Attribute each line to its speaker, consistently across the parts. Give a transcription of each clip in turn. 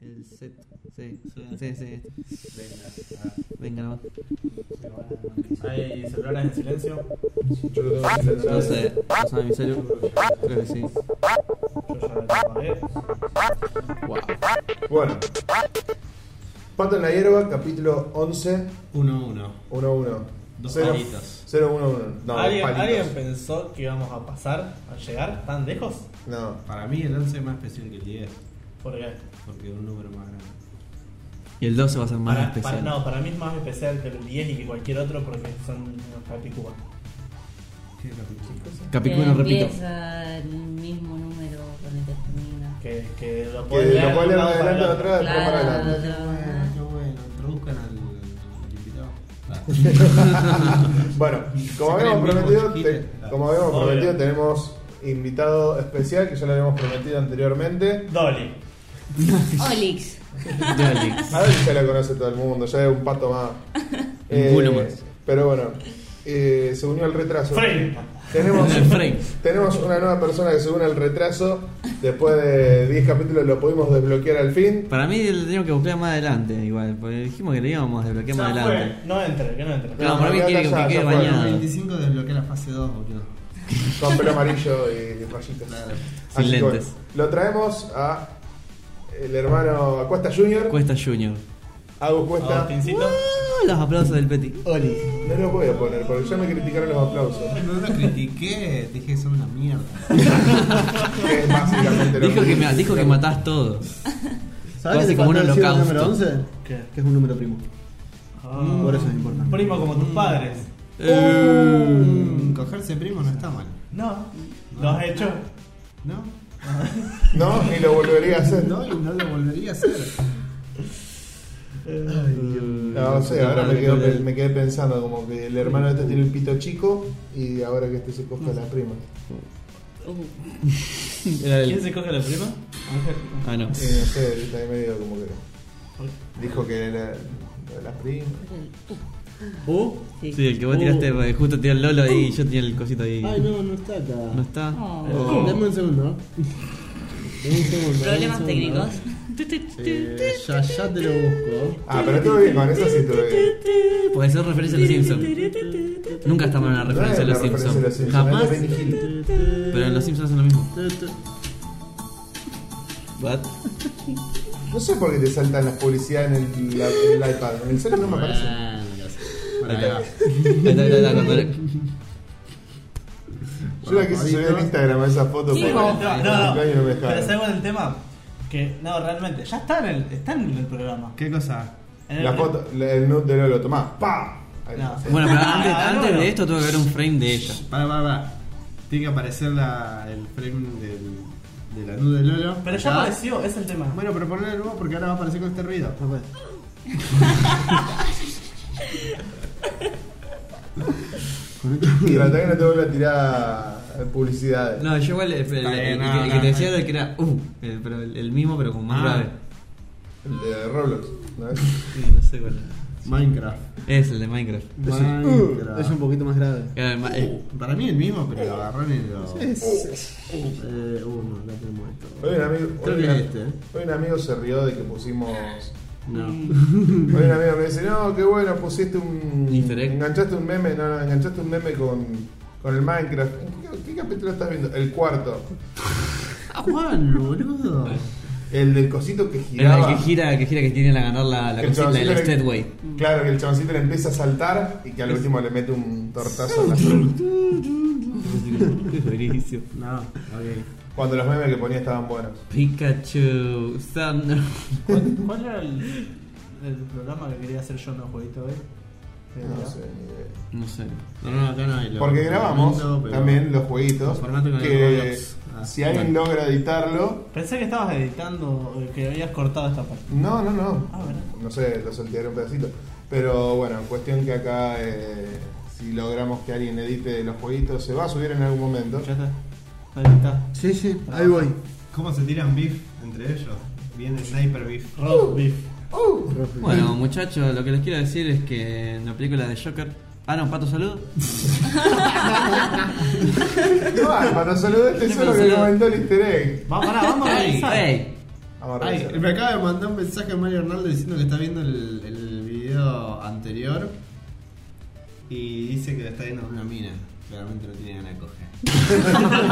Speaker 1: El set. Sí, sí, sí. Venga, nomás.
Speaker 2: ah. ¿Hay celulares en silencio?
Speaker 3: Yo lo tengo que
Speaker 1: No sé, pásame mi celu. Creo que sí.
Speaker 2: Yo ya lo apagué.
Speaker 1: Wow.
Speaker 4: Bueno. Pato en la hierba, capítulo 11,
Speaker 3: 1-1.
Speaker 4: 1-1.
Speaker 3: Dos
Speaker 4: Cero-
Speaker 3: palitos.
Speaker 4: 0-1-1. No,
Speaker 2: ¿Alguien,
Speaker 4: palitos.
Speaker 2: alguien pensó que íbamos a pasar, a llegar tan lejos?
Speaker 4: No.
Speaker 3: Para mí el 11 es más especial que el 10,
Speaker 2: ¿Por qué?
Speaker 3: porque es un número más grande.
Speaker 1: Y el 12 va a ser más
Speaker 2: Para-
Speaker 1: especial.
Speaker 2: para- no, para mí es más especial que el 10 y que cualquier otro porque son unos capicúas.
Speaker 3: ¿Qué es la película?
Speaker 1: Capicúa, no
Speaker 5: Que
Speaker 1: repito.
Speaker 5: Eh, Empieza el mismo número con el que termina.
Speaker 2: Que, que lo
Speaker 4: Que
Speaker 2: pueden leer.
Speaker 4: lo cual
Speaker 2: de
Speaker 4: era
Speaker 2: un
Speaker 4: de
Speaker 2: lado
Speaker 4: adelante
Speaker 2: para
Speaker 4: a
Speaker 2: el
Speaker 4: atrás, atrás para
Speaker 5: Claro.
Speaker 6: Ah,
Speaker 4: adelante.
Speaker 3: Qué bueno, qué bueno. Introduzcan al, al invitado. Ah.
Speaker 4: Bueno, como
Speaker 3: Sacar el
Speaker 4: habíamos
Speaker 3: mismo
Speaker 4: prometido,
Speaker 3: chiquito.
Speaker 4: te- como habíamos
Speaker 2: Obvio.
Speaker 4: prometido tenemos invitado especial que ya lo habíamos prometido anteriormente.
Speaker 2: otro. Dolly.
Speaker 5: Olix.
Speaker 4: A ver si ya lo conoce todo el mundo, ya es un pato más.
Speaker 1: Ninguno más.
Speaker 4: Pero bueno, eh, se unió al retraso.
Speaker 2: Frank.
Speaker 4: Tenemos,
Speaker 1: El Frank.
Speaker 4: tenemos una nueva persona que se une al retraso. Después de 10 capítulos lo pudimos desbloquear al fin.
Speaker 1: Para mí lo teníamos que buscar más adelante, igual. Porque dijimos que le íbamos a desbloquear más
Speaker 2: Ya
Speaker 1: adelante.
Speaker 2: fue. No entre, que no entre.
Speaker 1: No, para mí
Speaker 4: Ya,
Speaker 1: quiere que
Speaker 4: ya,
Speaker 1: me
Speaker 4: ya
Speaker 1: quede
Speaker 4: fue.
Speaker 1: bañado.
Speaker 3: 25 desbloquea la fase 2, boludo.
Speaker 4: Con pelo amarillo y rayitas.
Speaker 3: Claro.
Speaker 4: Así
Speaker 1: Sin
Speaker 4: que bueno,
Speaker 1: lentes.
Speaker 4: lo traemos a el hermano Acuesta Junior.
Speaker 1: Cuesta Junior.
Speaker 4: Agus Cuesta.
Speaker 2: Agustincito.
Speaker 1: Ah, los aplausos del Petit.
Speaker 4: Oli. No los voy a poner porque ya me criticaron los aplausos.
Speaker 3: No lo critiqué, te dije que son una mierda.
Speaker 4: Que es básicamente lo
Speaker 1: Dijo que, me- dijo que matás todo.
Speaker 6: ¿Sabes
Speaker 1: Casi
Speaker 6: que te
Speaker 1: como
Speaker 6: faltó
Speaker 1: un
Speaker 6: decir el número
Speaker 1: holocausto.
Speaker 6: 11?
Speaker 2: ¿Qué?
Speaker 6: Que es un número primo.
Speaker 2: Ah.
Speaker 6: Por eso es importante.
Speaker 2: Primo como tus padres.
Speaker 1: Eh.
Speaker 3: Mm, Cogerse primo no está mal,
Speaker 2: No. ¿Lo has hecho?
Speaker 3: ¿no?
Speaker 4: No, ni lo volvería a hacer.
Speaker 3: No, y no lo volvería a hacer.
Speaker 4: No, no
Speaker 1: Eh.
Speaker 4: sé, ahora me, quedo- me quedé pensando como que el hermano este tiene el pito chico y ahora que este se coge a la prima.
Speaker 5: Uh,
Speaker 1: Era
Speaker 2: ¿Quién
Speaker 1: el-
Speaker 2: se Eh, coge la prima?
Speaker 1: Ah, no.
Speaker 4: Y no sé, ahorita ahí medio como que. Dijo que era lo de la prima.
Speaker 1: ¿Uh?
Speaker 5: Sí.
Speaker 1: Sí, el que vos tiraste, eh, justo tiró el Lolo ahí y yo tenía el cosito ahí.
Speaker 6: Ay, no, no está acá.
Speaker 1: ¿No está?
Speaker 5: Oh.
Speaker 1: Oh.
Speaker 6: Dame
Speaker 3: ¿eh?
Speaker 6: un segundo. Dame un segundo.
Speaker 5: Problemas
Speaker 6: dame un segundo.
Speaker 5: técnicos.
Speaker 6: Eh, ya, ya te lo busco.
Speaker 4: Ah, pero estuve bien, con eso sí estuve bien.
Speaker 1: Puede ser Pues referencia a los Simpsons. Nunca está mal una
Speaker 4: No es
Speaker 1: referencia a
Speaker 4: una
Speaker 1: los
Speaker 4: referencia a los
Speaker 1: Simpsons.
Speaker 4: Simpsons,
Speaker 1: Jamás.
Speaker 4: es de Benny Hill.
Speaker 1: Pero en los Simpsons hacen lo mismo. What?
Speaker 4: No sé por qué te saltan las publicidades en el, la- en el iPad. En el celular no me aparece.
Speaker 3: Ah, no sé. Bueno,
Speaker 1: Ahí
Speaker 3: ahí
Speaker 1: está.
Speaker 3: va.
Speaker 1: Ahí está, ahí está, ahí está, cuando le-
Speaker 4: Yo la quise subir en Instagram esa foto
Speaker 5: Sí,
Speaker 4: porque
Speaker 5: no,
Speaker 4: el
Speaker 2: no, no.
Speaker 4: cumpleaños no me
Speaker 2: Pero
Speaker 4: dejaron.
Speaker 2: según el tema, que no, realmente, ya está en el, está en el programa.
Speaker 3: ¿Qué cosa?
Speaker 2: En el
Speaker 4: La
Speaker 2: pre-
Speaker 4: foto, la- el nude de Lolo, tomá, ¡pa! Ahí
Speaker 2: No.
Speaker 4: está.
Speaker 1: Bueno, pero antes,
Speaker 2: Ah,
Speaker 1: antes
Speaker 2: bueno.
Speaker 1: de esto tuvo que haber un frame de ella.
Speaker 3: Para, para, para. Tiene que aparecer la, el frame del, de la nude de Lolo.
Speaker 2: Pero ya
Speaker 3: Acá.
Speaker 2: apareció, es el tema.
Speaker 3: Bueno, pero ponle de nuevo porque ahora va a aparecer con este ruido.
Speaker 6: No puede.
Speaker 4: Y la que no te vuelve a tirar publicidades.
Speaker 1: No, yo igual eh, el, el- el-
Speaker 3: Está bien,
Speaker 1: el que-
Speaker 3: no,
Speaker 1: el que
Speaker 3: no,
Speaker 1: te decía
Speaker 3: está
Speaker 1: era que era uh, el, pero el, el mismo pero con más
Speaker 3: Ah.
Speaker 1: grave.
Speaker 4: El de Roblox, ¿no es?
Speaker 1: Sí, no sé cuál era.
Speaker 3: Minecraft.
Speaker 1: Es el de Minecraft.
Speaker 3: Minecraft.
Speaker 6: Es un poquito más grave.
Speaker 1: Era el ma- eh,
Speaker 3: Para mí el mismo, pero lo agarraron y lo.
Speaker 6: Eh, uh, no, acá tenemos esto.
Speaker 4: Hoy un amigo, hoy
Speaker 3: Creo que
Speaker 4: un am-
Speaker 3: este, ¿eh?
Speaker 4: hoy un amigo se rió de que pusimos.
Speaker 3: No.
Speaker 4: Hoy un amigo me dice, no, qué bueno, pusiste un.
Speaker 1: Easter egg.
Speaker 4: Enganchaste un meme, no, no, enganchaste un meme con, con el Minecraft. ¿En qué, qué capítulo estás viendo? El cuarto.
Speaker 3: Juan, boludo.
Speaker 4: El del cosito que
Speaker 1: era
Speaker 4: giraba.
Speaker 1: el que gira, que gira que tienen a ganar la, la
Speaker 4: Que el
Speaker 1: cosita,
Speaker 4: chaboncito
Speaker 1: el
Speaker 4: le-
Speaker 1: Steadway.
Speaker 4: Claro, que el chaboncito le empieza a saltar y que al último le mete un tortazo en la frente.
Speaker 1: Es buenísimo.
Speaker 3: No, ok.
Speaker 4: Cuando los memes que ponía estaban buenos.
Speaker 1: Pikachu, Thunder.
Speaker 2: ¿Cuál, cuál era el, el programa que quería hacer yo en eh? los jueguitos hoy?
Speaker 4: No sé, ni idea.
Speaker 1: No sé.
Speaker 3: No, no, acá no hay lo-
Speaker 4: Porque
Speaker 3: lo
Speaker 4: grabamos
Speaker 3: momento, pero-
Speaker 4: también los jueguitos.
Speaker 3: El formato con el
Speaker 4: Que
Speaker 3: Roblox. Ah,
Speaker 4: si alguien logra editarlo.
Speaker 2: Pensé que estabas editando, eh, que habías cortado esta parte.
Speaker 4: No, no, no.
Speaker 2: Ah, bueno.
Speaker 4: No sé, lo soltearé un pedacito. Pero bueno, cuestión que acá, eh, si logramos que alguien edite los jueguitos, se va a subir en algún momento.
Speaker 2: Ya está. Ahí está.
Speaker 6: Sí, sí, ahí voy.
Speaker 3: ¿Cómo se tiran beef entre ellos? Viene Sniper Beef.
Speaker 6: Roast beef.
Speaker 1: Bueno, muchachos, lo que les quiero decir es que en la película de Joker. Ah, no, pato salud.
Speaker 4: No, para saludarte
Speaker 1: Sí,
Speaker 4: solo
Speaker 1: pero
Speaker 4: que
Speaker 1: salud.
Speaker 4: comentó el easter egg.
Speaker 2: Vamos, pará, vamos a
Speaker 1: ¡Ey!
Speaker 2: analizar.
Speaker 1: ¡Ey!
Speaker 4: Vamos a
Speaker 3: Ay,
Speaker 4: revisar.
Speaker 3: me acaba de mandar un mensaje Mario Arnaldo diciendo que está viendo el, el video anterior y dice que lo está viendo con una mina. Claramente no tiene ganas de coger.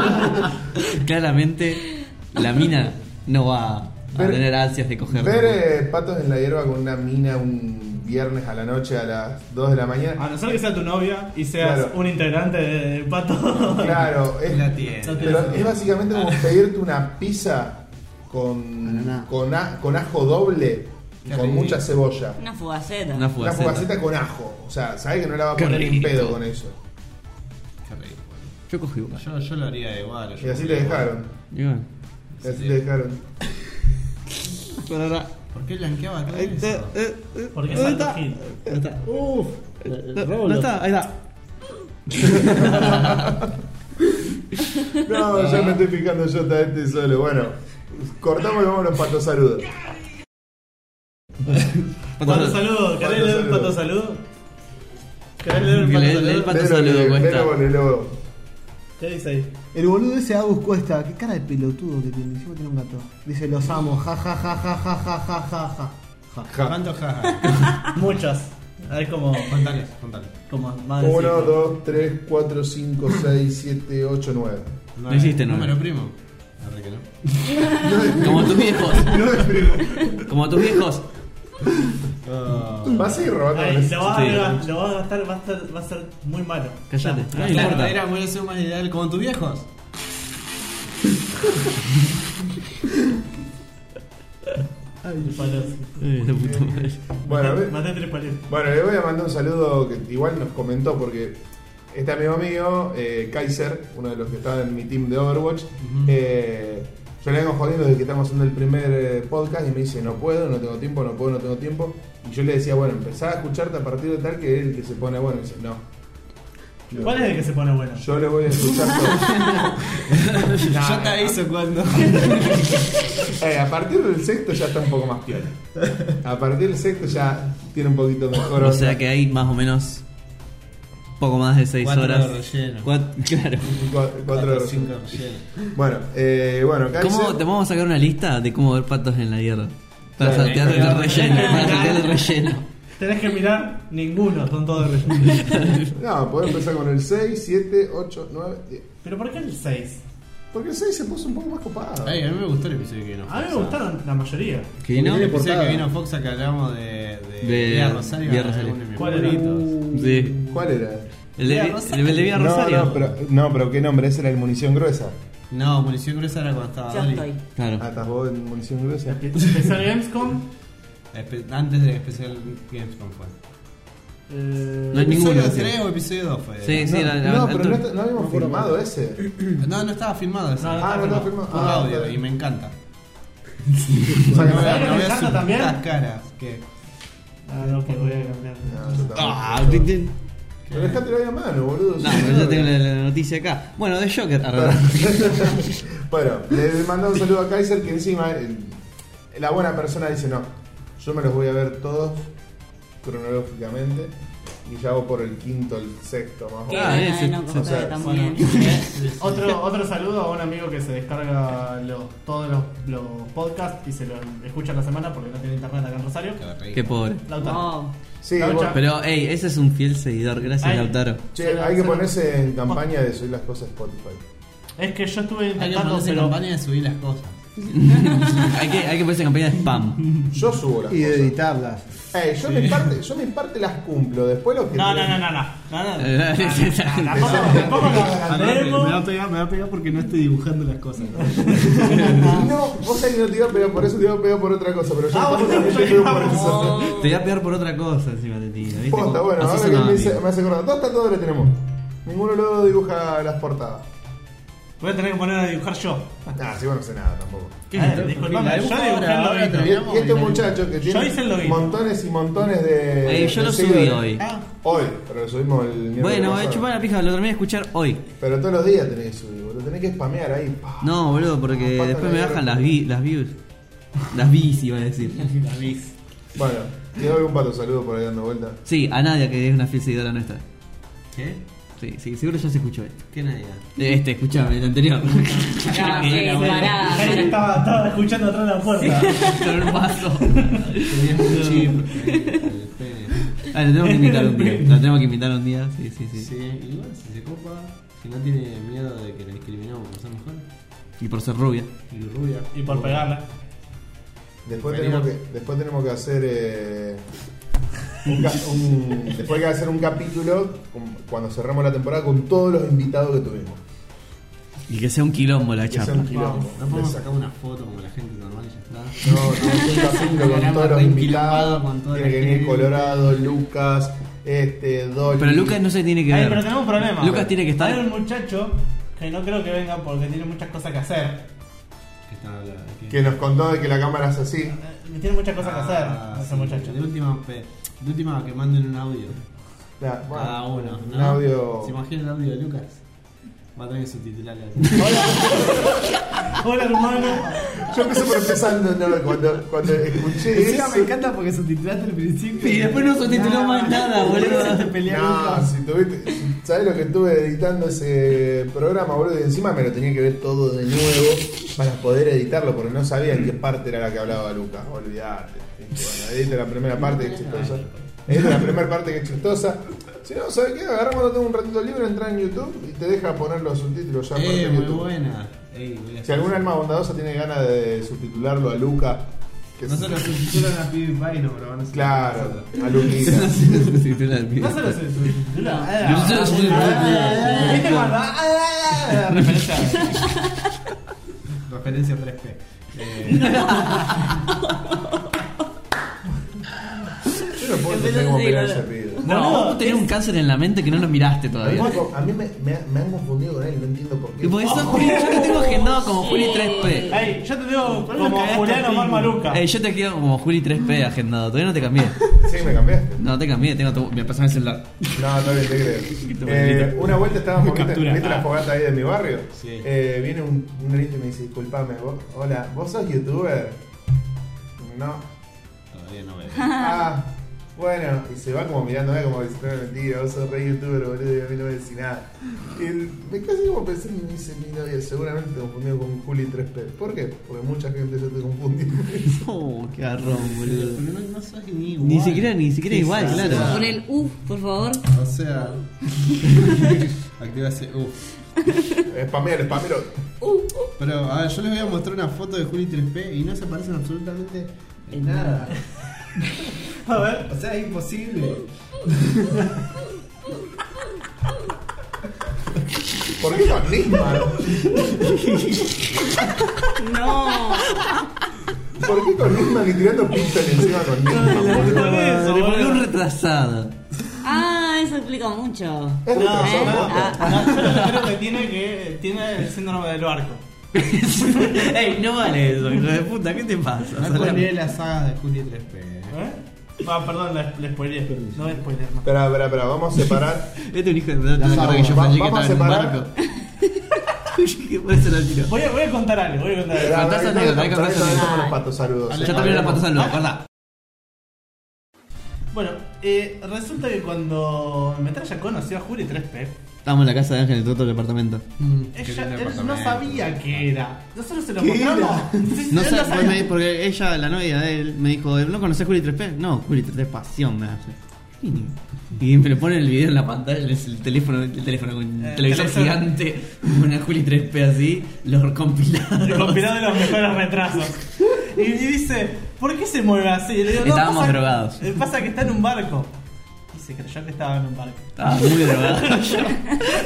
Speaker 1: Claramente, la mina no va a
Speaker 4: Ver-
Speaker 1: tener ansias de coger.
Speaker 4: Ver eh, patos en la hierba con una mina un viernes a la noche a las 2 de la mañana.
Speaker 2: A no ser que sea tu novia y seas
Speaker 4: Claro.
Speaker 2: un integrante de Pato.
Speaker 4: Claro, es,
Speaker 3: Ah, La tiene.
Speaker 2: No tiene
Speaker 4: pero es básicamente como pedirte una pizza con,
Speaker 6: Ananá.
Speaker 4: con, a- con ajo doble,
Speaker 3: Qué
Speaker 4: con
Speaker 3: rico.
Speaker 4: mucha cebolla.
Speaker 5: Una fugaceta.
Speaker 1: Una
Speaker 4: Una
Speaker 1: fugaceta.
Speaker 4: fugaceta con ajo. O sea, sabes que no la va a
Speaker 1: Qué
Speaker 4: poner en
Speaker 1: rico.
Speaker 4: pedo con eso.
Speaker 3: Qué rico, boludo.
Speaker 1: Yo cogí una.
Speaker 3: Yo, yo lo haría igual. yo
Speaker 4: Y así
Speaker 3: lo
Speaker 4: le
Speaker 3: haría
Speaker 4: dejaron.
Speaker 1: Y bueno.
Speaker 4: Y así
Speaker 3: Sí.
Speaker 4: le dejaron.
Speaker 1: Por ahora.
Speaker 3: igual. ¿Por qué blanqueaba todo
Speaker 1: Ahí está,
Speaker 3: eso?
Speaker 1: eh, eh,
Speaker 2: Porque
Speaker 1: ¿dónde
Speaker 2: es
Speaker 1: está?
Speaker 2: alto Gil.
Speaker 1: ¿Dónde está?
Speaker 6: Uf.
Speaker 1: ¿Dó-
Speaker 6: Rolo.
Speaker 1: ¿Dónde está? Ahí está.
Speaker 4: No, ya me estoy fijando yo este solo. Bueno, cortamos y vamos a los patos saludos.
Speaker 1: Pato
Speaker 2: Pato
Speaker 1: salud.
Speaker 2: saludo, ¿querés leer un
Speaker 4: Pato
Speaker 2: pato saludo? ¿Querés leer un
Speaker 1: Que
Speaker 2: pato
Speaker 1: le- le- el
Speaker 2: saludo?
Speaker 1: pato saludo cuesta.
Speaker 2: ¿Qué dice ahí?
Speaker 6: El boludo ese Agus Cuesta, qué cara de pelotudo que tiene, encima tiene un gato. Dice, los amo, ja ja ja ja ja ja ja ja ja. ja.
Speaker 3: ¿Cuántos jajas?
Speaker 2: Muchas. Hay como.
Speaker 3: contales, contales.
Speaker 2: como más de
Speaker 4: 1,
Speaker 2: cinco.
Speaker 4: 2, 3, 4, 5, 6, 7, 8, 9.
Speaker 1: No hiciste nueve.
Speaker 3: Número primo. La verdad que no.
Speaker 1: Como tus viejos. Como tus viejos.
Speaker 4: Vas a ir robando.
Speaker 2: Ay,
Speaker 4: las-
Speaker 2: lo vas a
Speaker 1: Sí.
Speaker 2: ver, lo vas a gastar, va a ser, va a ser muy malo.
Speaker 1: Cállate.
Speaker 2: Ya,
Speaker 1: Ay,
Speaker 2: ya.
Speaker 1: la-
Speaker 3: Claro,
Speaker 1: corta.
Speaker 3: era, voy a ser más ideal con tus viejos.
Speaker 2: Ay, palos.
Speaker 1: Eh, la puta madre.
Speaker 4: Bueno, a ver.
Speaker 2: Maté tres palos.
Speaker 4: Bueno, le voy a mandar un saludo que igual nos comentó porque este amigo mío, eh, Kaiser, uno de los que estaba en mi team de Overwatch, eh, yo le vengo jodiendo desde que estamos haciendo el primer eh, podcast y me dice, no puedo, no tengo tiempo, no puedo, no tengo tiempo. Y yo le decía, bueno, empezá a escucharte a partir de tal que él que se pone bueno. Y dice, no. Yo-
Speaker 2: ¿Cuál es el que se pone bueno?
Speaker 4: Yo le voy a escuchar todo.
Speaker 3: Yo te aviso cuando.
Speaker 4: Eh, a partir del sexto ya está un poco más piola. A partir del sexto ya tiene un poquito mejor.
Speaker 1: O
Speaker 4: onda.
Speaker 1: sea que hay más o menos. Poco más de 6
Speaker 3: Cuatro
Speaker 1: horas.
Speaker 3: de relleno.
Speaker 1: Cuat- claro.
Speaker 4: Cu- cuatro
Speaker 3: Cuatro,
Speaker 4: horas.
Speaker 3: cinco relleno.
Speaker 4: Bueno, eh, bueno, Kaiser.
Speaker 1: ¿Cómo te vamos a sacar una lista de cómo ver patos en la guerra? Para
Speaker 4: Claro,
Speaker 1: saltear el
Speaker 3: claro.
Speaker 1: relleno. Para saltear el relleno.
Speaker 2: Tenés que mirar ninguno, son todos rellenos.
Speaker 4: No, podemos empezar con el 6, 7, 8, 9, 10.
Speaker 2: Pero ¿por qué el 6?
Speaker 4: Porque el 6 se puso un poco más copado.
Speaker 3: Ay, a
Speaker 1: eh.
Speaker 3: mí me gustó el episodio que vino Fox.
Speaker 2: A mí me gustaron la mayoría.
Speaker 1: ¿Qué no?
Speaker 3: El
Speaker 6: Tiene
Speaker 3: episodio
Speaker 6: portada.
Speaker 3: que vino Fox a que hablamos de. de.
Speaker 1: De-
Speaker 3: Lea Rosario.
Speaker 1: Lea
Speaker 3: era
Speaker 1: Rosario.
Speaker 3: uno de mis
Speaker 2: ¿Cuál era?
Speaker 3: favoritos.
Speaker 1: Sí.
Speaker 4: ¿Cuál era?
Speaker 1: El de, el de Vía Rosario.
Speaker 4: No, no, pero, no, pero qué nombre, ese era el Munición Gruesa.
Speaker 3: No, Munición Gruesa era cuando estaba
Speaker 5: Yo
Speaker 3: Dolly.
Speaker 5: estoy.
Speaker 4: Ah,
Speaker 1: Claro.
Speaker 4: ¿estás vos en Munición Gruesa?
Speaker 2: Empezó el Gamescom.
Speaker 3: Espe- Antes del especial Gamescom fue.
Speaker 2: eh,
Speaker 1: No hay ninguno,
Speaker 3: ¿Episodio
Speaker 1: sí.
Speaker 3: 3 o episodio 2 fue?
Speaker 1: Sí, sí,
Speaker 4: no,
Speaker 1: la- la-
Speaker 4: no,
Speaker 1: la-
Speaker 4: pero no, está- no habíamos firmado ese.
Speaker 3: No, no estaba filmado ese.
Speaker 2: No, no
Speaker 4: Ah, no estaba firmado.
Speaker 3: Fue
Speaker 4: Ah,
Speaker 3: audio
Speaker 4: está
Speaker 3: y
Speaker 4: bien.
Speaker 3: me encanta.
Speaker 4: O sea, que
Speaker 2: ¿Sabés que
Speaker 4: no-
Speaker 2: me encanta
Speaker 3: sus
Speaker 2: también?
Speaker 3: putas caras. Que,
Speaker 2: Ah, no, que voy a cambiar.
Speaker 4: No, yo tampoco.
Speaker 1: Ah, ti- ti-
Speaker 4: Pero dejate la mano, boludo.
Speaker 1: No, pero yo tengo la, la noticia acá. Bueno, de Joker. arreglar.
Speaker 4: bueno, le mandó un saludo a Kaiser que encima eh, la buena persona dice no, yo me los voy a ver todos cronológicamente y ya voy por el quinto, el sexto más o
Speaker 5: Que
Speaker 4: menos.
Speaker 1: Ah,
Speaker 5: gana
Speaker 1: ese-
Speaker 5: de no
Speaker 4: o sea,
Speaker 5: coger también.
Speaker 2: Bueno, otro, otro saludo a un amigo que se descarga los, todos los, los podcasts y se los escucha la semana porque no tiene internet acá en Rosario.
Speaker 3: que reí.
Speaker 1: Qué pobre.
Speaker 2: Lautaro.
Speaker 5: No,
Speaker 4: Sí,
Speaker 2: La
Speaker 4: bueno,
Speaker 2: otra-
Speaker 1: Pero, hey, ese es un fiel seguidor. Gracias,
Speaker 2: Ay.
Speaker 1: Lautaro.
Speaker 4: che, hay que ponerse en campaña de subir las cosas a Spotify.
Speaker 2: Es que yo estuve
Speaker 3: Hay que
Speaker 2: intentando,
Speaker 3: ponerse en
Speaker 2: pero
Speaker 3: campaña de subir las cosas.
Speaker 1: hay, que, hay que ponerse en campaña de spam.
Speaker 4: Yo subo las
Speaker 6: Y de
Speaker 4: cosas.
Speaker 6: editarlas.
Speaker 4: Ey, yo, mi parte, yo mi parte las cumplo, después los que...
Speaker 2: No, no, no, no, no. no, no,
Speaker 1: Eh,
Speaker 2: no,
Speaker 3: Ah,
Speaker 2: no, no, Tampoco tampoco nos agrandemos.
Speaker 3: pegar, me va a pegar porque no estoy dibujando las cosas.
Speaker 4: No, vos sabés que no te iba a pegar por eso, te iba a pegar por otra cosa, pero yo,
Speaker 2: Ah,
Speaker 4: tampoco
Speaker 2: bueno,
Speaker 4: te
Speaker 2: yo
Speaker 4: pego por
Speaker 5: oh.
Speaker 2: iba
Speaker 4: eso.
Speaker 1: Te voy a pegar por otra cosa encima de ti.
Speaker 4: Posta,
Speaker 1: ¿viste? Este Como-
Speaker 4: bueno,
Speaker 1: así
Speaker 4: ahora
Speaker 1: son
Speaker 4: que
Speaker 1: los
Speaker 4: me hace,
Speaker 1: amigos.
Speaker 4: me hace acordar, todos están, todos lo tenemos. Ninguno luego dibuja las portadas.
Speaker 2: Voy a tener que poner a dibujar yo.
Speaker 4: Ah, sí, bueno, no sé nada tampoco.
Speaker 2: ¿Qué?
Speaker 1: Ah,
Speaker 3: la
Speaker 2: Disculpame, yo
Speaker 3: dibujadora,
Speaker 2: dibujé el
Speaker 3: ahora
Speaker 2: lobito.
Speaker 4: Y,
Speaker 3: Digamos,
Speaker 4: y este
Speaker 3: el
Speaker 4: muchacho que
Speaker 2: Yo hice el
Speaker 4: tiene
Speaker 2: lobito.
Speaker 4: montones y montones de.
Speaker 1: Eh, yo
Speaker 4: de
Speaker 1: lo subí
Speaker 4: seguidores.
Speaker 1: hoy.
Speaker 3: Ah,
Speaker 4: Hoy, pero lo subimos el miércoles.
Speaker 1: Bueno, eh,
Speaker 4: pasado.
Speaker 1: chupar la pija, lo terminé de escuchar hoy.
Speaker 4: Pero todos los días tenés que subir, boludo. Tenés tenés que spamear ahí. pa.
Speaker 1: No, boludo, porque
Speaker 4: Pata
Speaker 1: después me
Speaker 4: de
Speaker 1: bajan
Speaker 4: guerra.
Speaker 1: las, vi- las views. Las vis, iba a decir.
Speaker 2: La bis.
Speaker 4: Bueno, te doy un palo saludo por ahí dando vuelta.
Speaker 1: Sí, a Nadia, que es una fiel seguidora nuestra.
Speaker 3: ¿Qué?
Speaker 1: Sí, sí, seguro ya se escuchó esto.
Speaker 3: ¿Qué nadie?
Speaker 1: Este, escuchame, el anterior.
Speaker 5: Ah, sí, pará.
Speaker 2: Estaba, estaba escuchando atrás de la puerta.
Speaker 1: Con un vaso.
Speaker 3: Tenías un chip. El pene.
Speaker 1: Ah, la tenemos que invitar un día. La tenemos que invitar un día, sí, sí, sí.
Speaker 3: Sí, igual si se copa, si no tiene miedo de que la discriminemos por ser mejor.
Speaker 1: Y por ser rubia.
Speaker 3: Y rubia.
Speaker 2: Y por pegarla.
Speaker 4: Después
Speaker 3: Venimos.
Speaker 4: tenemos que, después tenemos que hacer eh, un, ca- un- después hay que hacer un capítulo con- cuando cerremos la temporada con todos los invitados que tuvimos.
Speaker 1: Y que sea un quilombo la
Speaker 4: Que sea un
Speaker 1: chapa.
Speaker 4: quilombo.
Speaker 3: No podemos
Speaker 4: Les-
Speaker 3: sacar una foto como la gente normal y ya está.
Speaker 4: No, no, es un capítulo con
Speaker 3: Programa
Speaker 4: todos los
Speaker 3: re
Speaker 4: invitados.
Speaker 3: enquilombado con toda
Speaker 4: Tiene
Speaker 3: la
Speaker 4: que venir
Speaker 3: gente.
Speaker 4: Colorado, Lucas, este, Dolly.
Speaker 1: Pero Lucas no se tiene que
Speaker 2: Ay,
Speaker 1: ver.
Speaker 2: pero tenemos un problema.
Speaker 1: Lucas tiene que estar-
Speaker 2: Hay un muchacho que no creo que venga porque tiene muchas cosas que hacer.
Speaker 3: Que están hablando. de
Speaker 4: Que nos contó de que la cámara es así.
Speaker 2: Eh, Tiene muchas cosas que
Speaker 3: Ah,
Speaker 2: hacer ese
Speaker 3: sí,
Speaker 2: muchacho.
Speaker 3: De última, pe- de última que manden un audio.
Speaker 4: Ya, bueno,
Speaker 3: Cada uno. ¿no?
Speaker 4: Un audio.
Speaker 3: ¿Se imagina el audio de Lucas? Va a tener que subtitularle así.
Speaker 2: Hola hermano.
Speaker 4: Yo empecé por empezando, no, cuando, cuando escuché
Speaker 3: Encima
Speaker 4: eso.
Speaker 3: me encanta porque subtitulaste al principio.
Speaker 1: Y después no subtituló más nada, boludo.
Speaker 3: Te pelearon
Speaker 4: No, si tuviste, ¿sabes lo que estuve editando ese programa, boludo? Y encima me lo tenía que ver todo de nuevo para poder editarlo, porque no sabía en qué parte era la que hablaba Lucas. Olvidate. este, Bueno, edita la primera parte que es chistosa. Edita la primera parte que es chistosa. Si no, ¿sabes qué? Agarramos cuando tengo un ratito libre, entra en YouTube y te deja poner los subtítulos ya por
Speaker 3: Eh, muy
Speaker 4: YouTube.
Speaker 3: buena. Ey, voy a
Speaker 4: Si algún alma bondadosa tiene ganas de subtitularlo a Lucas, que
Speaker 3: No se lo subtitulan a PewDiePie, no, pero van a subtitular a
Speaker 4: Claro,
Speaker 3: nosotros.
Speaker 4: a Luquita.
Speaker 2: No solo se subtitula. ah,
Speaker 1: Yo solo
Speaker 2: ah,
Speaker 1: soy-
Speaker 2: ah, ah, ¿Viste cuando? ah, ah, ah, referencia?
Speaker 3: Referencia 3P. Eh,
Speaker 4: Yo no puedo entender cómo pega ese pibe.
Speaker 1: No, vos tenés un cáncer en la mente que no lo miraste
Speaker 4: A mí,
Speaker 1: todavía.
Speaker 4: me- a mí me, me, me han confundido con él, no entiendo por qué.
Speaker 1: Y por eso, Juli, yo te tengo agendado como Juli 3P.
Speaker 2: Ey, yo te digo
Speaker 3: lo
Speaker 2: como
Speaker 3: cagaste
Speaker 2: Julián
Speaker 3: a
Speaker 2: Omar
Speaker 3: Pim?
Speaker 2: Maluca.
Speaker 1: Eh, yo te quedo como Juli 3P agendado. Todavía no te cambié.
Speaker 4: Sí, me cambiaste.
Speaker 1: No te cambié, tengo tu. Me pasan el celular.
Speaker 4: No, no le te creo. Eh, una vuelta estábamos, ¿viste,
Speaker 2: Captura.
Speaker 4: viste la fogata ahí de mi barrio?
Speaker 3: Sí.
Speaker 4: Eh, viene un, un grito y me dice, disculpame, vos, hola, ¿vos sos youtuber? No.
Speaker 3: Todavía no veo.
Speaker 4: Ah, bueno. Y se va como mirándome como diciendo, no, mentira, vos sos re youtuber, boludo, y a mí no me decís nada. Y me casi como pensé, y me dice mi novia, seguramente te confundió con Juli 3P. ¿Por qué? Porque mucha gente yo te confundí.
Speaker 1: Oh, qué garrón,
Speaker 3: Pero
Speaker 1: boludo.
Speaker 3: no, no sos ni igual.
Speaker 1: Ni siquiera, ni siquiera
Speaker 3: Sí,
Speaker 1: igual,
Speaker 3: sí,
Speaker 1: claro.
Speaker 3: sí.
Speaker 5: Pon el U, por favor.
Speaker 3: O sea. Activa ese. Uf.
Speaker 4: Spamear, spamear.
Speaker 5: Uh,
Speaker 3: Pero, a ver, yo les voy a mostrar una foto de Juli 3P y no se parecen absolutamente en nada.
Speaker 2: A ver.
Speaker 3: O sea, es imposible.
Speaker 4: ¿Por qué con Nisman?
Speaker 5: No.
Speaker 4: ¿Por qué con Nisman y tirando pizza encima con Nisman? boludo?
Speaker 2: Por eso,
Speaker 1: Pero ¿por qué
Speaker 2: boludo.
Speaker 1: un retrasado?
Speaker 5: Ah, eso explica mucho.
Speaker 4: Es retrasado,
Speaker 5: No,
Speaker 4: ¿no?
Speaker 5: ah,
Speaker 2: No, yo lo que creo que tiene que tiene el síndrome del barco.
Speaker 1: Ey, no vale eso, hijo de puta, ¿qué te pasa?
Speaker 3: No spoileé la saga de Juli 3P. eh.
Speaker 2: ¿Eh? Ah, perdón, la, la spoileé. No voy a spoilear más.
Speaker 4: Espera, espera, espera, vamos a separar.
Speaker 1: Este es un hijo de puta,
Speaker 4: La
Speaker 1: me acuerdo que yo
Speaker 4: vamos-
Speaker 1: fallé que
Speaker 4: vamos
Speaker 1: estaba
Speaker 4: a
Speaker 1: en un
Speaker 4: separar.
Speaker 1: barco. Que por eso lo tiró.
Speaker 2: Voy a, voy a contar algo, voy a contar algo.
Speaker 4: Espera,
Speaker 1: contás
Speaker 4: espera,
Speaker 1: anécdota,
Speaker 4: espera,
Speaker 1: contás
Speaker 4: espera,
Speaker 1: anécdota.
Speaker 4: somos los patos, saludos.
Speaker 1: Yo también la pato
Speaker 4: Hablemos.
Speaker 1: saludo, guarda.
Speaker 2: Bueno, eh, resulta que cuando Metralla conoció a Juli 3P,
Speaker 1: Estábamos en la casa de Ángel en otro departamento.
Speaker 2: ella él no sabía qué era. Nosotros se lo mostramos.
Speaker 4: era?
Speaker 2: Sí,
Speaker 1: No
Speaker 2: él
Speaker 1: sé,
Speaker 2: lo sabía.
Speaker 1: me- porque ella, la novia de él, me dijo, ¿no conoces Juli 3P? No, Juli 3P, pasión me hace. Y me le ponen el video en la pantalla, es el teléfono, el teléfono con un
Speaker 2: Eh,
Speaker 1: televisor
Speaker 2: televisor.
Speaker 1: gigante, una Juli 3P así, los compilados.
Speaker 2: El compilado de los mejores retrasos. Y, y dice, ¿por qué se mueve así? Y le digo,
Speaker 1: Estábamos
Speaker 2: pasa-
Speaker 1: drogados.
Speaker 2: eh, Pasa que está en un barco. Y se creyó que estaba en un barco.
Speaker 1: Estaba muy drogado yo.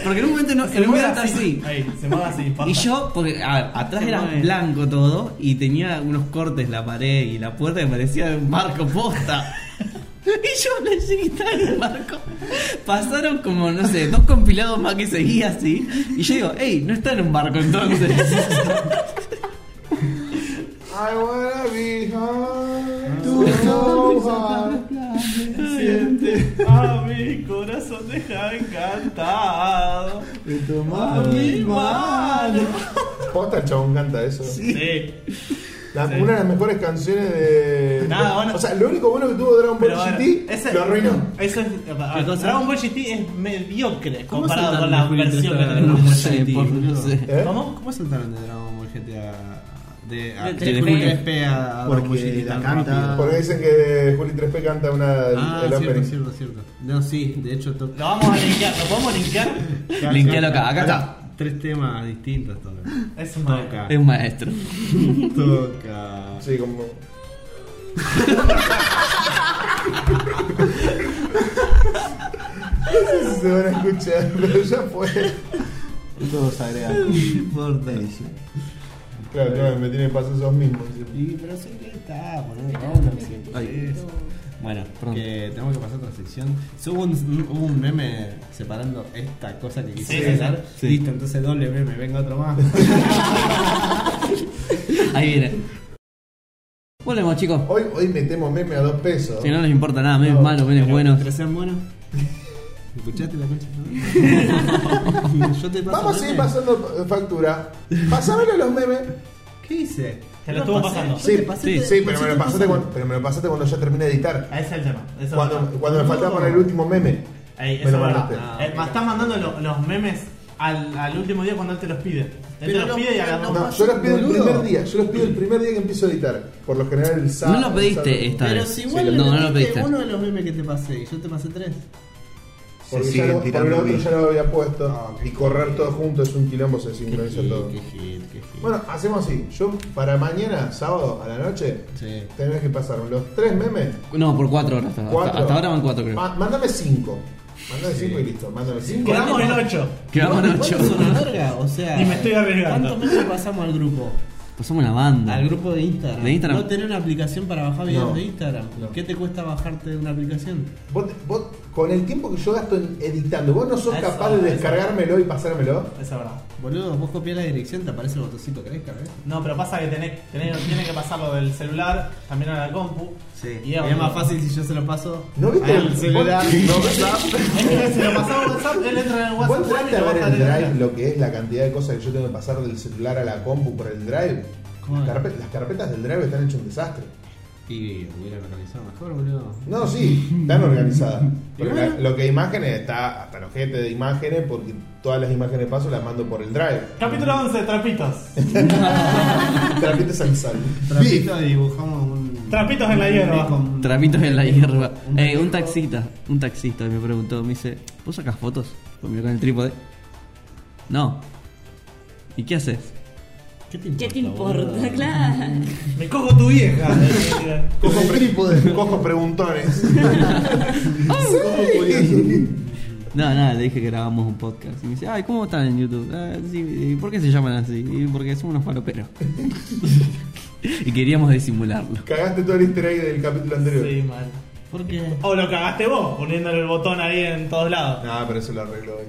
Speaker 1: Porque en un momento no, en un momento así.
Speaker 2: Ahí, se mueve así. pasa.
Speaker 1: Y yo, porque a ver, atrás
Speaker 5: Se
Speaker 1: era
Speaker 5: mueve.
Speaker 1: blanco todo y tenía unos cortes la pared y la puerta que parecía un barco posta. Y yo flashé que estaba en el barco. Pasaron como, no sé, dos compilados más que seguía así. Y yo digo, hey, no está en un barco entonces.
Speaker 4: I wanna be
Speaker 2: Ah.
Speaker 4: high, to know high.
Speaker 2: Siente a mi corazón deja encantado.
Speaker 4: Y
Speaker 6: de tomar mi mano.
Speaker 4: Posta, el chabón canta eso.
Speaker 2: Sí.
Speaker 4: La-
Speaker 2: Sí.
Speaker 4: Una de las mejores canciones de.
Speaker 2: Nada, bueno.
Speaker 4: O sea, lo único bueno que tuvo Dragon Ball
Speaker 2: Pero a ver,
Speaker 4: GT
Speaker 2: ese-
Speaker 4: lo arruinó.
Speaker 2: Eso es. a ver,
Speaker 1: cosa?
Speaker 2: Dragon Ball GT es mediocre
Speaker 3: ¿Cómo
Speaker 2: comparado
Speaker 3: se
Speaker 2: con la
Speaker 3: llama el
Speaker 2: versión que
Speaker 3: juguete
Speaker 2: tenemos.
Speaker 1: No
Speaker 3: Dragon
Speaker 1: sé,
Speaker 3: Ball
Speaker 1: por-
Speaker 3: GT,
Speaker 1: no sé.
Speaker 3: boludo?
Speaker 4: ¿Eh?
Speaker 2: ¿Cómo?
Speaker 3: ¿Cómo saltaron de Dragon Ball GT a. de. a.
Speaker 5: Del
Speaker 3: de
Speaker 5: 3P.
Speaker 3: 3P a a Dragon Ball
Speaker 6: Porque
Speaker 3: GT tan
Speaker 6: la canta.
Speaker 3: rápido?
Speaker 4: Porque dicen que Juli 3P canta una del
Speaker 3: Ah,
Speaker 4: el
Speaker 3: cierto,
Speaker 4: opening.
Speaker 3: cierto, cierto. No, sí, de hecho to-
Speaker 2: Lo vamos a linkear, lo podemos linkear.
Speaker 1: Linkealo acá, acá está.
Speaker 3: Tres temas distintos toca.
Speaker 2: Es un mal.
Speaker 3: Toca.
Speaker 1: Es un maestro. Em.
Speaker 3: Toca.
Speaker 4: Sí, como. no sé si se van a escuchar, pero ya fue.
Speaker 6: Todos agregados.
Speaker 3: importa.
Speaker 6: Buenísimo.
Speaker 4: Claro, claro, me tienen que pasar esos mismos.
Speaker 3: Y pero siempre está, boludo. Ahora siempre
Speaker 1: Ay.
Speaker 5: Uh.
Speaker 3: es. Bueno,
Speaker 1: Perdón.
Speaker 3: que tenemos que pasar a otra sección. Si hubo un, un- hubo un meme separando esta cosa que quisiera
Speaker 2: Sí, sí,
Speaker 3: hacer.
Speaker 1: sí.
Speaker 3: Listo, entonces doble meme, venga otro más.
Speaker 1: Ahí viene. Volvemos, chicos.
Speaker 4: Hoy, hoy metemos meme a dos pesos.
Speaker 1: Si no nos importa nada, menos
Speaker 4: No,
Speaker 1: malo, menos bueno.
Speaker 3: Mientras sean buenos. ¿Escuchaste la concha? Yo te paso
Speaker 4: Vamos a seguir
Speaker 3: meme.
Speaker 4: pasando eh, factura. Pasámelo los memes.
Speaker 3: ¿Qué hice?
Speaker 2: Te lo estuvo pasando.
Speaker 3: Sí,
Speaker 4: sí, sí, pero, me lo pasaste cuando, pero me lo pasaste cuando ya terminé de editar.
Speaker 2: Ese es el tema. eso es
Speaker 4: Cuando,
Speaker 2: verdad.
Speaker 4: cuando me faltaba poner el último meme.
Speaker 2: Ey,
Speaker 4: me
Speaker 2: eso
Speaker 4: lo
Speaker 2: es verdad.
Speaker 4: mandaste.
Speaker 3: Ah,
Speaker 2: Eh, Me estás mandando lo- los memes al, al último día cuando él te los pide. Él te
Speaker 3: Pero
Speaker 2: los
Speaker 3: no-
Speaker 2: pide y a
Speaker 3: pero
Speaker 2: la
Speaker 3: no
Speaker 4: No,
Speaker 3: pasa,
Speaker 4: yo los pido el
Speaker 3: boludo.
Speaker 4: primer día. Yo los pido el primer día que empiezo a editar. Por lo general el sábado.
Speaker 1: No lo pediste
Speaker 4: el sábado.
Speaker 1: esta
Speaker 3: Pero
Speaker 1: vez.
Speaker 3: si igual
Speaker 1: no, no lo pediste.
Speaker 3: uno de los memes que te pasé y yo te pasé tres.
Speaker 4: Porque,
Speaker 6: Se
Speaker 4: ya
Speaker 6: siguen
Speaker 4: lo, porque
Speaker 6: tirando
Speaker 4: lo otro
Speaker 6: bien.
Speaker 4: ya lo había puesto.
Speaker 3: Ah, qué
Speaker 4: y correr todo junto es un quilombo, se sincroniza todo.
Speaker 3: Qué hit, qué hit.
Speaker 4: Bueno, hacemos así. Yo para mañana, sábado a la noche,
Speaker 3: Sí.
Speaker 4: tenés que pasar los tres memes.
Speaker 1: No, por cuatro horas. Hasta,
Speaker 4: Cuatro.
Speaker 1: hasta- hasta ahora van cuatro, creo.
Speaker 4: Ma- mándame cinco. Mándame cinco y listo. Mándame cinco.
Speaker 2: Quedamos en 8.
Speaker 1: Quedamos en ocho.
Speaker 3: Es una verga, o sea.
Speaker 2: Y me estoy arriesgando.
Speaker 3: ¿Cuántos meses pasamos al grupo?
Speaker 1: Pasamos una banda.
Speaker 3: Al grupo de Instagram.
Speaker 1: ¿De Instagram?
Speaker 3: No tener una aplicación para bajar videos
Speaker 4: No.
Speaker 3: de Instagram.
Speaker 4: No.
Speaker 3: ¿Qué te cuesta bajarte de una aplicación?
Speaker 4: Vos, vos, con el tiempo que yo gasto en editando, vos no sos
Speaker 2: Eso,
Speaker 4: capaz de
Speaker 2: eso.
Speaker 4: descargármelo y pasármelo.
Speaker 2: Eso es verdad.
Speaker 3: Boludo, vos copias la dirección, te aparece el botoncito crezca, ¿ves?
Speaker 2: No, pero pasa que tenés, tenés, tiene que pasarlo del celular también a la compu.
Speaker 3: Y es más fácil si yo se lo paso
Speaker 4: ¿No viste?
Speaker 3: al celular.
Speaker 4: Vos-
Speaker 2: Es que se lo pasaba a WhatsApp, él entra en el
Speaker 4: ¿Vos
Speaker 2: WhatsApp.
Speaker 4: entraste
Speaker 2: y
Speaker 4: a
Speaker 2: lo
Speaker 4: ver
Speaker 2: baja
Speaker 4: el
Speaker 2: de la-
Speaker 4: Drive lo que es la cantidad de cosas que yo tengo que pasar del celular a la compu por el Drive?
Speaker 3: ¿Cómo
Speaker 4: Las,
Speaker 3: es?
Speaker 4: carpe- las carpetas del Drive están hechas un desastre.
Speaker 3: Y hubiera organizado mejor, boludo.
Speaker 4: No, sí, están organizadas. Pero
Speaker 3: Y bueno.
Speaker 4: la- lo que imágenes está hasta los jetes de imágenes porque todas las imágenes paso las mando por el Drive.
Speaker 2: Capítulo 11, trapitos.
Speaker 4: Trapitos al sal.
Speaker 3: Trapito dibujamos un.
Speaker 2: Trapitos en la
Speaker 3: un
Speaker 2: hierba.
Speaker 3: disco, un-
Speaker 1: Trapitos en la hierba.
Speaker 3: un
Speaker 1: Eh, un
Speaker 3: disco.
Speaker 1: taxista, un taxista me preguntó, me dice, ¿vos sacas fotos? Pues mira con el trípode. No. ¿Y qué haces?
Speaker 3: ¿Qué te
Speaker 5: ¿Qué te
Speaker 3: boludo?
Speaker 5: importa? Claro.
Speaker 2: Me cojo tu vieja.
Speaker 4: Cojo, pre- cojo preguntones. Cojo curiosos.
Speaker 1: No, nada, le dije que grabamos un podcast. Y me dice, ay, ¿cómo están en YouTube? "Ah, sí, ¿y por qué se llaman así? "Y porque somos unos faloperos. y queríamos disimularlo.
Speaker 4: Cagaste todo el easter egg del capítulo anterior.
Speaker 2: Sí, mal.
Speaker 3: ¿Por qué?
Speaker 2: O lo cagaste vos, poniéndole el botón ahí en todos lados.
Speaker 4: No, pero eso lo arreglo hoy.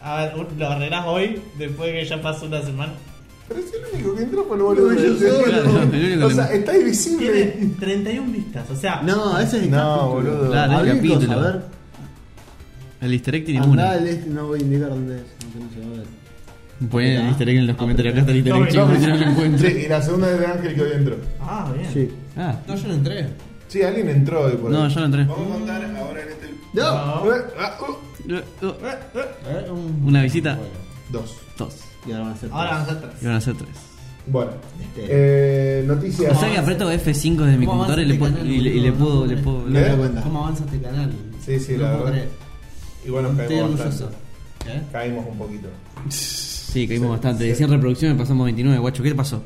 Speaker 2: A ver, un- lo arreglás hoy, después que ya pasó una semana.
Speaker 4: Pero es el único que entró por el boludo. del-
Speaker 1: solo. Claro, el único
Speaker 4: o
Speaker 1: que-
Speaker 4: sea, está invisible.
Speaker 2: Tiene 31 vistas, o sea,
Speaker 3: No, ese es el
Speaker 4: No,
Speaker 3: capítulo.
Speaker 4: boludo.
Speaker 1: Claro, el
Speaker 6: Abrí el coso,
Speaker 1: capítulo.
Speaker 6: A ver,
Speaker 1: El easter egg tiene
Speaker 6: andá
Speaker 1: una.
Speaker 6: al este, no voy a indicar dónde es. No tengo que saber.
Speaker 1: Ponen el easter egg en los comentarios. Acá está el easter egg,
Speaker 2: No,
Speaker 1: chicos, si no lo encuentro.
Speaker 4: Sí, y la segunda es de Ángel que hoy entró.
Speaker 2: Ah, bien.
Speaker 6: Sí.
Speaker 1: Ah,
Speaker 3: No, yo no entré.
Speaker 4: Sí, alguien entró hoy por
Speaker 1: no,
Speaker 4: ahí.
Speaker 1: yo no entré.
Speaker 4: Vamos a contar ahora en este.
Speaker 2: No.
Speaker 4: Eh, ah, uh,
Speaker 3: Eh, un-
Speaker 1: Una visita.
Speaker 3: Bueno,
Speaker 4: Dos.
Speaker 1: Dos.
Speaker 3: y ahora van a ser
Speaker 2: Ahora
Speaker 3: tres.
Speaker 2: vamos a hacer
Speaker 1: Y
Speaker 2: tres.
Speaker 1: van a ser tres.
Speaker 4: Bueno,
Speaker 3: Este.
Speaker 4: eh, noticias.
Speaker 1: O sea que aprieto F5 desde mi
Speaker 3: ¿Cómo
Speaker 1: computadora y le,
Speaker 3: avanza este
Speaker 1: puedo-
Speaker 3: canal,
Speaker 1: y le- y
Speaker 3: boludo?
Speaker 1: le puedo. Le
Speaker 3: No,
Speaker 1: puedo
Speaker 4: no.
Speaker 1: le-
Speaker 4: ¿Eh?
Speaker 6: me cuenta.
Speaker 3: ¿Cómo avanza este canal?
Speaker 4: Sí, sí,
Speaker 3: No
Speaker 4: la
Speaker 3: puedo
Speaker 4: verdad. Igual nos
Speaker 3: Estoy
Speaker 4: caímos
Speaker 3: orgulloso.
Speaker 4: bastante.
Speaker 3: ¿Eh?
Speaker 4: Caímos un poquito.
Speaker 1: Sí, caímos
Speaker 4: Sí,
Speaker 1: bastante. De
Speaker 4: sí.
Speaker 1: 100 reproducciones pasamos 29, guacho. ¿Qué te pasó?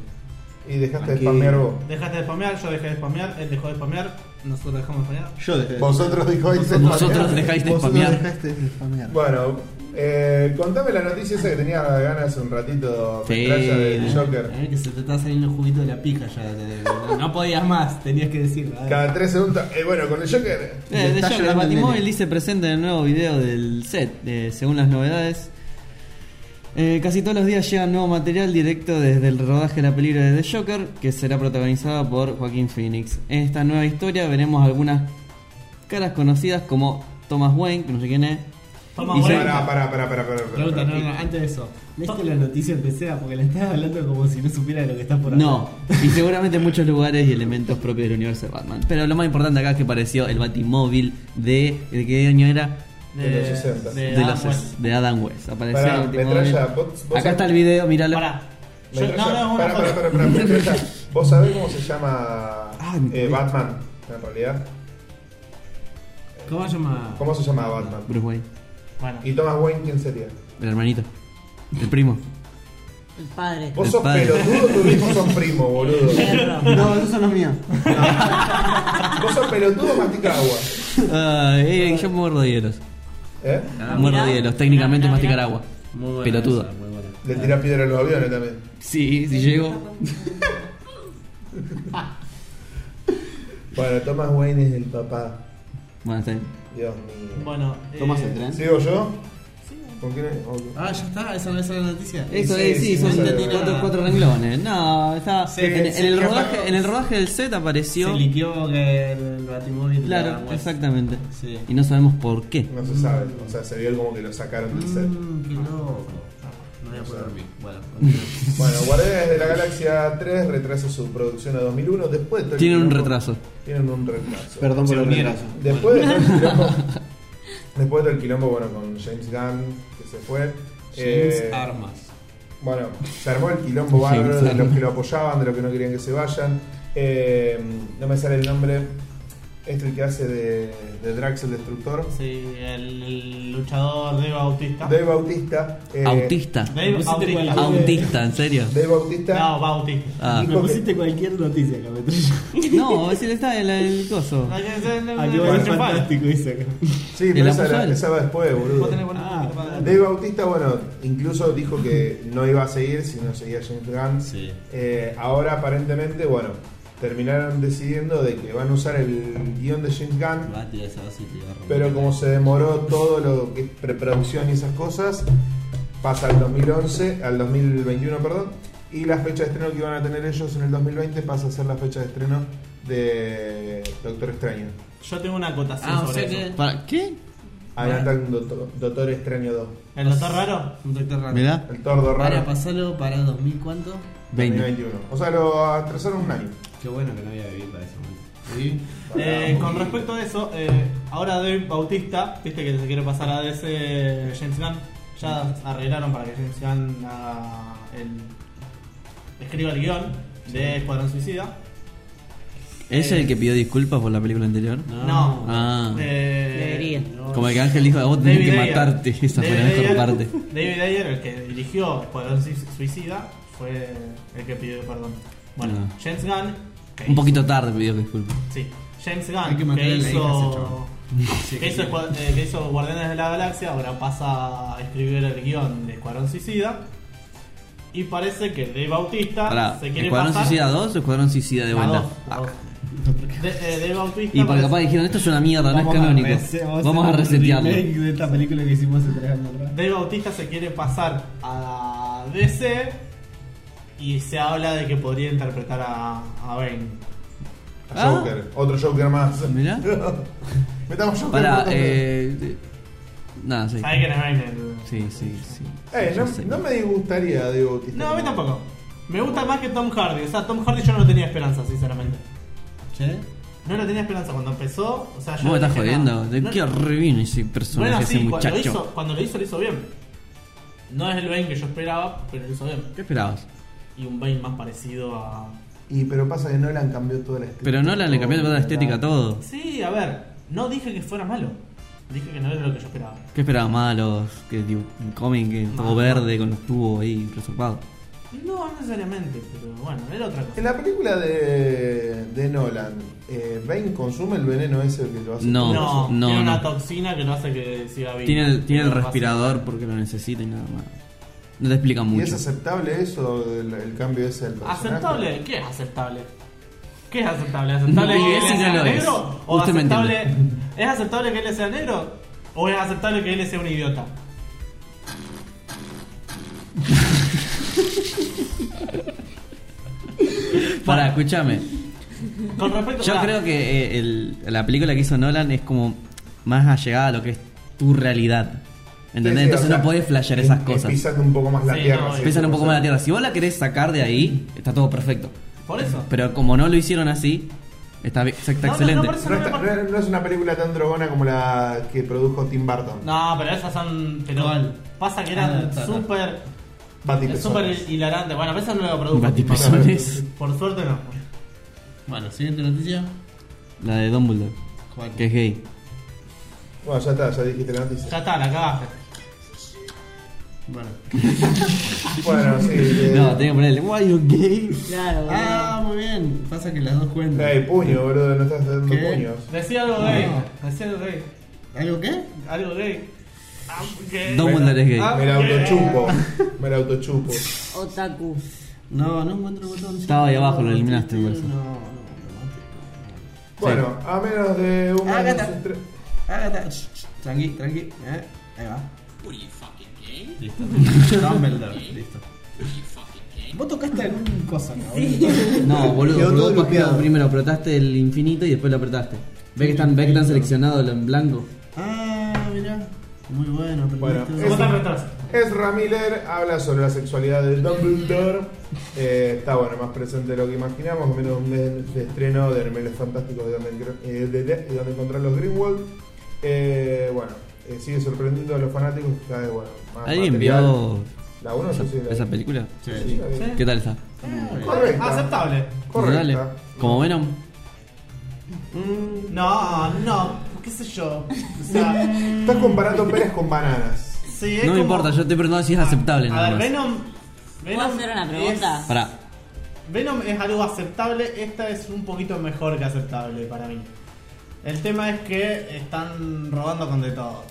Speaker 4: Y dejaste de
Speaker 3: Aquí-
Speaker 4: spamear vos.
Speaker 2: Dejaste de spamear, yo dejé de spamear, él dejó de spamear, nosotros dejamos de spamear.
Speaker 3: Yo dejé.
Speaker 4: Vosotros dijois
Speaker 1: Vosotros dejáis de
Speaker 6: Vosotros
Speaker 1: spamear.
Speaker 6: dejaste de spamear.
Speaker 4: Bueno, eh, contame la noticia esa que tenía ganas hace un ratito.
Speaker 1: Sí.
Speaker 4: Metralla del Joker.
Speaker 3: Eh, que se te está saliendo el juguito de la pija ya. de- no- No podías más, tenías que decirlo. a ver.
Speaker 4: Cada tres segundos. Eh, bueno, con el Joker.
Speaker 6: Le
Speaker 1: Eh, de
Speaker 6: está
Speaker 1: Joker,
Speaker 6: llorando el
Speaker 1: Batimóvil
Speaker 6: nene.
Speaker 1: dice presente en el nuevo video del set, de- según las novedades. Eh, casi todos los días llega nuevo material directo desde el rodaje de la película de The Joker, que será protagonizada por Joaquín Phoenix. En esta nueva historia veremos algunas caras conocidas como Thomas Wayne, que no sé quién es,
Speaker 2: Toma,
Speaker 1: Y
Speaker 2: bueno,
Speaker 1: se-
Speaker 4: Pará, pará, pará, pará, pará, pará,
Speaker 3: Pregunta,
Speaker 4: pará.
Speaker 3: no, no, antes de eso. ¿Leíste la noticia empecera? Porque la estás hablando como si no supiera de lo que está por acá.
Speaker 1: No, y seguramente muchos lugares y elementos propios del universo de Batman. Pero lo más importante acá es que apareció el Batimóvil de. ¿De qué año era?
Speaker 4: De los 60.
Speaker 2: De,
Speaker 1: De,
Speaker 2: Adam
Speaker 1: los-
Speaker 2: West.
Speaker 1: de Adam West. Apareció
Speaker 4: Pará,
Speaker 1: el Batimóvil.
Speaker 4: metralla, vos- vos-
Speaker 1: Acá está el video, míralo.
Speaker 2: Pará. Yo-
Speaker 4: Metralla-
Speaker 2: no, no, una
Speaker 4: pará, pará,
Speaker 2: foto.
Speaker 4: pará, pará, metralla. ¿Vos sabés cómo se llama
Speaker 1: Ah,
Speaker 4: eh,
Speaker 1: me-
Speaker 4: Batman en realidad?
Speaker 3: ¿Cómo se llama?
Speaker 4: ¿Cómo se llama Batman?
Speaker 1: Bruce Wayne,
Speaker 2: Bueno,
Speaker 4: ¿Y Thomas Wayne quién sería?
Speaker 1: el hermanito, el primo.
Speaker 5: El padre.
Speaker 4: Vos
Speaker 1: El
Speaker 4: sos
Speaker 1: padre.
Speaker 4: pelotudo, tus viejos son primos, boludo.
Speaker 5: Perro.
Speaker 6: No, esos son los míos.
Speaker 4: Vos sos pelotudo, mastica agua.
Speaker 1: Ah, eh, yo muerdo hielos.
Speaker 4: ¿Eh?
Speaker 5: Ah,
Speaker 1: muerdo
Speaker 5: mirá,
Speaker 1: hielos, técnicamente
Speaker 5: mirá,
Speaker 1: masticar
Speaker 5: mirá.
Speaker 1: agua.
Speaker 3: Muy buena
Speaker 1: Pelotudo.
Speaker 3: esa, muy buena.
Speaker 4: Le tirás piedra a los aviones también.
Speaker 1: Sí, si llego.
Speaker 4: Bueno, Thomas Wayne es el papá.
Speaker 1: Bueno, está bien.
Speaker 4: Dios mío.
Speaker 2: bueno. eh,
Speaker 3: ¿Tomas el tren?
Speaker 4: ¿Sigo yo? ¿Con quién es? Ok.
Speaker 3: Ah, ya está, esa, esa es la noticia.
Speaker 1: Eso
Speaker 4: Sí,
Speaker 1: es, sí,
Speaker 4: sí,
Speaker 1: son
Speaker 4: no sé.
Speaker 1: cuatro, cuatro renglones. No, está.
Speaker 4: Sí,
Speaker 1: en,
Speaker 4: sí,
Speaker 1: en el
Speaker 4: capaz
Speaker 1: rodaje,
Speaker 4: no.
Speaker 1: en el rodaje del set
Speaker 3: Se
Speaker 1: apareció.
Speaker 3: liqueó que el batimóvil.
Speaker 1: Claro,
Speaker 3: era West.
Speaker 1: exactamente.
Speaker 3: Sí.
Speaker 1: Y no sabemos por qué.
Speaker 4: No se sabe. O sea, se vio como que lo sacaron del set.
Speaker 3: Mmm, qué loco. No voy a poder dormir. Bueno,
Speaker 4: Bueno, Guardianes de la Galaxia 3 retrasa su producción a 2001. Después de todo el
Speaker 1: Tienen un
Speaker 4: quilombo-
Speaker 1: retraso.
Speaker 4: Tienen un retraso.
Speaker 6: Perdón por el
Speaker 3: unieron.
Speaker 6: retraso.
Speaker 4: Después de todo el quilombo, después de todo el quilombo, bueno, con James Gunn, que se fue.
Speaker 3: James
Speaker 4: eh,
Speaker 3: Armas.
Speaker 4: Bueno, se armó el quilombo bárbaro
Speaker 1: James
Speaker 4: de los
Speaker 1: Gunn.
Speaker 4: que lo apoyaban, de los que no querían que se vayan. Eh, no me sale el nombre. Este el que hace de, de Drax el Destructor.
Speaker 2: Sí, el, el luchador Dave Bautista.
Speaker 4: Dave Bautista. eh,
Speaker 1: Autista.
Speaker 2: Dave
Speaker 3: Pusiste
Speaker 2: Bautista.
Speaker 3: cualquier-
Speaker 1: Autista, ¿en serio?
Speaker 4: Dave Bautista.
Speaker 2: No, Bautista.
Speaker 1: Ah.
Speaker 4: Me pusiste
Speaker 3: cualquier noticia, cabetrilla.
Speaker 1: No, es decir, está el, el coso.
Speaker 2: Hay que ser el-
Speaker 3: Ah, qué
Speaker 2: el
Speaker 3: bueno,
Speaker 2: principal.
Speaker 3: fantástico dice acá.
Speaker 4: Sí,
Speaker 1: El
Speaker 4: pero esa,
Speaker 1: Abusal.
Speaker 4: era- esa va después,
Speaker 2: Vos
Speaker 4: boludo.
Speaker 2: tenés buenos
Speaker 3: Ah,
Speaker 2: para dar.
Speaker 4: Dave Bautista, bueno, incluso dijo que no iba a seguir si no seguía James Gunn.
Speaker 3: Sí.
Speaker 4: Eh, ahora aparentemente, bueno, terminaron decidiendo de que van a usar el guión de James Gunn,
Speaker 3: Va a tirar esa base y te va a romper.
Speaker 4: pero como se demoró todo lo que es preproducción y esas cosas, pasa al 2011, al 2021, perdón, y la fecha de estreno que iban a tener ellos en el 2020 pasa a ser la fecha de estreno de Doctor Extraño.
Speaker 2: Yo tengo una acotación
Speaker 3: Ah, o
Speaker 2: sobre
Speaker 3: sea que-
Speaker 2: eso.
Speaker 1: ¿Para qué?
Speaker 4: Adelantan Doctor, Doctor Extraño 2.
Speaker 2: ¿El doctor raro?
Speaker 3: Un doctor raro.
Speaker 1: ¿Mirá?
Speaker 4: El tordo
Speaker 3: Para
Speaker 4: raro.
Speaker 3: pasarlo para 2000 cuánto.
Speaker 1: 20.
Speaker 4: 2021. O sea, lo atrasaron un año.
Speaker 3: Qué bueno que no había vivido para ese momento. ¿Sí?
Speaker 2: Eh, con respecto a eso, eh, ahora Dave Bautista, viste que se quiere pasar a DC James Gunn, ya arreglaron para que James Gunn haga el- escriba el guión de Escuadrón Suicida.
Speaker 1: ¿Es el que pidió disculpas por la película anterior?
Speaker 2: No.
Speaker 1: Ah.
Speaker 2: Eh,
Speaker 5: Debería.
Speaker 1: Como el que Ángel dijo, vos tenés
Speaker 2: David
Speaker 1: que
Speaker 2: Ayer.
Speaker 1: matarte. Esa fue la
Speaker 2: David
Speaker 1: mejor
Speaker 2: Ayer-
Speaker 1: parte.
Speaker 2: David Ayer, el que dirigió Escuadrón Sui- Suicida, fue el que pidió perdón. Bueno,
Speaker 1: Ah.
Speaker 2: James Gunn. que
Speaker 1: Un
Speaker 2: hizo-
Speaker 1: poquito tarde pidió disculpas.
Speaker 2: Sí, James
Speaker 3: Hay que
Speaker 2: Gunn, que,
Speaker 3: mantener la hija a ese
Speaker 2: hizo,
Speaker 3: chabón. Sí,
Speaker 2: que,
Speaker 3: que
Speaker 2: hizo
Speaker 3: sí.
Speaker 2: Escua- eh, que hizo Guardianes de la Galaxia, ahora pasa a escribir el guión de Escuadrón Suicida. Y parece que Dave Bautista
Speaker 1: Pará,
Speaker 2: se quiere
Speaker 1: ¿Escuadrón
Speaker 2: pasar
Speaker 1: Suicida 2 o Escuadrón Suicida de
Speaker 2: a
Speaker 1: vuelta?
Speaker 2: dos, a
Speaker 1: Ah.
Speaker 2: dos. De, eh, Dave Bautista
Speaker 1: Y porque capaz
Speaker 2: parece-
Speaker 1: dijeron, esto es una mierda, no es canónico. Vamos a resetearlo.
Speaker 3: remake de esta película que hicimos hace tres años atrás.
Speaker 2: Dave Bautista se quiere pasar a DC y se habla de que podría interpretar a, a Bane.
Speaker 4: A
Speaker 1: Ah.
Speaker 4: Joker. Otro Joker más.
Speaker 1: Mirá.
Speaker 4: Metamos Joker.
Speaker 1: Pará,
Speaker 4: metamos-
Speaker 1: eh. de- Nada, sí.
Speaker 2: ¿Sabés quién es Bane? El-
Speaker 1: Sí, sí, sí.
Speaker 4: Eh,
Speaker 1: Sí,
Speaker 4: no,
Speaker 1: ya sé.
Speaker 4: no me disgustaría Dave Bautista.
Speaker 2: No, a mí
Speaker 4: como-
Speaker 2: tampoco. Me gusta más que Tom Hardy. O sea, Tom Hardy yo no le tenía esperanza, sinceramente.
Speaker 3: ¿Che?
Speaker 2: No le tenía esperanza cuando empezó. O sea,
Speaker 1: Vos
Speaker 2: yo
Speaker 1: me
Speaker 2: no
Speaker 1: estás
Speaker 2: dije
Speaker 1: jodiendo.
Speaker 2: nada.
Speaker 1: ¿De
Speaker 2: No-
Speaker 1: qué revino ese personaje,
Speaker 2: Bueno,
Speaker 1: ese
Speaker 2: sí, cuando lo,
Speaker 1: muchacho?
Speaker 2: hizo, cuando lo hizo, lo hizo bien. No es el Bane que yo esperaba, pero lo hizo bien.
Speaker 1: ¿Qué esperabas?
Speaker 2: Y un Bane más parecido a.
Speaker 4: Y pero pasa que Nolan cambió toda la estética.
Speaker 1: Pero Nolan le cambió toda la estética a
Speaker 4: todo.
Speaker 1: todo.
Speaker 2: Sí, a ver, no dije que fuera malo. Dije que no era lo que yo esperaba.
Speaker 1: ¿Qué esperabas malos? Que dibu- un cómic que todo
Speaker 2: Mal.
Speaker 1: verde con los tubos ahí reservados.
Speaker 2: No, no necesariamente, pero bueno, era otra cosa.
Speaker 4: En la película de, de Nolan, eh, ¿Bane consume el veneno ese que lo hace?
Speaker 1: No.
Speaker 2: no,
Speaker 1: no,
Speaker 2: tiene una
Speaker 1: no.
Speaker 2: toxina que lo hace que siga vivo.
Speaker 1: Tiene el, tiene el
Speaker 2: Que no pase.
Speaker 1: respirador porque lo necesita y nada más. No te explica
Speaker 4: ¿Y
Speaker 1: mucho.
Speaker 4: es aceptable eso, el, el cambio ese del personaje?
Speaker 2: ¿Aceptable? ¿Qué es aceptable? ¿Qué es aceptable? ¿Aceptable
Speaker 1: No,
Speaker 2: que él
Speaker 1: ese
Speaker 2: sea
Speaker 1: no lo es.
Speaker 2: negro? ¿O
Speaker 1: Usted me
Speaker 2: aceptable, ¿Es aceptable que él sea negro? ¿O es aceptable que él sea un idiota?
Speaker 1: Para, escúchame.
Speaker 2: Con respecto
Speaker 1: Yo
Speaker 2: pará,
Speaker 1: creo que eh, el- la película que hizo Nolan es como más allegada a lo que es tu realidad.
Speaker 4: Sí, sí,
Speaker 1: ¿Entendés? Entonces
Speaker 4: o sea,
Speaker 1: no podés flashear
Speaker 4: es-
Speaker 1: esas
Speaker 4: es
Speaker 1: cosas.
Speaker 4: Pisando un poco más la
Speaker 2: Sí,
Speaker 4: tierra.
Speaker 2: no,
Speaker 4: sí,
Speaker 1: Pesan un poco
Speaker 4: o
Speaker 1: más
Speaker 4: sea,
Speaker 1: la tierra. Si vos la querés sacar de ahí, está todo perfecto.
Speaker 2: Por eso.
Speaker 1: Pero como no lo hicieron así, está, bien- está
Speaker 2: No, no,
Speaker 1: excelente.
Speaker 2: no, por eso-
Speaker 4: No, está- no- no es una película tan drogona como la que produjo Tim Burton.
Speaker 2: No, pero esas son. Pero
Speaker 3: ¿Cuál?
Speaker 2: pasa que
Speaker 1: Ah,
Speaker 2: eran
Speaker 1: está, está.
Speaker 2: súper.
Speaker 4: Bati
Speaker 2: Súper
Speaker 4: Pezones.
Speaker 2: hilarante. Bueno, pero esas no lo produjo.
Speaker 1: Batipezones.
Speaker 2: Por suerte no.
Speaker 3: Bueno, siguiente noticia.
Speaker 1: La de Dumbledore,
Speaker 3: ¿Cuál?
Speaker 1: que es gay.
Speaker 4: Bueno, ya está, ya dijiste la
Speaker 2: Ya
Speaker 4: noticia.
Speaker 2: está, la cagaste.
Speaker 3: Bueno.
Speaker 4: Bueno, sí. eh,
Speaker 1: No, tenía que ponerle, why you gay?
Speaker 5: Claro,
Speaker 3: Ah, muy bien. Pasa que las dos cuentan.
Speaker 4: eh, puño, boludo, no estás dando
Speaker 3: ¿Qué?
Speaker 4: puños.
Speaker 2: Decía algo gay.
Speaker 3: No.
Speaker 2: Decía algo gay.
Speaker 3: ¿Algo qué?
Speaker 2: Algo gay. Ah, gay.
Speaker 1: Dumbledore es gay.
Speaker 2: Ah.
Speaker 4: Me la autochupo. Me la autochupo.
Speaker 5: eh, otaku.
Speaker 3: No, no encuentro el botón.
Speaker 1: Estaba ahí abajo, lo eliminaste,
Speaker 3: No,
Speaker 1: por
Speaker 3: no,
Speaker 1: eso.
Speaker 3: no.
Speaker 4: Bueno, a menos de un
Speaker 3: Ah, acá
Speaker 4: año
Speaker 3: está.
Speaker 4: se estre-
Speaker 3: Agatha, shh, shh, tranqui, tranqui. Eh, ahí va. Listo. Dumbledore, listo. Vos tocaste algún cosa, cabrón.
Speaker 1: No,
Speaker 6: Quedó
Speaker 1: boludo,
Speaker 6: todo
Speaker 1: probó
Speaker 6: bloqueado.
Speaker 1: página primero apretaste el infinito y después lo apretaste. ¿Ves que están, ves que están seleccionados lo en blanco?
Speaker 3: Ah, mirá. Muy bueno,
Speaker 4: Bueno,
Speaker 3: aprendiste.
Speaker 4: es-
Speaker 2: Vos te apretás.
Speaker 4: Ezra Miller habla sobre la sexualidad de Dumbledore. Eh, está bueno, más presente de lo que imaginamos. Menos de un mes de estreno de Hermeles Fantásticos de donde, engr- eh, de- de- de donde encontrar los Greenwald. Eh, bueno, eh, sigue sorprendiendo a los fanáticos. Cada vez, bueno, más
Speaker 1: ¿Alguien
Speaker 4: material.
Speaker 1: vio
Speaker 4: La 1
Speaker 1: esa, esa película?
Speaker 4: Sí, la vi.
Speaker 2: Sí.
Speaker 1: ¿Qué tal está?
Speaker 4: Correcta.
Speaker 2: Aceptable.
Speaker 4: Correcta.
Speaker 1: Dale. ¿Como Venom?
Speaker 2: No, no. ¿Qué sé yo? O sea,
Speaker 4: Estás comparando peras con bananas.
Speaker 2: sí, es
Speaker 1: No
Speaker 2: como-
Speaker 1: me importa, yo te preguntando si es aceptable
Speaker 2: A
Speaker 1: nada
Speaker 2: ver,
Speaker 1: más.
Speaker 2: Venom. Venom
Speaker 5: hacer una
Speaker 2: es-
Speaker 5: pregunta?
Speaker 1: Pará,
Speaker 2: Venom es algo aceptable, esta es un poquito mejor que aceptable para mí. El tema es que están robando con de todo.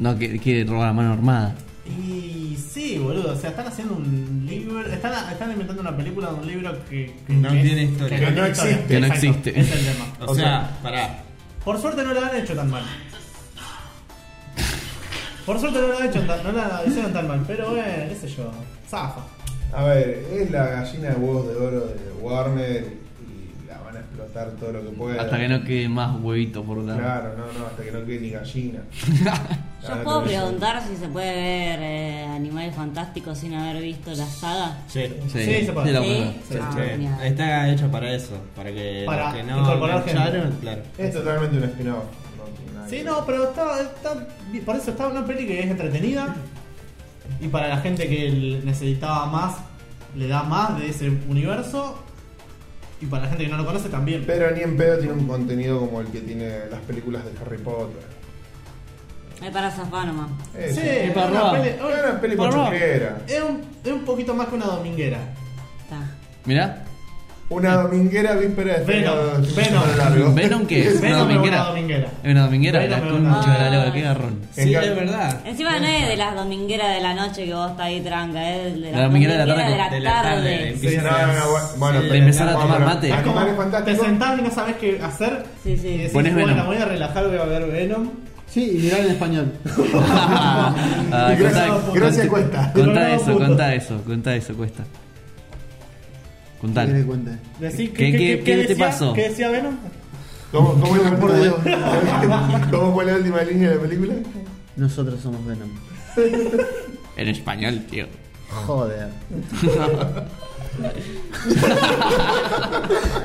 Speaker 1: no, que quiere robar a mano armada.
Speaker 2: Y sí, boludo, o sea, están haciendo un libro, están, están inventando una película de un libro que, que-
Speaker 3: No
Speaker 2: que
Speaker 3: tiene historia.
Speaker 4: Que no
Speaker 2: tiene
Speaker 4: existe.
Speaker 1: Que no
Speaker 2: Exacto,
Speaker 1: existe.
Speaker 2: ese Es el tema.
Speaker 3: O sea, pará.
Speaker 2: Por suerte no lo han hecho tan mal. Por suerte no lo han hecho tan, no la hicieron tan mal, pero bueno, qué sé yo, zafa.
Speaker 4: A ver, es la gallina de huevos de oro de Warner y la van a explotar todo lo que pueda.
Speaker 1: Hasta que no quede más huevito por lado.
Speaker 4: Claro, no, no, hasta que no quede ni gallina.
Speaker 5: Yo puedo preguntar si se puede ver eh, Animales Fantásticos sin haber visto la saga.
Speaker 3: Sí.
Speaker 1: Sí,
Speaker 2: Sí, se puede.
Speaker 1: la
Speaker 5: Sí.
Speaker 1: puedo.
Speaker 5: Sí. Ah, genial.
Speaker 3: Este, Está hecho para eso, para que
Speaker 2: Para
Speaker 3: los que no
Speaker 2: incorporar gente.
Speaker 3: engancharon, claro.
Speaker 4: Es totalmente un spin-off. no tiene nada
Speaker 2: Sí,
Speaker 4: que
Speaker 2: no,
Speaker 4: ver.
Speaker 2: pero está, está- por eso está una peli que es entretenida y para la gente que l- necesitaba más, le da más de ese universo y para la gente que no lo conoce también.
Speaker 4: Pero ni en pedo tiene un contenido como el que tiene las películas de Harry Potter.
Speaker 5: Es para zafar nomás.
Speaker 4: Es,
Speaker 2: Sí,
Speaker 4: es
Speaker 2: es
Speaker 1: para
Speaker 2: una
Speaker 1: robar.
Speaker 2: peli,
Speaker 4: una es una peli pochoclera.
Speaker 2: es un, es un poquito más que una dominguera.
Speaker 5: Está.
Speaker 1: Mirá,
Speaker 4: Una dominguera víspera de
Speaker 2: Venom,
Speaker 4: estreno de
Speaker 2: Venom.
Speaker 4: semana largo.
Speaker 1: ¿Venom qué es? ¿Una
Speaker 2: Venom es una
Speaker 1: dominguera?
Speaker 2: dominguera.
Speaker 1: Es una dominguera,
Speaker 2: Venom
Speaker 1: la
Speaker 2: es una-
Speaker 1: concha de la lora, qué
Speaker 5: Ay.
Speaker 1: garrón.
Speaker 3: Sí,
Speaker 4: ca-
Speaker 3: es verdad.
Speaker 5: Encima no es de las domingueras de la noche que vos estás ahí tranca, es de
Speaker 1: La
Speaker 5: las
Speaker 1: dominguera de la
Speaker 5: domingueras
Speaker 1: tarde.
Speaker 5: de
Speaker 3: De la
Speaker 5: la
Speaker 3: tarde.
Speaker 5: tarde.
Speaker 4: Sí, no, no, no, bueno,
Speaker 3: Sí,
Speaker 4: pero-
Speaker 1: de empezar a
Speaker 4: no,
Speaker 1: tomar
Speaker 4: pero
Speaker 1: mate.
Speaker 2: Es como
Speaker 4: Animales
Speaker 2: te
Speaker 4: fantásticos.
Speaker 2: sentás y no sabes qué hacer.
Speaker 5: Sí, sí.
Speaker 2: Y decís,
Speaker 1: Pones
Speaker 2: bueno,
Speaker 1: Venom.
Speaker 2: voy a relajar, voy a ver Venom.
Speaker 6: Sí, y mirar en español.
Speaker 1: Ah,
Speaker 4: Gracias-
Speaker 1: contá-
Speaker 4: gracias,
Speaker 1: contá-
Speaker 4: cuesta.
Speaker 1: Contá
Speaker 2: Colorado
Speaker 1: eso,
Speaker 2: puto.
Speaker 1: contá eso, contá eso, cuesta.
Speaker 6: Dale.
Speaker 1: Contá.
Speaker 6: cuenta.
Speaker 2: Decís,
Speaker 1: ¿Qué- qué- qué te
Speaker 2: decía-
Speaker 1: pasó?
Speaker 2: ¿Qué decía Venom?
Speaker 4: ¿Cómo, cómo, es la última- ¿Cómo fue la última línea de la película?
Speaker 6: Nosotros somos Venom.
Speaker 1: En español, tío.
Speaker 6: Joder.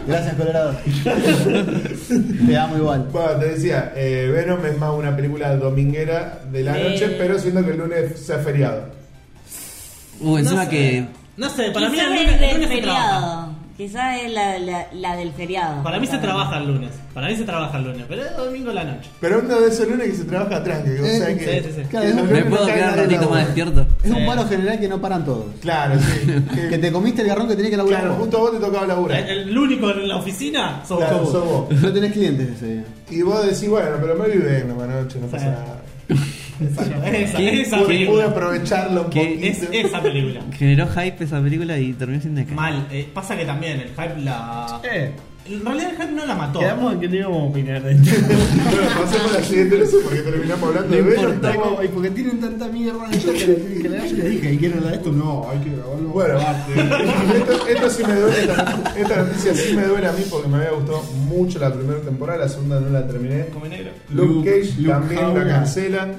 Speaker 6: Gracias, Colorado. Te amo igual.
Speaker 4: Bueno, te decía, eh, Venom es más una película dominguera de la
Speaker 5: Eh.
Speaker 4: noche, pero siendo que el lunes sea feriado.
Speaker 1: Uh, encima
Speaker 2: sé.
Speaker 1: que.
Speaker 2: No sé, para mí
Speaker 5: Quizás
Speaker 2: el lunes,
Speaker 5: es
Speaker 2: el
Speaker 5: del
Speaker 2: lunes se trabaja.
Speaker 5: feriado. Quizás es la, la, la del feriado.
Speaker 2: Para mí se
Speaker 5: justamente.
Speaker 2: trabaja el lunes. Para mí se trabaja el lunes, pero es domingo a la noche.
Speaker 4: Pero uno de esos lunes que se trabaja tranqui, o
Speaker 6: Eh,
Speaker 4: sea que.
Speaker 2: sí, sí, sí.
Speaker 4: que los
Speaker 1: ¿Me
Speaker 4: lunes
Speaker 1: puedo
Speaker 4: no caen
Speaker 1: quedar
Speaker 4: nadie
Speaker 1: un ratito más
Speaker 4: laburando.
Speaker 1: despierto?
Speaker 6: Es un
Speaker 2: Sí.
Speaker 6: paro general que no paran todos.
Speaker 4: Claro, sí.
Speaker 6: Que te comiste el garrón que tenés que laburar.
Speaker 4: Claro,
Speaker 6: vos. Eh,
Speaker 4: justo a vos te tocaba laburar.
Speaker 2: El, el único en la oficina sos
Speaker 4: Claro,
Speaker 2: vos.
Speaker 4: sos vos.
Speaker 6: No tenés clientes ese día.
Speaker 4: Y vos decís, bueno, pero me vi Venom anoche, no
Speaker 2: Sí.
Speaker 4: pasa nada.
Speaker 2: Esa, esa,
Speaker 1: ¿Qué?
Speaker 2: esa
Speaker 4: Pude, pude
Speaker 2: película.
Speaker 4: aprovecharlo un
Speaker 1: ¿Qué?
Speaker 4: poquito.
Speaker 2: Es esa película.
Speaker 1: Generó hype esa película y terminó siendo escala.
Speaker 2: Mal. eh, pasa que también el hype la.
Speaker 3: Eh,
Speaker 2: En realidad el hype no la mató.
Speaker 3: quedamos en que no íbamos a opinar de esto.
Speaker 4: Bueno, pasemos a la siguiente noche porque terminamos hablando de Venom. estamos-
Speaker 3: Ay, porque tienen tanta mierda de esto que le tienen que leer. Yo les dije, ¿y quieren hablar de esto? No, hay que grabarlo.
Speaker 4: Bueno, esto, esto sí me duele, esta, esta noticia sí me duele a mí porque me había gustado mucho la primera temporada, la segunda no la terminé.
Speaker 2: Come negro.
Speaker 4: Luke,
Speaker 3: Luke-
Speaker 4: Cage
Speaker 3: Luke
Speaker 4: también la
Speaker 3: Howard.
Speaker 4: cancelan.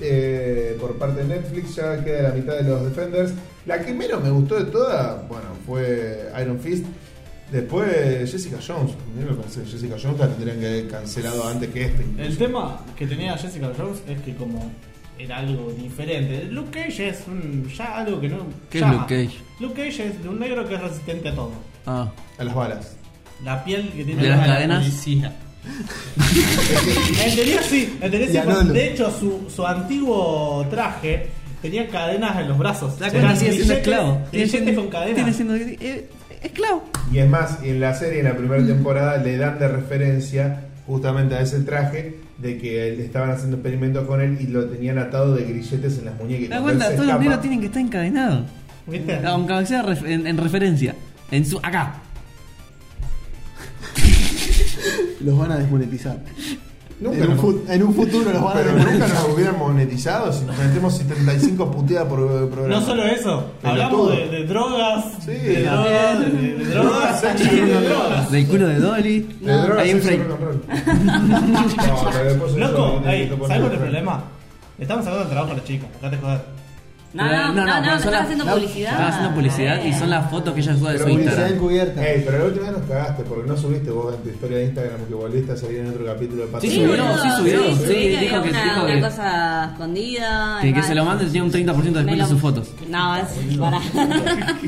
Speaker 4: eh, por parte de Netflix, ya queda la mitad de los Defenders. La que menos me gustó de toda, bueno, fue Iron Fist. Después Jessica Jones. A mí me parece que Jessica Jones la tendrían que haber cancelado antes que este.
Speaker 2: El
Speaker 4: incluso.
Speaker 2: tema que tenía Jessica Jones es que como era algo diferente. Luke Cage es un, ya algo que no...
Speaker 1: ¿Qué es
Speaker 2: llama.
Speaker 1: Luke Cage?
Speaker 2: Luke Cage es de un negro que es resistente a todo.
Speaker 1: Ah.
Speaker 4: A las balas.
Speaker 2: La piel que tiene...
Speaker 1: ¿De las cadenas?
Speaker 3: Policía.
Speaker 2: En teoría sí, en teoría sí,
Speaker 3: Y
Speaker 2: porque
Speaker 3: Anolo.
Speaker 2: de hecho su, su antiguo traje tenía cadenas en los brazos.
Speaker 1: La
Speaker 2: Eran
Speaker 1: cara sigue siendo
Speaker 2: grilletes-
Speaker 1: esclavo.
Speaker 2: grilletes con cadenas.
Speaker 1: Tiene siendo eh, esclavo.
Speaker 4: Y es más, en la serie, en la
Speaker 1: Mm.
Speaker 4: primera temporada, le dan de referencia justamente a ese traje de que le estaban haciendo experimentos con él y lo tenían atado de grilletes en las muñecas. Y
Speaker 1: La
Speaker 4: cuando él
Speaker 1: cuenta,
Speaker 4: se
Speaker 1: todos los
Speaker 4: escapa-
Speaker 1: negros tienen que estar encadenados.
Speaker 2: ¿Viste?
Speaker 1: Aunque sea ref- en, en referencia. En su. acá.
Speaker 6: Los van a desmonetizar.
Speaker 4: Nunca
Speaker 6: en, un
Speaker 4: nos-
Speaker 6: fut- en un futuro los van a
Speaker 4: pero nunca
Speaker 6: desmonetizar.
Speaker 4: nos hubieran monetizado si nos metemos 75 puteadas por por programa.
Speaker 2: No solo eso,
Speaker 4: Pero
Speaker 2: hablamos
Speaker 4: todo.
Speaker 2: de, de drogas,
Speaker 4: Sí,
Speaker 2: de drogas,
Speaker 4: también.
Speaker 2: de, de drogas,
Speaker 4: Sexo
Speaker 2: y
Speaker 4: y
Speaker 2: de
Speaker 4: drogas.
Speaker 2: drogas.
Speaker 1: Del culo de Dolly.
Speaker 4: De drogas,
Speaker 1: Hay un
Speaker 4: sexo,
Speaker 1: frame.
Speaker 4: rock and roll. No, pero después
Speaker 2: Loco,
Speaker 4: eso-
Speaker 2: ey,
Speaker 4: te ponen
Speaker 2: ¿sabes cuál es el
Speaker 4: frame.
Speaker 2: problema? Le Estamos sacando el trabajo a los chicos, acá te jodas.
Speaker 5: No, no, no, no,
Speaker 1: pero
Speaker 5: me
Speaker 1: son
Speaker 5: están
Speaker 1: las-
Speaker 5: haciendo
Speaker 1: no,
Speaker 5: publicidad.
Speaker 1: Están haciendo publicidad y son las fotos que ella sube de
Speaker 4: Pero
Speaker 1: su
Speaker 6: Publicidad
Speaker 1: Instagram.
Speaker 6: encubierta.
Speaker 4: Ey, pero la última vez nos cagaste porque no subiste vos en tu historia de Instagram que volviste a salir en otro capítulo de Patrick.
Speaker 1: Sí, subió,
Speaker 5: boludo,
Speaker 1: sí subió, sí,
Speaker 5: que
Speaker 1: dijo
Speaker 5: había
Speaker 1: que-
Speaker 5: una,
Speaker 1: dijo
Speaker 5: una
Speaker 1: que-
Speaker 5: cosa escondida.
Speaker 1: Que, que se lo
Speaker 5: mande
Speaker 1: mande tiene un 30% de descuento en sus fotos.
Speaker 5: No, es para.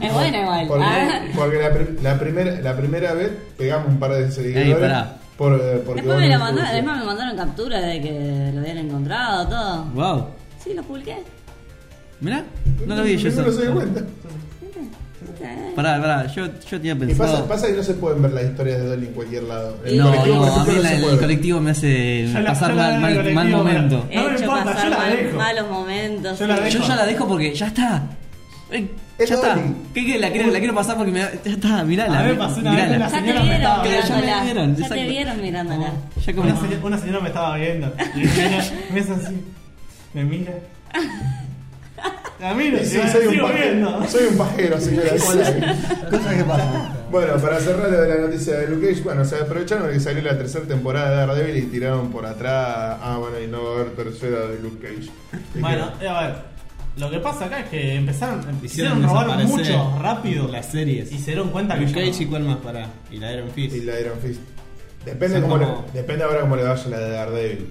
Speaker 5: es bueno igual. ah.
Speaker 4: Porque, porque la, pri- la, primera, la primera vez pegamos un par de seguidores.
Speaker 1: Ey, pará.
Speaker 4: por, eh, porque
Speaker 5: Después
Speaker 4: vos
Speaker 5: me
Speaker 4: no
Speaker 5: lo mandaron,
Speaker 4: estuviste.
Speaker 5: además me mandaron captura de que lo habían encontrado, todo.
Speaker 1: Wow.
Speaker 5: Sí, lo publiqué.
Speaker 1: Mirá, no lo vi yo
Speaker 4: Ninguno se dio
Speaker 1: eso.
Speaker 4: cuenta.
Speaker 1: Pará, pará, yo, yo tenía
Speaker 4: Y pasa,
Speaker 1: pensado.
Speaker 4: pasa que no se pueden ver las historias de Dolly en cualquier lado. El
Speaker 1: No,
Speaker 4: colectivo,
Speaker 1: no,
Speaker 4: por
Speaker 1: a
Speaker 4: ejemplo,
Speaker 1: mí
Speaker 4: no
Speaker 1: la-
Speaker 4: se
Speaker 1: el
Speaker 4: puede ver.
Speaker 1: colectivo me hace
Speaker 2: Ya la-
Speaker 1: pasar
Speaker 2: ya la
Speaker 1: mal,
Speaker 2: del
Speaker 1: mal, mal
Speaker 2: colectivo,
Speaker 1: momento.
Speaker 2: No me
Speaker 5: He hecho
Speaker 2: importa, yo
Speaker 5: pasar
Speaker 2: la
Speaker 5: mal-
Speaker 2: dejo.
Speaker 5: malos momentos.
Speaker 2: Yo la
Speaker 5: sí.
Speaker 2: dejo.
Speaker 1: Yo ya la dejo porque ya está. Eh,
Speaker 4: Es
Speaker 1: Ya está.
Speaker 4: Dolly.
Speaker 1: ¿Qué, qué? La quiero, la quiero pasar porque me da- Ya está, mirala.
Speaker 2: A mí me
Speaker 1: mi-
Speaker 2: pasó una vez
Speaker 1: mirala.
Speaker 2: con
Speaker 5: Ya te
Speaker 2: señora me
Speaker 5: vieron
Speaker 2: estaba-
Speaker 1: Ya me vieron,
Speaker 5: mirándola. Ya te
Speaker 1: exacto.
Speaker 5: vieron mirándola.
Speaker 1: Ya como.
Speaker 2: Una, señora, una señora me estaba viendo. Y me hace así. Me mira. La miro,
Speaker 4: Sí,
Speaker 2: y
Speaker 4: sí,
Speaker 2: me
Speaker 4: soy, un
Speaker 2: sigo viendo.
Speaker 4: pajero, soy un pajero, señora.
Speaker 6: Cosas que pasan.
Speaker 4: Bueno, para cerrar lo de la noticia de Luke Cage, bueno, se aprovecharon de que salió la tercera temporada de Daredevil y tiraron por atrás. Ah, bueno, y no va a haber tercera de Luke Cage. Y
Speaker 2: Bueno, eh, a ver. Lo que pasa acá es que empezaron,
Speaker 3: Hicieron
Speaker 2: quisieron robar
Speaker 3: desaparecer
Speaker 2: mucho, rápido.
Speaker 3: las series.
Speaker 2: Y se dieron cuenta que
Speaker 3: Luke
Speaker 2: ya no.
Speaker 3: Cage y cuál más para. Y la Iron
Speaker 4: que-
Speaker 3: Fist.
Speaker 4: Y la Iron Fist. Depende,
Speaker 3: Son
Speaker 4: cómo le-
Speaker 3: como-
Speaker 4: depende ahora cómo le vaya la de Daredevil.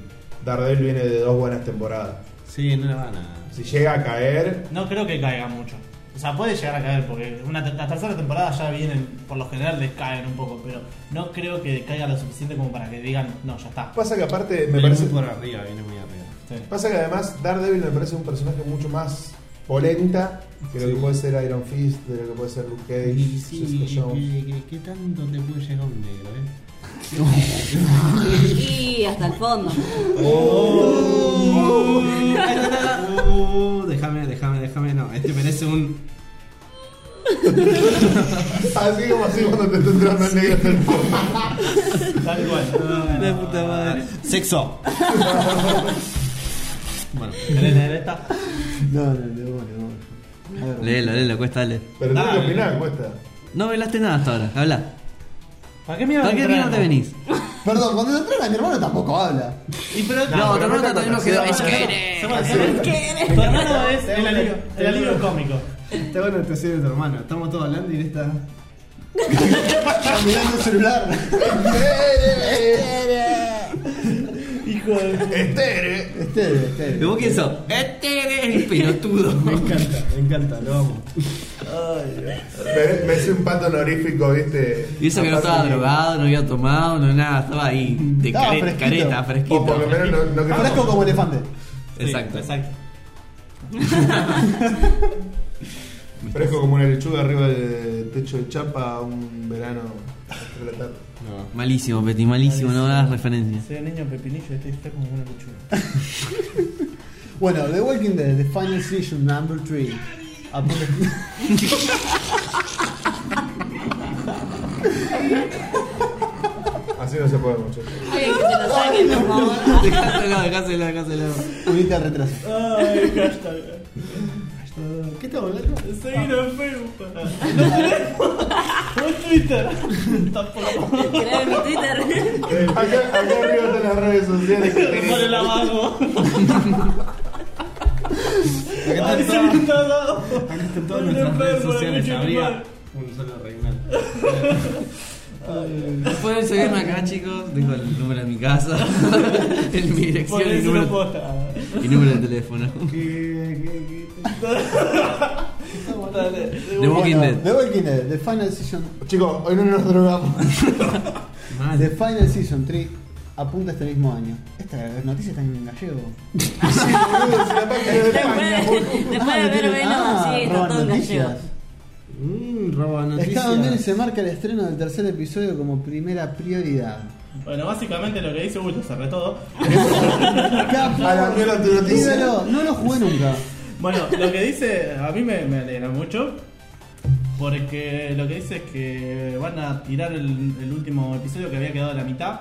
Speaker 4: Daredevil viene de dos buenas temporadas.
Speaker 3: Sí, no la van a.
Speaker 4: Si llega a caer,
Speaker 2: No creo que caiga mucho. O sea, puede llegar a caer porque una te- la tercera temporada ya vienen, por lo general les caen un poco, pero no creo que caiga lo suficiente como para que digan, no, ya está.
Speaker 4: pasa que aparte me
Speaker 3: Viene
Speaker 4: parece.
Speaker 3: muy por arriba, viene muy arriba.
Speaker 2: Sí.
Speaker 4: Pasa que además Daredevil me parece un personaje mucho más polenta que lo que puede ser Iron Fist, de lo que puede ser Luke Cage, Jessica Jones.
Speaker 3: ¿qué tanto te puede llegar un negro, eh?
Speaker 5: Y hasta el fondo.
Speaker 4: Oh.
Speaker 3: Uh, déjame, déjame, déjame, no. Este merece un.
Speaker 4: Así como así cuando te está entrando el negro en el fondo.
Speaker 2: Tal cual.
Speaker 1: La puta madre.
Speaker 3: Sexo. bueno,
Speaker 2: ¿Querés leer esta?
Speaker 6: No, no, no, no. no. A ver,
Speaker 1: Léelo, léelo, cuesta, dale.
Speaker 4: Pero tenés que
Speaker 2: Dale.
Speaker 4: opinar, cuesta.
Speaker 1: No velaste nada hasta ahora, habla.
Speaker 2: ¿Para qué mierda
Speaker 1: ¿Para qué mierda
Speaker 2: traemos?
Speaker 1: te venís?
Speaker 6: Perdón, cuando te entrenan, mi hermano tampoco habla.
Speaker 2: Y pero,
Speaker 4: No,
Speaker 1: No,
Speaker 4: pero
Speaker 1: otra
Speaker 4: no
Speaker 1: pregunta
Speaker 4: está
Speaker 1: todavía no
Speaker 4: conocido,
Speaker 1: quedó. Es
Speaker 4: no,
Speaker 1: que
Speaker 4: no.
Speaker 1: eres.
Speaker 2: se va a hacer- tu hermano es el alivio, el alivio cómico.
Speaker 3: está bueno tu de tu hermano. Estamos todos hablando y él está.
Speaker 6: Está mirando el celular.
Speaker 2: Hijo de...
Speaker 4: Estere.
Speaker 6: Este, este.
Speaker 1: ¿Y vos quién sos? Este eres un pelotudo.
Speaker 3: Me encanta, me encanta, lo amo.
Speaker 4: Me, me hice un pato honorífico, viste.
Speaker 1: Y eso que no estaba drogado, no había tomado, no nada, estaba ahí de
Speaker 6: Estaba
Speaker 1: care-
Speaker 6: fresquito.
Speaker 1: careta,
Speaker 4: O por lo
Speaker 1: fresquito.
Speaker 4: menos no, no creo-
Speaker 6: Fresco como elefante.
Speaker 2: Sí,
Speaker 1: Exacto.
Speaker 2: exacto.
Speaker 4: Fresco como una lechuga arriba del techo de chapa un verano entre la tarde.
Speaker 3: No.
Speaker 1: Malísimo, Peti, malísimo, no das referencias.
Speaker 2: Soy el niño pepinillo, estoy está como una lechuga.
Speaker 6: Bueno, The Walking Dead, The Final Season Number Ah, 3.
Speaker 4: Así no se puede mucho.
Speaker 5: Ay, que se lo saquen, por favor.
Speaker 1: Dejáselo, dejáselo, dejáselo.
Speaker 6: Unite al retraso.
Speaker 2: Ay, hashtag.
Speaker 6: ¿Qué estamos hablando?
Speaker 2: Seguir en Facebook. No tenemos. No Twitter. Tampoco.
Speaker 5: Crear mi Twitter.
Speaker 4: Acá, acá arriba están las redes sociales que
Speaker 2: Me pone
Speaker 4: tenés.
Speaker 2: la mano.
Speaker 3: Acá
Speaker 2: Ay,
Speaker 3: están
Speaker 2: se me
Speaker 3: todas-
Speaker 2: está dando.
Speaker 3: acá están todas
Speaker 2: Estoy
Speaker 3: nuestras redes
Speaker 2: enfermo,
Speaker 3: sociales.
Speaker 2: escuché mi
Speaker 3: Habría
Speaker 2: madre.
Speaker 3: un solo reinal.
Speaker 1: Pueden seguirme acá, chicos. Dejo el número de mi casa, el- mi
Speaker 2: Por
Speaker 1: dirección y
Speaker 2: eso no
Speaker 1: número,
Speaker 2: puedo estar.
Speaker 1: y número de teléfono.
Speaker 2: Dale.
Speaker 1: The Walking Dead.
Speaker 6: The Walking Dead, The Final Season.
Speaker 4: Chicos, hoy no nos drogamos.
Speaker 6: The Final Season 3 apunta a este mismo año. Esta noticia está en gallego.
Speaker 5: Después,
Speaker 6: Ah,
Speaker 5: después de ver Venom, sí, está todo en gallego.
Speaker 3: Mmm, roba noticias.
Speaker 6: Estaban bien y se marca el estreno del tercer episodio como primera prioridad.
Speaker 2: Bueno, básicamente lo que dice Bulto, cerré todo.
Speaker 6: Capo,
Speaker 4: A la mierda tu noticia.
Speaker 6: ídolo, no lo jugué nunca.
Speaker 2: Bueno, lo que dice, a mí me, me alegra mucho. Porque lo que dice es que van a tirar el, el último episodio que había quedado a la mitad.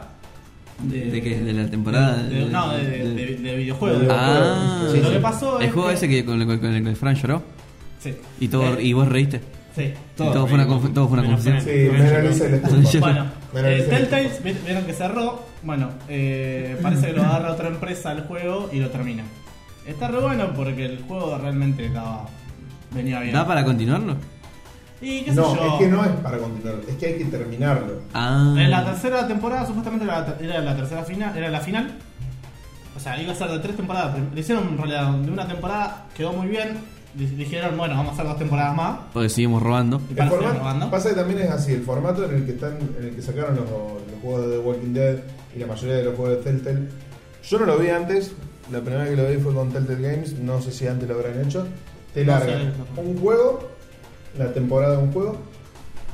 Speaker 1: ¿De, de qué? ¿De la temporada?
Speaker 2: de- no, de, de, de- de videojuegos.
Speaker 1: Ah,
Speaker 2: Sí, lo que pasó
Speaker 1: El
Speaker 2: es
Speaker 1: juego
Speaker 2: que-
Speaker 1: ese que con, con, con el que Fran lloró.
Speaker 2: Sí.
Speaker 1: Y, todo,
Speaker 2: Eh,
Speaker 1: y vos reíste.
Speaker 2: Sí.
Speaker 1: Todo, todo fue una, conf- todo fue una
Speaker 2: Menos
Speaker 1: confusión.
Speaker 2: Fran.
Speaker 4: Sí, me analicé la culpa.
Speaker 2: Bueno,
Speaker 4: Bueno,
Speaker 2: eh,
Speaker 4: ese-
Speaker 2: Telltale vi- vieron que cerró. Bueno, eh, parece que lo agarra otra empresa al juego y lo termina. Está re bueno porque el juego realmente estaba. venía bien.
Speaker 1: ¿Da para continuarlo?
Speaker 2: Y qué sé
Speaker 4: No,
Speaker 2: yo.
Speaker 4: es que no es para continuarlo, es que hay que terminarlo.
Speaker 1: Ah.
Speaker 2: En la tercera temporada, supuestamente era la, ter- era la tercera final, era la final. O sea, iba a ser de tres temporadas. Prim- Le hicieron en realidad de una temporada, quedó muy bien. Di- Dijeron, bueno, vamos a hacer dos temporadas más.
Speaker 1: Porque Pues seguimos robando.
Speaker 2: Y
Speaker 4: El
Speaker 2: para seguir
Speaker 4: formato,
Speaker 2: robando.
Speaker 4: pasa que también es así, el formato en el que están, en el que sacaron los, los juegos de The Walking Dead y la mayoría de los juegos de Telltale. Yo no lo vi antes, la primera vez que lo vi fue con Telltale Games, no sé si antes lo habrán hecho. Te
Speaker 2: No
Speaker 4: largan
Speaker 2: sé.
Speaker 4: un juego, la temporada de un juego,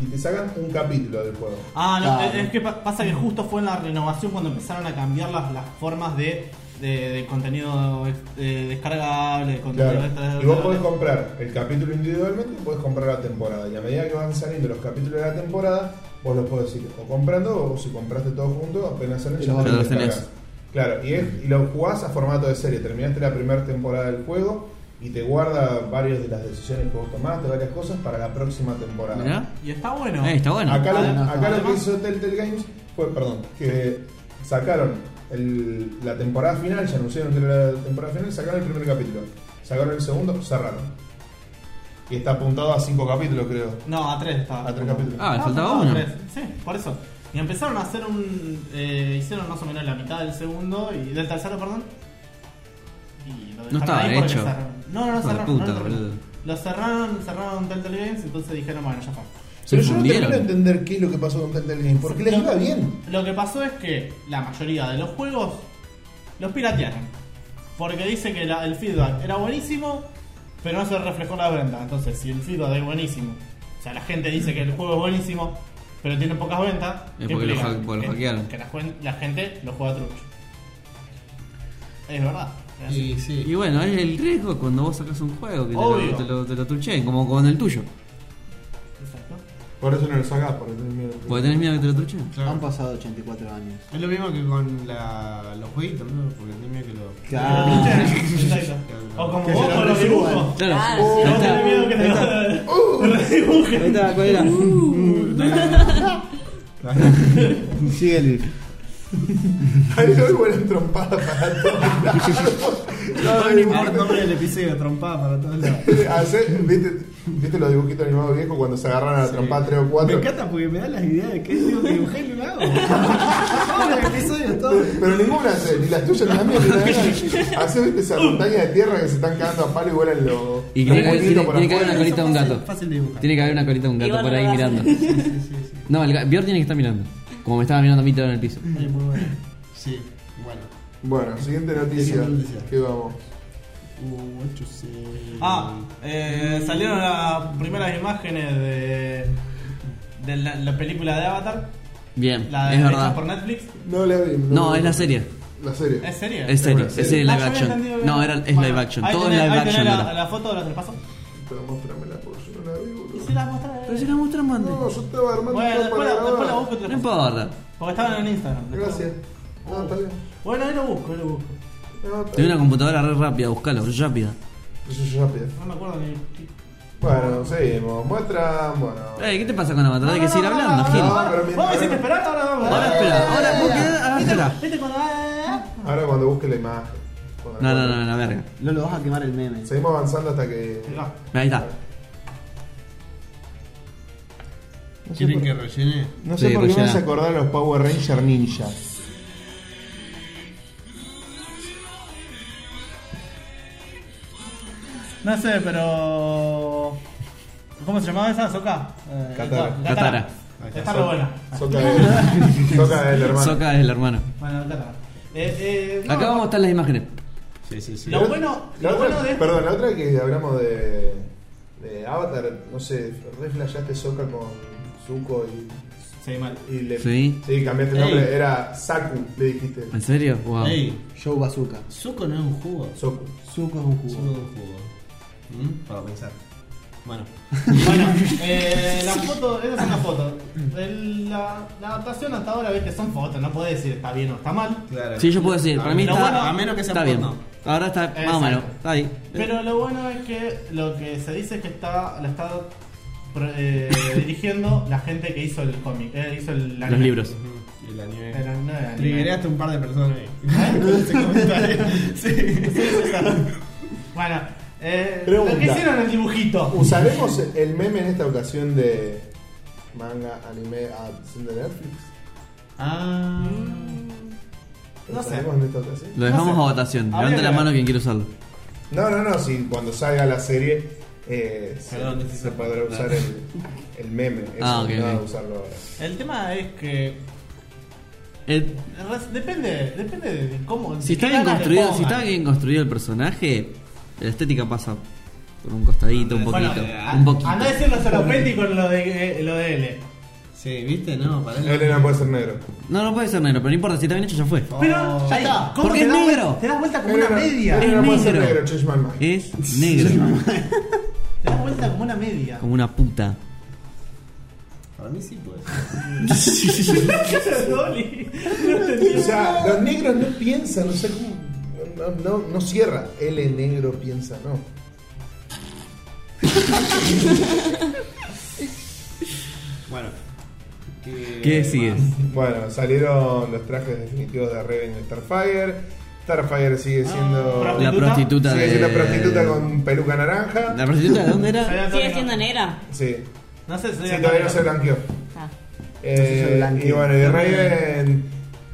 Speaker 4: y te sacan un capítulo del juego.
Speaker 2: Ah, no,
Speaker 6: Claro.
Speaker 2: es- es que pa- pasa que justo fue en la renovación cuando empezaron a cambiar las, las formas de, de- de contenido ex- eh, descargable, de contenido
Speaker 4: Claro.
Speaker 2: extra-
Speaker 4: Y vos podés comprar el capítulo individualmente y podés comprar la temporada. Y a medida que van saliendo los capítulos de la temporada, vos los podés ir o comprando o si compraste todo junto, apenas salen
Speaker 6: Y
Speaker 4: ya
Speaker 6: los
Speaker 4: te lo
Speaker 1: tenés.
Speaker 4: descargas. Claro, y, es- y lo jugás a formato de serie. Terminaste la primera temporada del juego y te guarda varias de las decisiones que vos tomaste, varias cosas para la próxima temporada.
Speaker 1: Mirá.
Speaker 2: Y está bueno.
Speaker 1: Eh, está bueno.
Speaker 4: Acá, lo,
Speaker 6: Ah, no,
Speaker 4: acá lo que
Speaker 2: además-
Speaker 4: hizo Telltale Games fue, perdón, que sacaron el- la temporada final, ya anunciaron que era la temporada final, sacaron el primer capítulo. Sacaron el segundo, cerraron. Y está apuntado a cinco capítulos, creo.
Speaker 2: No, a tres estaba.
Speaker 4: A tres capítulos.
Speaker 1: Ah, le faltaba
Speaker 2: faltaba
Speaker 1: uno.
Speaker 2: tres. Sí, por eso. Y empezaron a hacer un. eh, hicieron más o menos la mitad del segundo y del tercero, perdón. Y lo dejaron
Speaker 1: No estaba
Speaker 2: ahí porque
Speaker 1: hecho.
Speaker 2: cerraron. No, no, no
Speaker 1: Hijo de
Speaker 2: cerraron.
Speaker 1: puta,
Speaker 2: no lo,
Speaker 1: boludo.
Speaker 2: terminaron. lo cerraron, cerraron Telltale Games, entonces dijeron, bueno, ya fue.
Speaker 1: Se
Speaker 4: Pero yo no termino de
Speaker 1: fundieron.
Speaker 4: entender qué es lo que pasó con Telltale Games, porque les iba bien.
Speaker 2: Lo que pasó es que la mayoría de los juegos los piratearon. Porque dice que la- el feedback era buenísimo, pero no se reflejó en la venta. Entonces, si el feedback es buenísimo, o sea, la gente dice que el juego es buenísimo, pero tiene pocas ventas,
Speaker 1: Es
Speaker 2: ¿qué
Speaker 1: porque lo
Speaker 2: implica?
Speaker 1: hack- porque lo
Speaker 2: Que-
Speaker 1: hackearon.
Speaker 2: Que la, juen- la gente lo juega trucho. Es verdad. es así.
Speaker 3: Y sí.
Speaker 1: Y bueno, es el riesgo cuando vos sacas un juego que te
Speaker 2: Obvio.
Speaker 1: lo, te, lo, te lo trucheen, como con el tuyo.
Speaker 2: Exacto.
Speaker 4: Por eso no lo sacás, porque tenés miedo.
Speaker 1: Porque tenés miedo que te lo trucheen.
Speaker 3: Claro.
Speaker 6: Han pasado 84 años.
Speaker 3: Es lo mismo que con la, los jueguitos, ¿no? Porque tenía que lo.
Speaker 2: Exacto. O como
Speaker 4: Que
Speaker 2: vos
Speaker 4: se lo
Speaker 2: con los
Speaker 4: resuban.
Speaker 2: dibujos.
Speaker 1: Claro,
Speaker 5: Ah,
Speaker 1: eh.
Speaker 4: Oh,
Speaker 1: ahí
Speaker 5: sí.
Speaker 2: Vos
Speaker 1: está.
Speaker 2: tenés miedo que te lo redibujen.
Speaker 1: Ahí está, ¿cuál era?
Speaker 6: Sigue Luis.
Speaker 4: Ahí doy buena trompada para todos.
Speaker 3: No,
Speaker 4: lados.
Speaker 3: no importa el nombre del episodio, trompada para todos lados.
Speaker 4: Hacé- ¿Viste, ¿Viste los dibujitos animados viejos cuando se agarran a la trompada tres o
Speaker 3: Me
Speaker 4: cuatro?
Speaker 3: encanta porque me da las ideas de qué digo que dibujé y lo hago. Todos los episodios, todos.
Speaker 4: Pero ninguna hace, ni las tuyas ni las mías, ni las de nadie. Hace ¿viste, esa montaña de tierra que se están cagando a palo y vuelan los.
Speaker 1: Y
Speaker 4: los
Speaker 1: tiene que-
Speaker 4: monitos
Speaker 1: tiene-
Speaker 4: para
Speaker 1: tiene que haber
Speaker 4: afuera.
Speaker 1: una colita de un
Speaker 3: Fácil-
Speaker 1: gato.
Speaker 3: Fácil de dibujar.
Speaker 1: Tiene que haber una colita de un gato
Speaker 5: Igual
Speaker 1: por
Speaker 5: no
Speaker 1: ahí
Speaker 5: lo vas a
Speaker 1: mirando.
Speaker 5: hacer.
Speaker 3: Sí, sí, sí.
Speaker 1: No, el ga- Bjorn tiene que estar mirando. Como me estaba mirando a mí todo en el piso.
Speaker 3: Oye, muy bueno. Sí, bueno.
Speaker 4: Bueno, siguiente noticia.
Speaker 3: Siguiente noticia.
Speaker 4: Que vamos.
Speaker 3: Uh, ocho, seis.
Speaker 2: Ah, eh, salieron las primeras imágenes de, de la, la película de Avatar,
Speaker 1: Bien,
Speaker 2: la de
Speaker 1: es
Speaker 2: hecha
Speaker 1: verdad.
Speaker 2: por Netflix.
Speaker 4: No la vi.
Speaker 1: No, es la serie.
Speaker 4: La serie.
Speaker 2: ¿Es serie?
Speaker 1: Es serie,
Speaker 4: una
Speaker 1: es
Speaker 4: serie.
Speaker 1: serie
Speaker 2: Ah,
Speaker 1: live
Speaker 2: yo había entendido
Speaker 1: action.
Speaker 2: que-
Speaker 1: No, era, es
Speaker 2: Bueno,
Speaker 1: live action.
Speaker 2: ahí
Speaker 1: Todo es
Speaker 2: tenés-
Speaker 1: live
Speaker 2: ahí tenés
Speaker 1: action.
Speaker 2: La,
Speaker 1: era.
Speaker 2: la foto de los traspasos.
Speaker 4: Pero mostrámela porque yo no la vi, boludo.
Speaker 2: Sí, la mostré.
Speaker 1: Pero si la mostramos antes.
Speaker 4: No, yo estaba armando
Speaker 2: Bueno,
Speaker 4: todo
Speaker 2: después,
Speaker 4: para
Speaker 2: la- después la
Speaker 4: grabar.
Speaker 2: busco y te
Speaker 1: No
Speaker 2: la-
Speaker 1: importa.
Speaker 2: Porque estaban en Instagram.
Speaker 4: Gracias. No, está bien.
Speaker 2: Bueno, ahí lo busco, ahí lo busco.
Speaker 4: No, está
Speaker 1: Tengo
Speaker 4: bien.
Speaker 1: una computadora re rápida, buscalo, rápida.
Speaker 4: Yo soy rápido.
Speaker 2: No me acuerdo ni.
Speaker 4: Bueno, seguimos. Muestra. Bueno.
Speaker 1: Ey, ¿Qué te pasa con la batalla? Hay que seguir hablando, Gil.
Speaker 4: no, pero
Speaker 2: Vos
Speaker 4: mientras-
Speaker 2: me hiciste esperar, ahora no,
Speaker 1: Ahora
Speaker 2: ahora-
Speaker 1: espera, ahora vos quedá- ahora espera.
Speaker 2: Eh, Viste cuando. ah,
Speaker 4: Ahora cuando busque la imagen. Cuando la
Speaker 1: No, no,
Speaker 4: encuentre.
Speaker 1: no, la verga.
Speaker 3: Lolo, vas a quemar el meme.
Speaker 4: Seguimos avanzando hasta que.
Speaker 2: ah.
Speaker 1: Ahí está.
Speaker 4: No sé
Speaker 3: ¿Quieren
Speaker 4: por,
Speaker 3: que rellene?
Speaker 4: no sé
Speaker 1: Sí,
Speaker 4: por qué me
Speaker 1: rellena.
Speaker 4: hace acordar a los Power Ranger Ninja.
Speaker 2: No sé, pero. ¿Cómo se llamaba esa? ¿Soca? Eh,
Speaker 4: Katara.
Speaker 2: no,
Speaker 1: Katara.
Speaker 2: Está re buena.
Speaker 4: Soca de. Soca del hermano.
Speaker 1: Soca es el hermano.
Speaker 2: Bueno, Katara. Eh, eh, no.
Speaker 1: Acá vamos a estar las imágenes.
Speaker 3: Sí, sí, sí.
Speaker 2: Lo bueno,
Speaker 4: La
Speaker 2: lo
Speaker 4: otra-
Speaker 2: bueno de.
Speaker 4: Perdón, la otra que hablamos de, de Avatar, no sé, reflejaste Soca con Zuko y,
Speaker 2: Sí, mal.
Speaker 4: y le.
Speaker 1: Sí. Ah,
Speaker 4: cambiaste el nombre, era Saku, le dijiste.
Speaker 1: ¿En serio? Wow.
Speaker 3: Ey,
Speaker 6: Joe Bazooka.
Speaker 3: Zuko no es un jugo.
Speaker 4: Soku.
Speaker 6: Zuko es un
Speaker 3: Zuko
Speaker 6: jugo.
Speaker 3: no es un jugo. ¿Mm? Para pensar. Bueno.
Speaker 2: Bueno, eh, la foto, esa es una foto. El- la, la adaptación hasta ahora, ves que son fotos, no puedes decir está bien o está mal.
Speaker 3: Claro.
Speaker 1: Sí, yo puedo decir. Para mí
Speaker 3: Lo
Speaker 1: está,
Speaker 3: bueno, a menos que sea
Speaker 1: está bien.
Speaker 3: porno.
Speaker 1: Ahora está más o
Speaker 2: Exacto.
Speaker 1: menos. Está ahí.
Speaker 2: Pero lo bueno es que lo que se dice es que está, la está pro- eh, dirigiendo la gente que hizo el cómic, eh, hizo el Eh,
Speaker 1: Los
Speaker 2: anime.
Speaker 1: libros.
Speaker 3: Ujú, El
Speaker 2: Pero
Speaker 3: anime.
Speaker 2: no ¿Eh? era anime.
Speaker 3: Liberaste un par de personas ahí. Con ese comentario. Sí.
Speaker 2: Bueno, eh,
Speaker 4: Pregunta.
Speaker 2: lo que hicieron el dibujito.
Speaker 4: ¿Usaremos el meme en esta ocasión de manga, anime, adaptación de Netflix?
Speaker 3: Ah.
Speaker 4: ¿Lo
Speaker 2: No sé.
Speaker 4: usaremos en esta ocasión?
Speaker 1: Lo dejamos
Speaker 2: No sé.
Speaker 1: a votación.
Speaker 2: Habría
Speaker 1: Levante la
Speaker 2: que-
Speaker 1: mano quien quiera usarlo.
Speaker 4: No, no, no, si cuando salga la serie eh, se-
Speaker 3: Perdón,
Speaker 4: se,
Speaker 3: ese es el-
Speaker 4: podrá usar el, el meme. Eso
Speaker 1: Ah, ok,
Speaker 4: no
Speaker 1: ok.
Speaker 4: usarlo ahora.
Speaker 2: El tema es que
Speaker 1: El-
Speaker 2: res- depende, depende de cómo.
Speaker 1: Eh, si está
Speaker 2: qué
Speaker 1: bien
Speaker 2: ganas le
Speaker 1: construido, si
Speaker 2: pongan.
Speaker 1: está bien construido el personaje, la estética pasa por un costadito, un
Speaker 2: Bueno,
Speaker 1: poquito.
Speaker 3: eh,
Speaker 1: Un poquito.
Speaker 2: Ah, Andá a decirlo solopéntico en lo de, eh, lo de L.
Speaker 3: Sí, viste, no, pará.
Speaker 4: Elena puede ser negro.
Speaker 1: No, no puede ser negro, pero no importa, si está bien hecho ya fue.
Speaker 2: Pero
Speaker 3: Oh.
Speaker 2: ya está. ¿Cómo
Speaker 1: Porque
Speaker 2: te
Speaker 1: es
Speaker 2: das
Speaker 1: negro.
Speaker 2: vuelta- Te das vuelta como
Speaker 4: Elena-
Speaker 2: una media.
Speaker 4: Elena
Speaker 1: Es
Speaker 4: puede ser
Speaker 1: negro.
Speaker 4: negro, change my mind.
Speaker 1: Es negro,
Speaker 2: Te das vuelta como una media.
Speaker 1: como una puta.
Speaker 3: Para mí sí puede.
Speaker 2: Dolly.
Speaker 4: O sea, los negros no piensan, no sé cómo. No, no, no cierra. L negro piensa, no.
Speaker 3: Bueno. ¿Qué,
Speaker 1: ¿Qué sigues?
Speaker 3: más?
Speaker 4: Bueno, salieron los trajes definitivos de Raven y Starfire. Starfire sigue siendo.
Speaker 2: Ah,
Speaker 1: La
Speaker 2: Prostituta.
Speaker 1: prostituta
Speaker 4: sigue
Speaker 1: de.
Speaker 4: siendo prostituta con peluca naranja.
Speaker 1: ¿La prostituta de dónde era?
Speaker 5: ¿Sigue siendo negra? Ah,
Speaker 4: Sí.
Speaker 2: No sé, soy
Speaker 4: Sí, todavía no se blanqueó.
Speaker 5: Está.
Speaker 4: Eh,
Speaker 6: se blanqueó.
Speaker 4: y bueno, y Raven.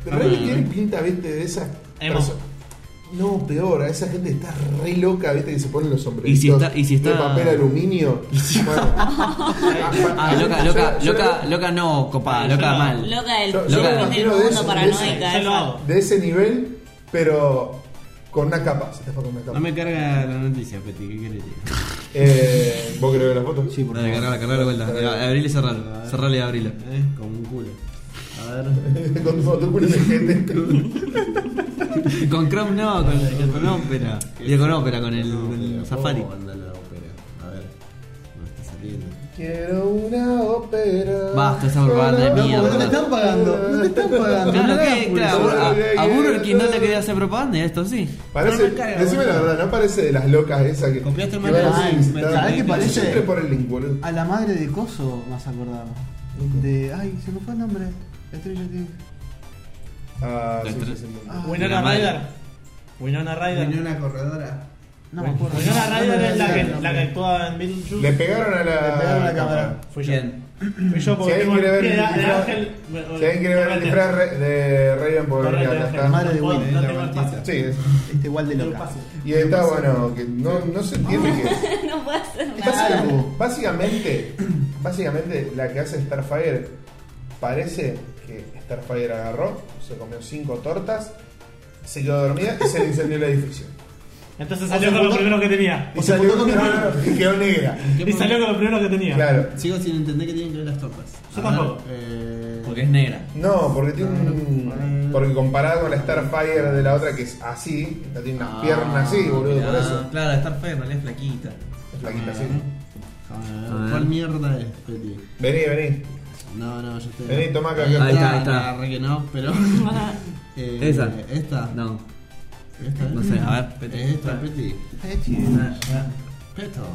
Speaker 4: Raven
Speaker 1: Ah.
Speaker 4: tiene pinta, viste, de esas.
Speaker 2: Emo.
Speaker 4: perso- No, peor, a esa gente está re loca, viste, que se ponen los sombreritos
Speaker 1: Y si está- y si
Speaker 4: de
Speaker 1: está-
Speaker 4: papel aluminio. Bueno.
Speaker 1: Ah, loca,
Speaker 4: Yo-
Speaker 1: loca,
Speaker 4: yo-
Speaker 1: loca, loca no, copada, loca mal.
Speaker 5: Loca del
Speaker 4: Yo-
Speaker 1: yo me
Speaker 5: fin del
Speaker 4: imagino de
Speaker 5: mundo
Speaker 4: eso, de
Speaker 5: paranoica.
Speaker 4: eso.
Speaker 2: Yo lo
Speaker 5: esa.
Speaker 2: hago.
Speaker 4: de ese nivel, pero con una capa. Se tapa con una capa.
Speaker 3: No me carga la noticia, Peti, ¿qué querés decir?
Speaker 4: Eh, ¿Vos querés ver la foto?
Speaker 6: Sí, por
Speaker 1: Dale,
Speaker 6: favor.
Speaker 1: cargala, cargala de vuelta. Abril y cerralo. Cerralo y abrilo.
Speaker 3: Eh, Como un culo. A ver.
Speaker 4: con todo tu culo de gente.
Speaker 1: Con Chrome no, con, con Opera. Y con Opera, con el, con el
Speaker 3: No,
Speaker 1: Safari.
Speaker 3: ¿cómo anda la ópera? A ver. No está saliendo.
Speaker 4: Quiero una ópera.
Speaker 1: Basta, esa barbada de
Speaker 4: No,
Speaker 1: mierda.
Speaker 4: porque
Speaker 1: Claro, que,
Speaker 6: No hagas
Speaker 1: claro,
Speaker 4: publicidad.
Speaker 1: a, a Burger King no le quería hacer propaganda y a esto sí.
Speaker 4: Parece,
Speaker 3: No me carga,
Speaker 4: decime la
Speaker 3: boludo.
Speaker 4: verdad, no parece de las locas esas que.
Speaker 3: Copiaste
Speaker 1: este
Speaker 4: que
Speaker 3: mal
Speaker 4: van
Speaker 3: el
Speaker 4: así,
Speaker 3: link,
Speaker 4: están-
Speaker 6: ¿sabes qué parece?
Speaker 4: Siempre por el link, boludo.
Speaker 6: A la madre de Coso vas a acordar. De. Ay, se me fue el nombre. Estrella Things.
Speaker 4: Ah,
Speaker 1: La
Speaker 4: sí, sí,
Speaker 1: estre-
Speaker 4: sí, sí.
Speaker 6: Ah.
Speaker 2: Winona Ryder. Winona Ryder.
Speaker 3: una corredora.
Speaker 6: No me acuerdo.
Speaker 2: Winona Ryder es la que,
Speaker 6: No,
Speaker 2: la que actuaba en Beetlejuice.
Speaker 4: Le pegaron a la,
Speaker 6: Le pegaron a la cámara.
Speaker 2: Fui yo. Fui yo porque
Speaker 4: Si alguien
Speaker 2: tengo
Speaker 4: quiere ver
Speaker 2: el-
Speaker 4: el
Speaker 2: era- era
Speaker 4: disfraz-
Speaker 2: Ángel-
Speaker 4: Si alguien quiere ver el disfraz re- de Raven, por venir
Speaker 2: Correcto,
Speaker 4: acá
Speaker 2: Ángel.
Speaker 4: está.
Speaker 6: Madre de
Speaker 2: No
Speaker 6: Winnie,
Speaker 2: tengo
Speaker 3: la
Speaker 2: el
Speaker 3: maldita.
Speaker 2: pase.
Speaker 4: Sí, es-
Speaker 6: Está Este igual de
Speaker 2: No tengo el
Speaker 6: loca.
Speaker 2: pase.
Speaker 4: y está bueno, que no, no se entiende que.
Speaker 5: no puedo hacer nada.
Speaker 4: Básicamente,
Speaker 6: Claro.
Speaker 4: básicamente, básicamente la que hace Starfire parece que Starfire agarró, se comió cinco tortas, se quedó dormida y se le incendió el edificio.
Speaker 2: Entonces salió con lo primero que tenía.
Speaker 4: Y salió, no, no, y quedó negra.
Speaker 2: Y salió con lo primero que tenía.
Speaker 4: Claro.
Speaker 3: Sigo sin entender que tienen que ver las tortas.
Speaker 2: Yo
Speaker 3: A ver,
Speaker 2: tampoco.
Speaker 3: eh,
Speaker 1: Ah, Porque es negra.
Speaker 4: No, porque tiene
Speaker 3: Ah.
Speaker 4: un- Porque comparada con la Starfire de la otra que es así, no tiene unas
Speaker 3: Ah,
Speaker 4: piernas así, boludo, por
Speaker 1: Ah,
Speaker 4: eso.
Speaker 1: claro, estar fea en realidad es flaquita.
Speaker 4: Es flaquita así.
Speaker 3: a
Speaker 1: A
Speaker 3: ver,
Speaker 1: ver.
Speaker 3: ¿Cuál mierda es, Peti?
Speaker 4: Vení, vení.
Speaker 3: No, no, yo estoy.
Speaker 4: Vení, tomá acá,
Speaker 3: Ahí
Speaker 4: acá.
Speaker 3: está,
Speaker 1: Ahí
Speaker 3: ahí
Speaker 1: está.
Speaker 3: está. Re que no, pero. Eh,
Speaker 1: Esa.
Speaker 3: Esta.
Speaker 1: No,
Speaker 3: Esta.
Speaker 1: no sé, a ver.
Speaker 3: Eh, Es esta, Peti.
Speaker 6: Está chida.
Speaker 3: Peto.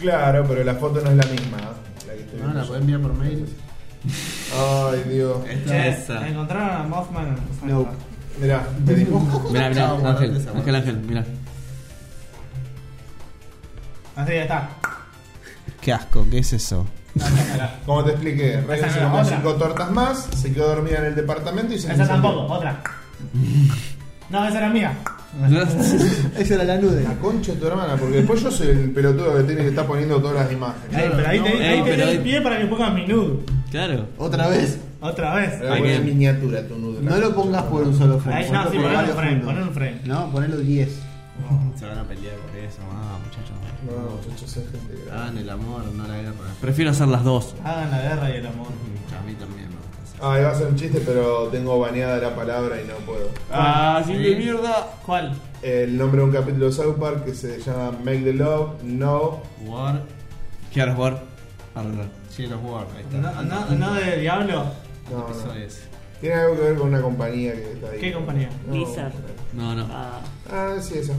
Speaker 4: Claro, pero la foto no es la misma. La que estoy
Speaker 3: No,
Speaker 4: viendo
Speaker 3: Ah, la
Speaker 4: yo.
Speaker 3: podés enviar por mail.
Speaker 4: Ay, Dios.
Speaker 3: Esta
Speaker 2: Che, eh,
Speaker 1: Esa.
Speaker 2: encontraron a Mothman en Rosario.
Speaker 4: No. Mirá, te dibujo.
Speaker 1: Mirá, mirá,
Speaker 3: Chao, guardate
Speaker 1: Ángel,
Speaker 3: esa,
Speaker 1: Ángel,
Speaker 3: guardate.
Speaker 1: Ángel, mirá.
Speaker 2: Así que está.
Speaker 7: Qué asco, ¿qué es eso?
Speaker 4: Como te expliqué, Ryan se
Speaker 2: no,
Speaker 4: comió
Speaker 2: otra.
Speaker 4: cinco tortas más, se quedó dormida en el departamento y se
Speaker 2: Esa
Speaker 4: incendió.
Speaker 2: tampoco, otra. No, esa era mía.
Speaker 6: Esa era la nude.
Speaker 4: La concha de tu hermana, porque después yo soy el pelotudo que tiene que estar poniendo todas las imágenes.
Speaker 2: Ey, pero ahí te,
Speaker 3: no,
Speaker 2: ahí
Speaker 1: ey,
Speaker 2: te
Speaker 1: pero
Speaker 2: doy
Speaker 1: ahí-
Speaker 2: pie para que pongas mi nude.
Speaker 1: Claro.
Speaker 3: Otra vez.
Speaker 2: Otra vez.
Speaker 4: Ahora voy a
Speaker 1: Ahí
Speaker 4: poner
Speaker 1: que-
Speaker 4: miniatura tu nudo.
Speaker 6: No lo pongas por un solo frame.
Speaker 2: Ahí, no,
Speaker 6: ponlo
Speaker 2: sí,
Speaker 6: por
Speaker 2: poner un
Speaker 6: varios
Speaker 2: frame,
Speaker 6: juntos.
Speaker 2: poner un frame.
Speaker 6: No, ponelo 10.
Speaker 3: Se van a pelear por eso, ah, muchachos.
Speaker 4: No, muchachos, es gente grande.
Speaker 3: Hagan Ah, el amor, no la guerra.
Speaker 1: Prefiero hacer las dos.
Speaker 2: Hagan la guerra y el amor.
Speaker 3: A mí también me gusta hacer.
Speaker 4: Ah, iba a ser un chiste, pero tengo baneada la palabra y no puedo.
Speaker 1: Ah,
Speaker 3: sí,
Speaker 1: sí,
Speaker 3: de
Speaker 1: mierda.
Speaker 2: ¿Cuál?
Speaker 4: El nombre de un capítulo de South Park que se llama Make the Love, No.
Speaker 3: War,
Speaker 1: ¿Qué harás, Bor? Arreglar.
Speaker 3: Shield of War, ahí está. Ah,
Speaker 2: No, no, no de Diablo.
Speaker 4: No, no.
Speaker 3: Episodios.
Speaker 4: Tiene algo que ver con una compañía que está ahí.
Speaker 2: ¿Qué compañía?
Speaker 4: No,
Speaker 5: Blizzard.
Speaker 1: No, no.
Speaker 5: Ah,
Speaker 4: Ah, sí, eso.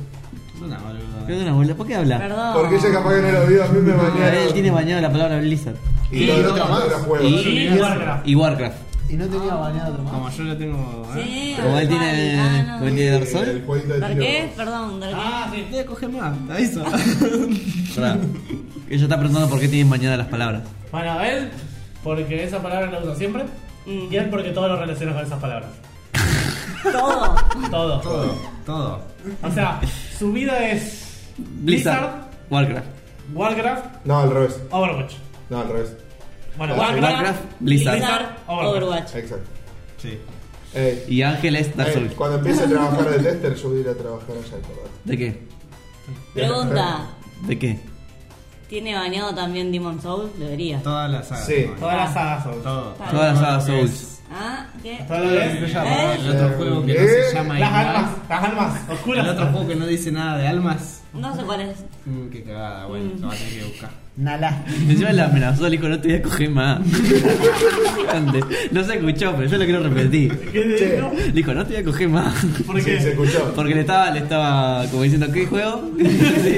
Speaker 3: Es una boluda.
Speaker 1: Creo que una boluda, ¿Por qué habla?
Speaker 5: perdón.
Speaker 4: Porque ella capaz que no lo vio, a mí me
Speaker 1: Ah, él tiene
Speaker 4: banearon.
Speaker 1: bañado la palabra Blizzard.
Speaker 4: Y,
Speaker 3: Y
Speaker 4: lo
Speaker 3: otra
Speaker 4: otro
Speaker 3: más.
Speaker 4: más.
Speaker 1: Y,
Speaker 2: Y Warcraft.
Speaker 1: y Warcraft.
Speaker 6: Y no
Speaker 1: Ah,
Speaker 6: tenía bañado otro
Speaker 3: Como
Speaker 6: más.
Speaker 3: yo lo tengo. ¿eh?
Speaker 5: Sí,
Speaker 1: Como él
Speaker 5: Dark
Speaker 1: tiene-
Speaker 5: Souls, ah, no.
Speaker 1: como él tiene- Dark Souls?
Speaker 4: El jueguito de
Speaker 5: ¿Dark
Speaker 4: tiro.
Speaker 5: qué? Perdón, Dark
Speaker 3: Ah, sí, te coge más, te aviso.
Speaker 1: Pará. Ella está preguntando por qué tienen bañadas las palabras.
Speaker 2: Bueno, él, porque esa palabra la usa siempre.
Speaker 5: Mm.
Speaker 2: Y él, porque todo lo relaciona con esas palabras.
Speaker 5: Todo.
Speaker 2: Todo.
Speaker 3: Todo, todo.
Speaker 2: O sea, su vida es.
Speaker 1: Blizzard, Warcraft.
Speaker 2: Warcraft,
Speaker 4: No, al revés.
Speaker 2: Overwatch.
Speaker 4: No, al revés.
Speaker 2: Bueno,
Speaker 4: Ah,
Speaker 2: Warcraft.
Speaker 1: Warcraft, Blizzard.
Speaker 5: Overwatch.
Speaker 4: Exacto.
Speaker 3: Sí.
Speaker 4: Ey,
Speaker 1: Y Ángel es Dark
Speaker 2: Eh.
Speaker 4: ey,
Speaker 1: Souls.
Speaker 4: cuando empiece a trabajar de tester, yo voy a ir a trabajar allá, ¿verdad?
Speaker 1: ¿De qué?
Speaker 5: Pregunta.
Speaker 1: ¿De qué?
Speaker 5: ¿Tiene bañado también Demon Soul? Debería.
Speaker 3: Toda la saga.
Speaker 4: Sí.
Speaker 3: ¿no?
Speaker 2: Todas las sagas son.
Speaker 3: Todo.
Speaker 5: Todas
Speaker 1: Todas las
Speaker 3: Todo
Speaker 1: sagas
Speaker 3: lo que
Speaker 1: Souls.
Speaker 3: es
Speaker 5: Ah, ¿qué?
Speaker 2: Todo lo que se llama.
Speaker 5: ¿Eh?
Speaker 3: El otro juego que no
Speaker 4: ¿Eh?
Speaker 3: se llama
Speaker 2: Las
Speaker 3: igual.
Speaker 2: almas, las almas oscuras.
Speaker 3: El otro juego que no dice nada de almas.
Speaker 5: No sé cuál es.
Speaker 3: Mm, qué cagada, bueno, lo vas a tener que buscar.
Speaker 6: Nalá.
Speaker 1: Me lleva la amenazó, le dijo, no te voy a coger más. Grande. No se escuchó, pero yo lo quiero repetir.
Speaker 2: ¿Qué
Speaker 4: Che.
Speaker 2: dijo?
Speaker 1: Le dijo, no te voy a coger más.
Speaker 2: ¿Por
Speaker 4: Sí, se
Speaker 2: qué?
Speaker 4: escuchó.
Speaker 1: Porque le estaba, le estaba como diciendo, ¿qué juego? Sí.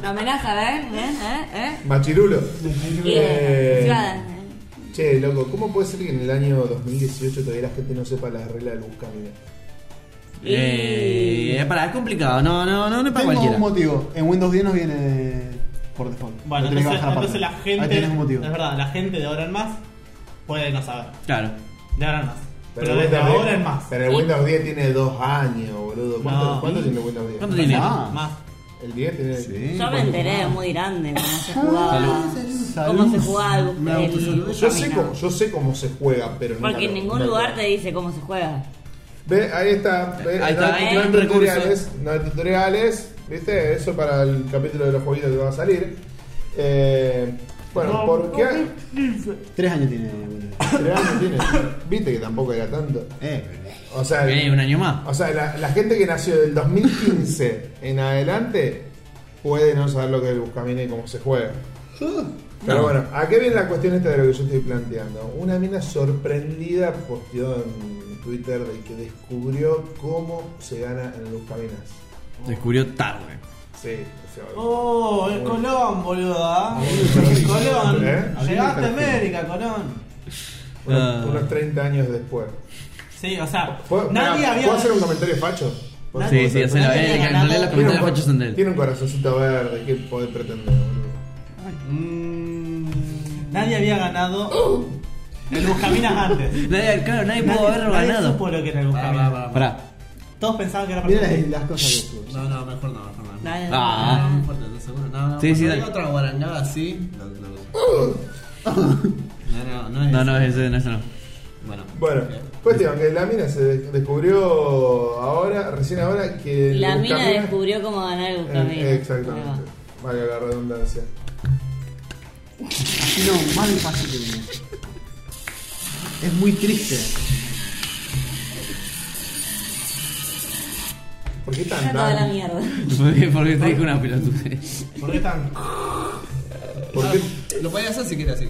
Speaker 5: La amenaza, ¿eh? ¿Eh? ¿Eh?
Speaker 4: Machirulo.
Speaker 5: ¿Eh? Y,
Speaker 4: Eh,
Speaker 5: encima,
Speaker 4: Che, loco, ¿cómo puede ser que en el año 2018 todavía la gente no sepa las reglas del buscamina?
Speaker 1: Eh, pará, es complicado, no, no, no, no es para
Speaker 6: Tengo
Speaker 1: cualquiera.
Speaker 6: un motivo. En Windows 10 nos viene por default.
Speaker 2: Bueno,
Speaker 6: Lo tenés que
Speaker 2: entonces,
Speaker 6: bajar aparte.
Speaker 2: entonces la
Speaker 6: Ahí
Speaker 2: gente.
Speaker 6: tenés un motivo.
Speaker 2: Es verdad, la gente de ahora en más puede no saber.
Speaker 1: Claro.
Speaker 2: De ahora en más. Pero,
Speaker 4: el
Speaker 2: desde
Speaker 4: Windows 10
Speaker 2: ahora en más.
Speaker 4: Pero el Windows 10 tiene dos años, boludo. ¿Cuánto,
Speaker 2: No.
Speaker 4: cuánto tiene Windows 10?
Speaker 1: ¿Cuánto tiene?
Speaker 6: Ah.
Speaker 2: Más.
Speaker 4: El 10 tiene.
Speaker 3: Sí.
Speaker 5: eh, Yo me enteré de muy grande cómo se jugaba.
Speaker 6: Ah, Salud.
Speaker 5: Cómo se jugaba el,
Speaker 3: Me autosaludé.
Speaker 5: el
Speaker 4: Yo sé,
Speaker 5: dominó.
Speaker 4: cómo, yo sé cómo se juega, pero nunca
Speaker 5: Porque en
Speaker 4: lo-
Speaker 5: ningún
Speaker 4: nunca
Speaker 5: lugar
Speaker 4: lo-
Speaker 5: te dice cómo se juega.
Speaker 4: Ve, ahí está. Ve,
Speaker 1: Ahí
Speaker 4: no hay- no
Speaker 1: está, ahí hay
Speaker 4: hay
Speaker 1: un
Speaker 4: tutoriales. No hay tutoriales. ¿Viste? Eso para el capítulo de los jueguitos que va a salir. Eh, bueno, ¿por qué?
Speaker 6: Tres años tiene Windows.
Speaker 4: Tres años tiene. ¿Viste que tampoco era tanto?
Speaker 6: Eh,
Speaker 4: O sea,
Speaker 1: Eh, un año más.
Speaker 4: o sea la, la gente que nació del 2015 en adelante puede no saber lo que es el buscamina y cómo se juega. Pero
Speaker 1: No.
Speaker 4: bueno, ¿a qué viene la cuestión esta de lo que yo estoy planteando? Una mina sorprendida posteó en Twitter de que descubrió cómo se gana en los caminas.
Speaker 1: Descubrió tarde.
Speaker 4: Sí, o sea,
Speaker 2: Oh, el Colón, boludo. ¿ah?
Speaker 4: Muy
Speaker 2: Colón.
Speaker 4: ¿Eh?
Speaker 2: Llegaste a América, Colón.
Speaker 4: unos,
Speaker 1: Ah.
Speaker 4: unos 30 años después.
Speaker 2: Sí, o sea,
Speaker 4: ¿Puedo,
Speaker 2: nadie
Speaker 4: pará,
Speaker 2: había.
Speaker 4: ¿puedo hacer un comentario facho? ¿Puedo hacer
Speaker 1: Sí,
Speaker 4: un
Speaker 1: sí, eh,
Speaker 4: comentario
Speaker 1: hacela
Speaker 2: nadie
Speaker 1: ver, que
Speaker 2: había
Speaker 1: en realidad los
Speaker 2: ganado.
Speaker 4: Tiene
Speaker 1: comentarios
Speaker 4: un,
Speaker 1: fachos son de
Speaker 4: cor-
Speaker 1: él.
Speaker 4: tiene un corazoncito verde, ¿qué podés pretender? boludo?
Speaker 2: Mm, Nadie había ganado el Buscaminas antes.
Speaker 1: Nadie, claro, nadie pudo haber
Speaker 2: nadie
Speaker 1: ganado.
Speaker 2: supo lo que era el Buscaminas.
Speaker 1: Pará.
Speaker 2: Todos pensaban que era
Speaker 6: Mira
Speaker 2: perfecto.
Speaker 6: las, las cosas que sube.
Speaker 3: No, no, mejor no, mejor no.
Speaker 5: Dale,
Speaker 1: Ah.
Speaker 3: No, no importa, ¿estás seguro? No, no,
Speaker 1: Sí, sí,
Speaker 3: cuando
Speaker 1: dale.
Speaker 3: hay otra guarangada así. lo- lo- No, no, no es.
Speaker 1: No, no, ese no, ese no.
Speaker 3: Bueno.
Speaker 4: Bueno, cuestión, que la mina se de- descubrió ahora, recién ahora, que...
Speaker 5: La
Speaker 4: los
Speaker 5: mina
Speaker 4: caminas-
Speaker 5: descubrió cómo ganar el
Speaker 4: Eh,
Speaker 5: camino.
Speaker 4: Exactamente. Vale, la redundancia.
Speaker 6: Así no, más de fácil que viene. Es muy triste.
Speaker 4: ¿Por qué tan
Speaker 5: Está toda la
Speaker 4: tan?
Speaker 5: mierda.
Speaker 1: Porque, porque te dije una pelotude.
Speaker 2: ¿Por qué tan?
Speaker 4: ¿Por qué?
Speaker 3: Lo podías hacer si quieres así.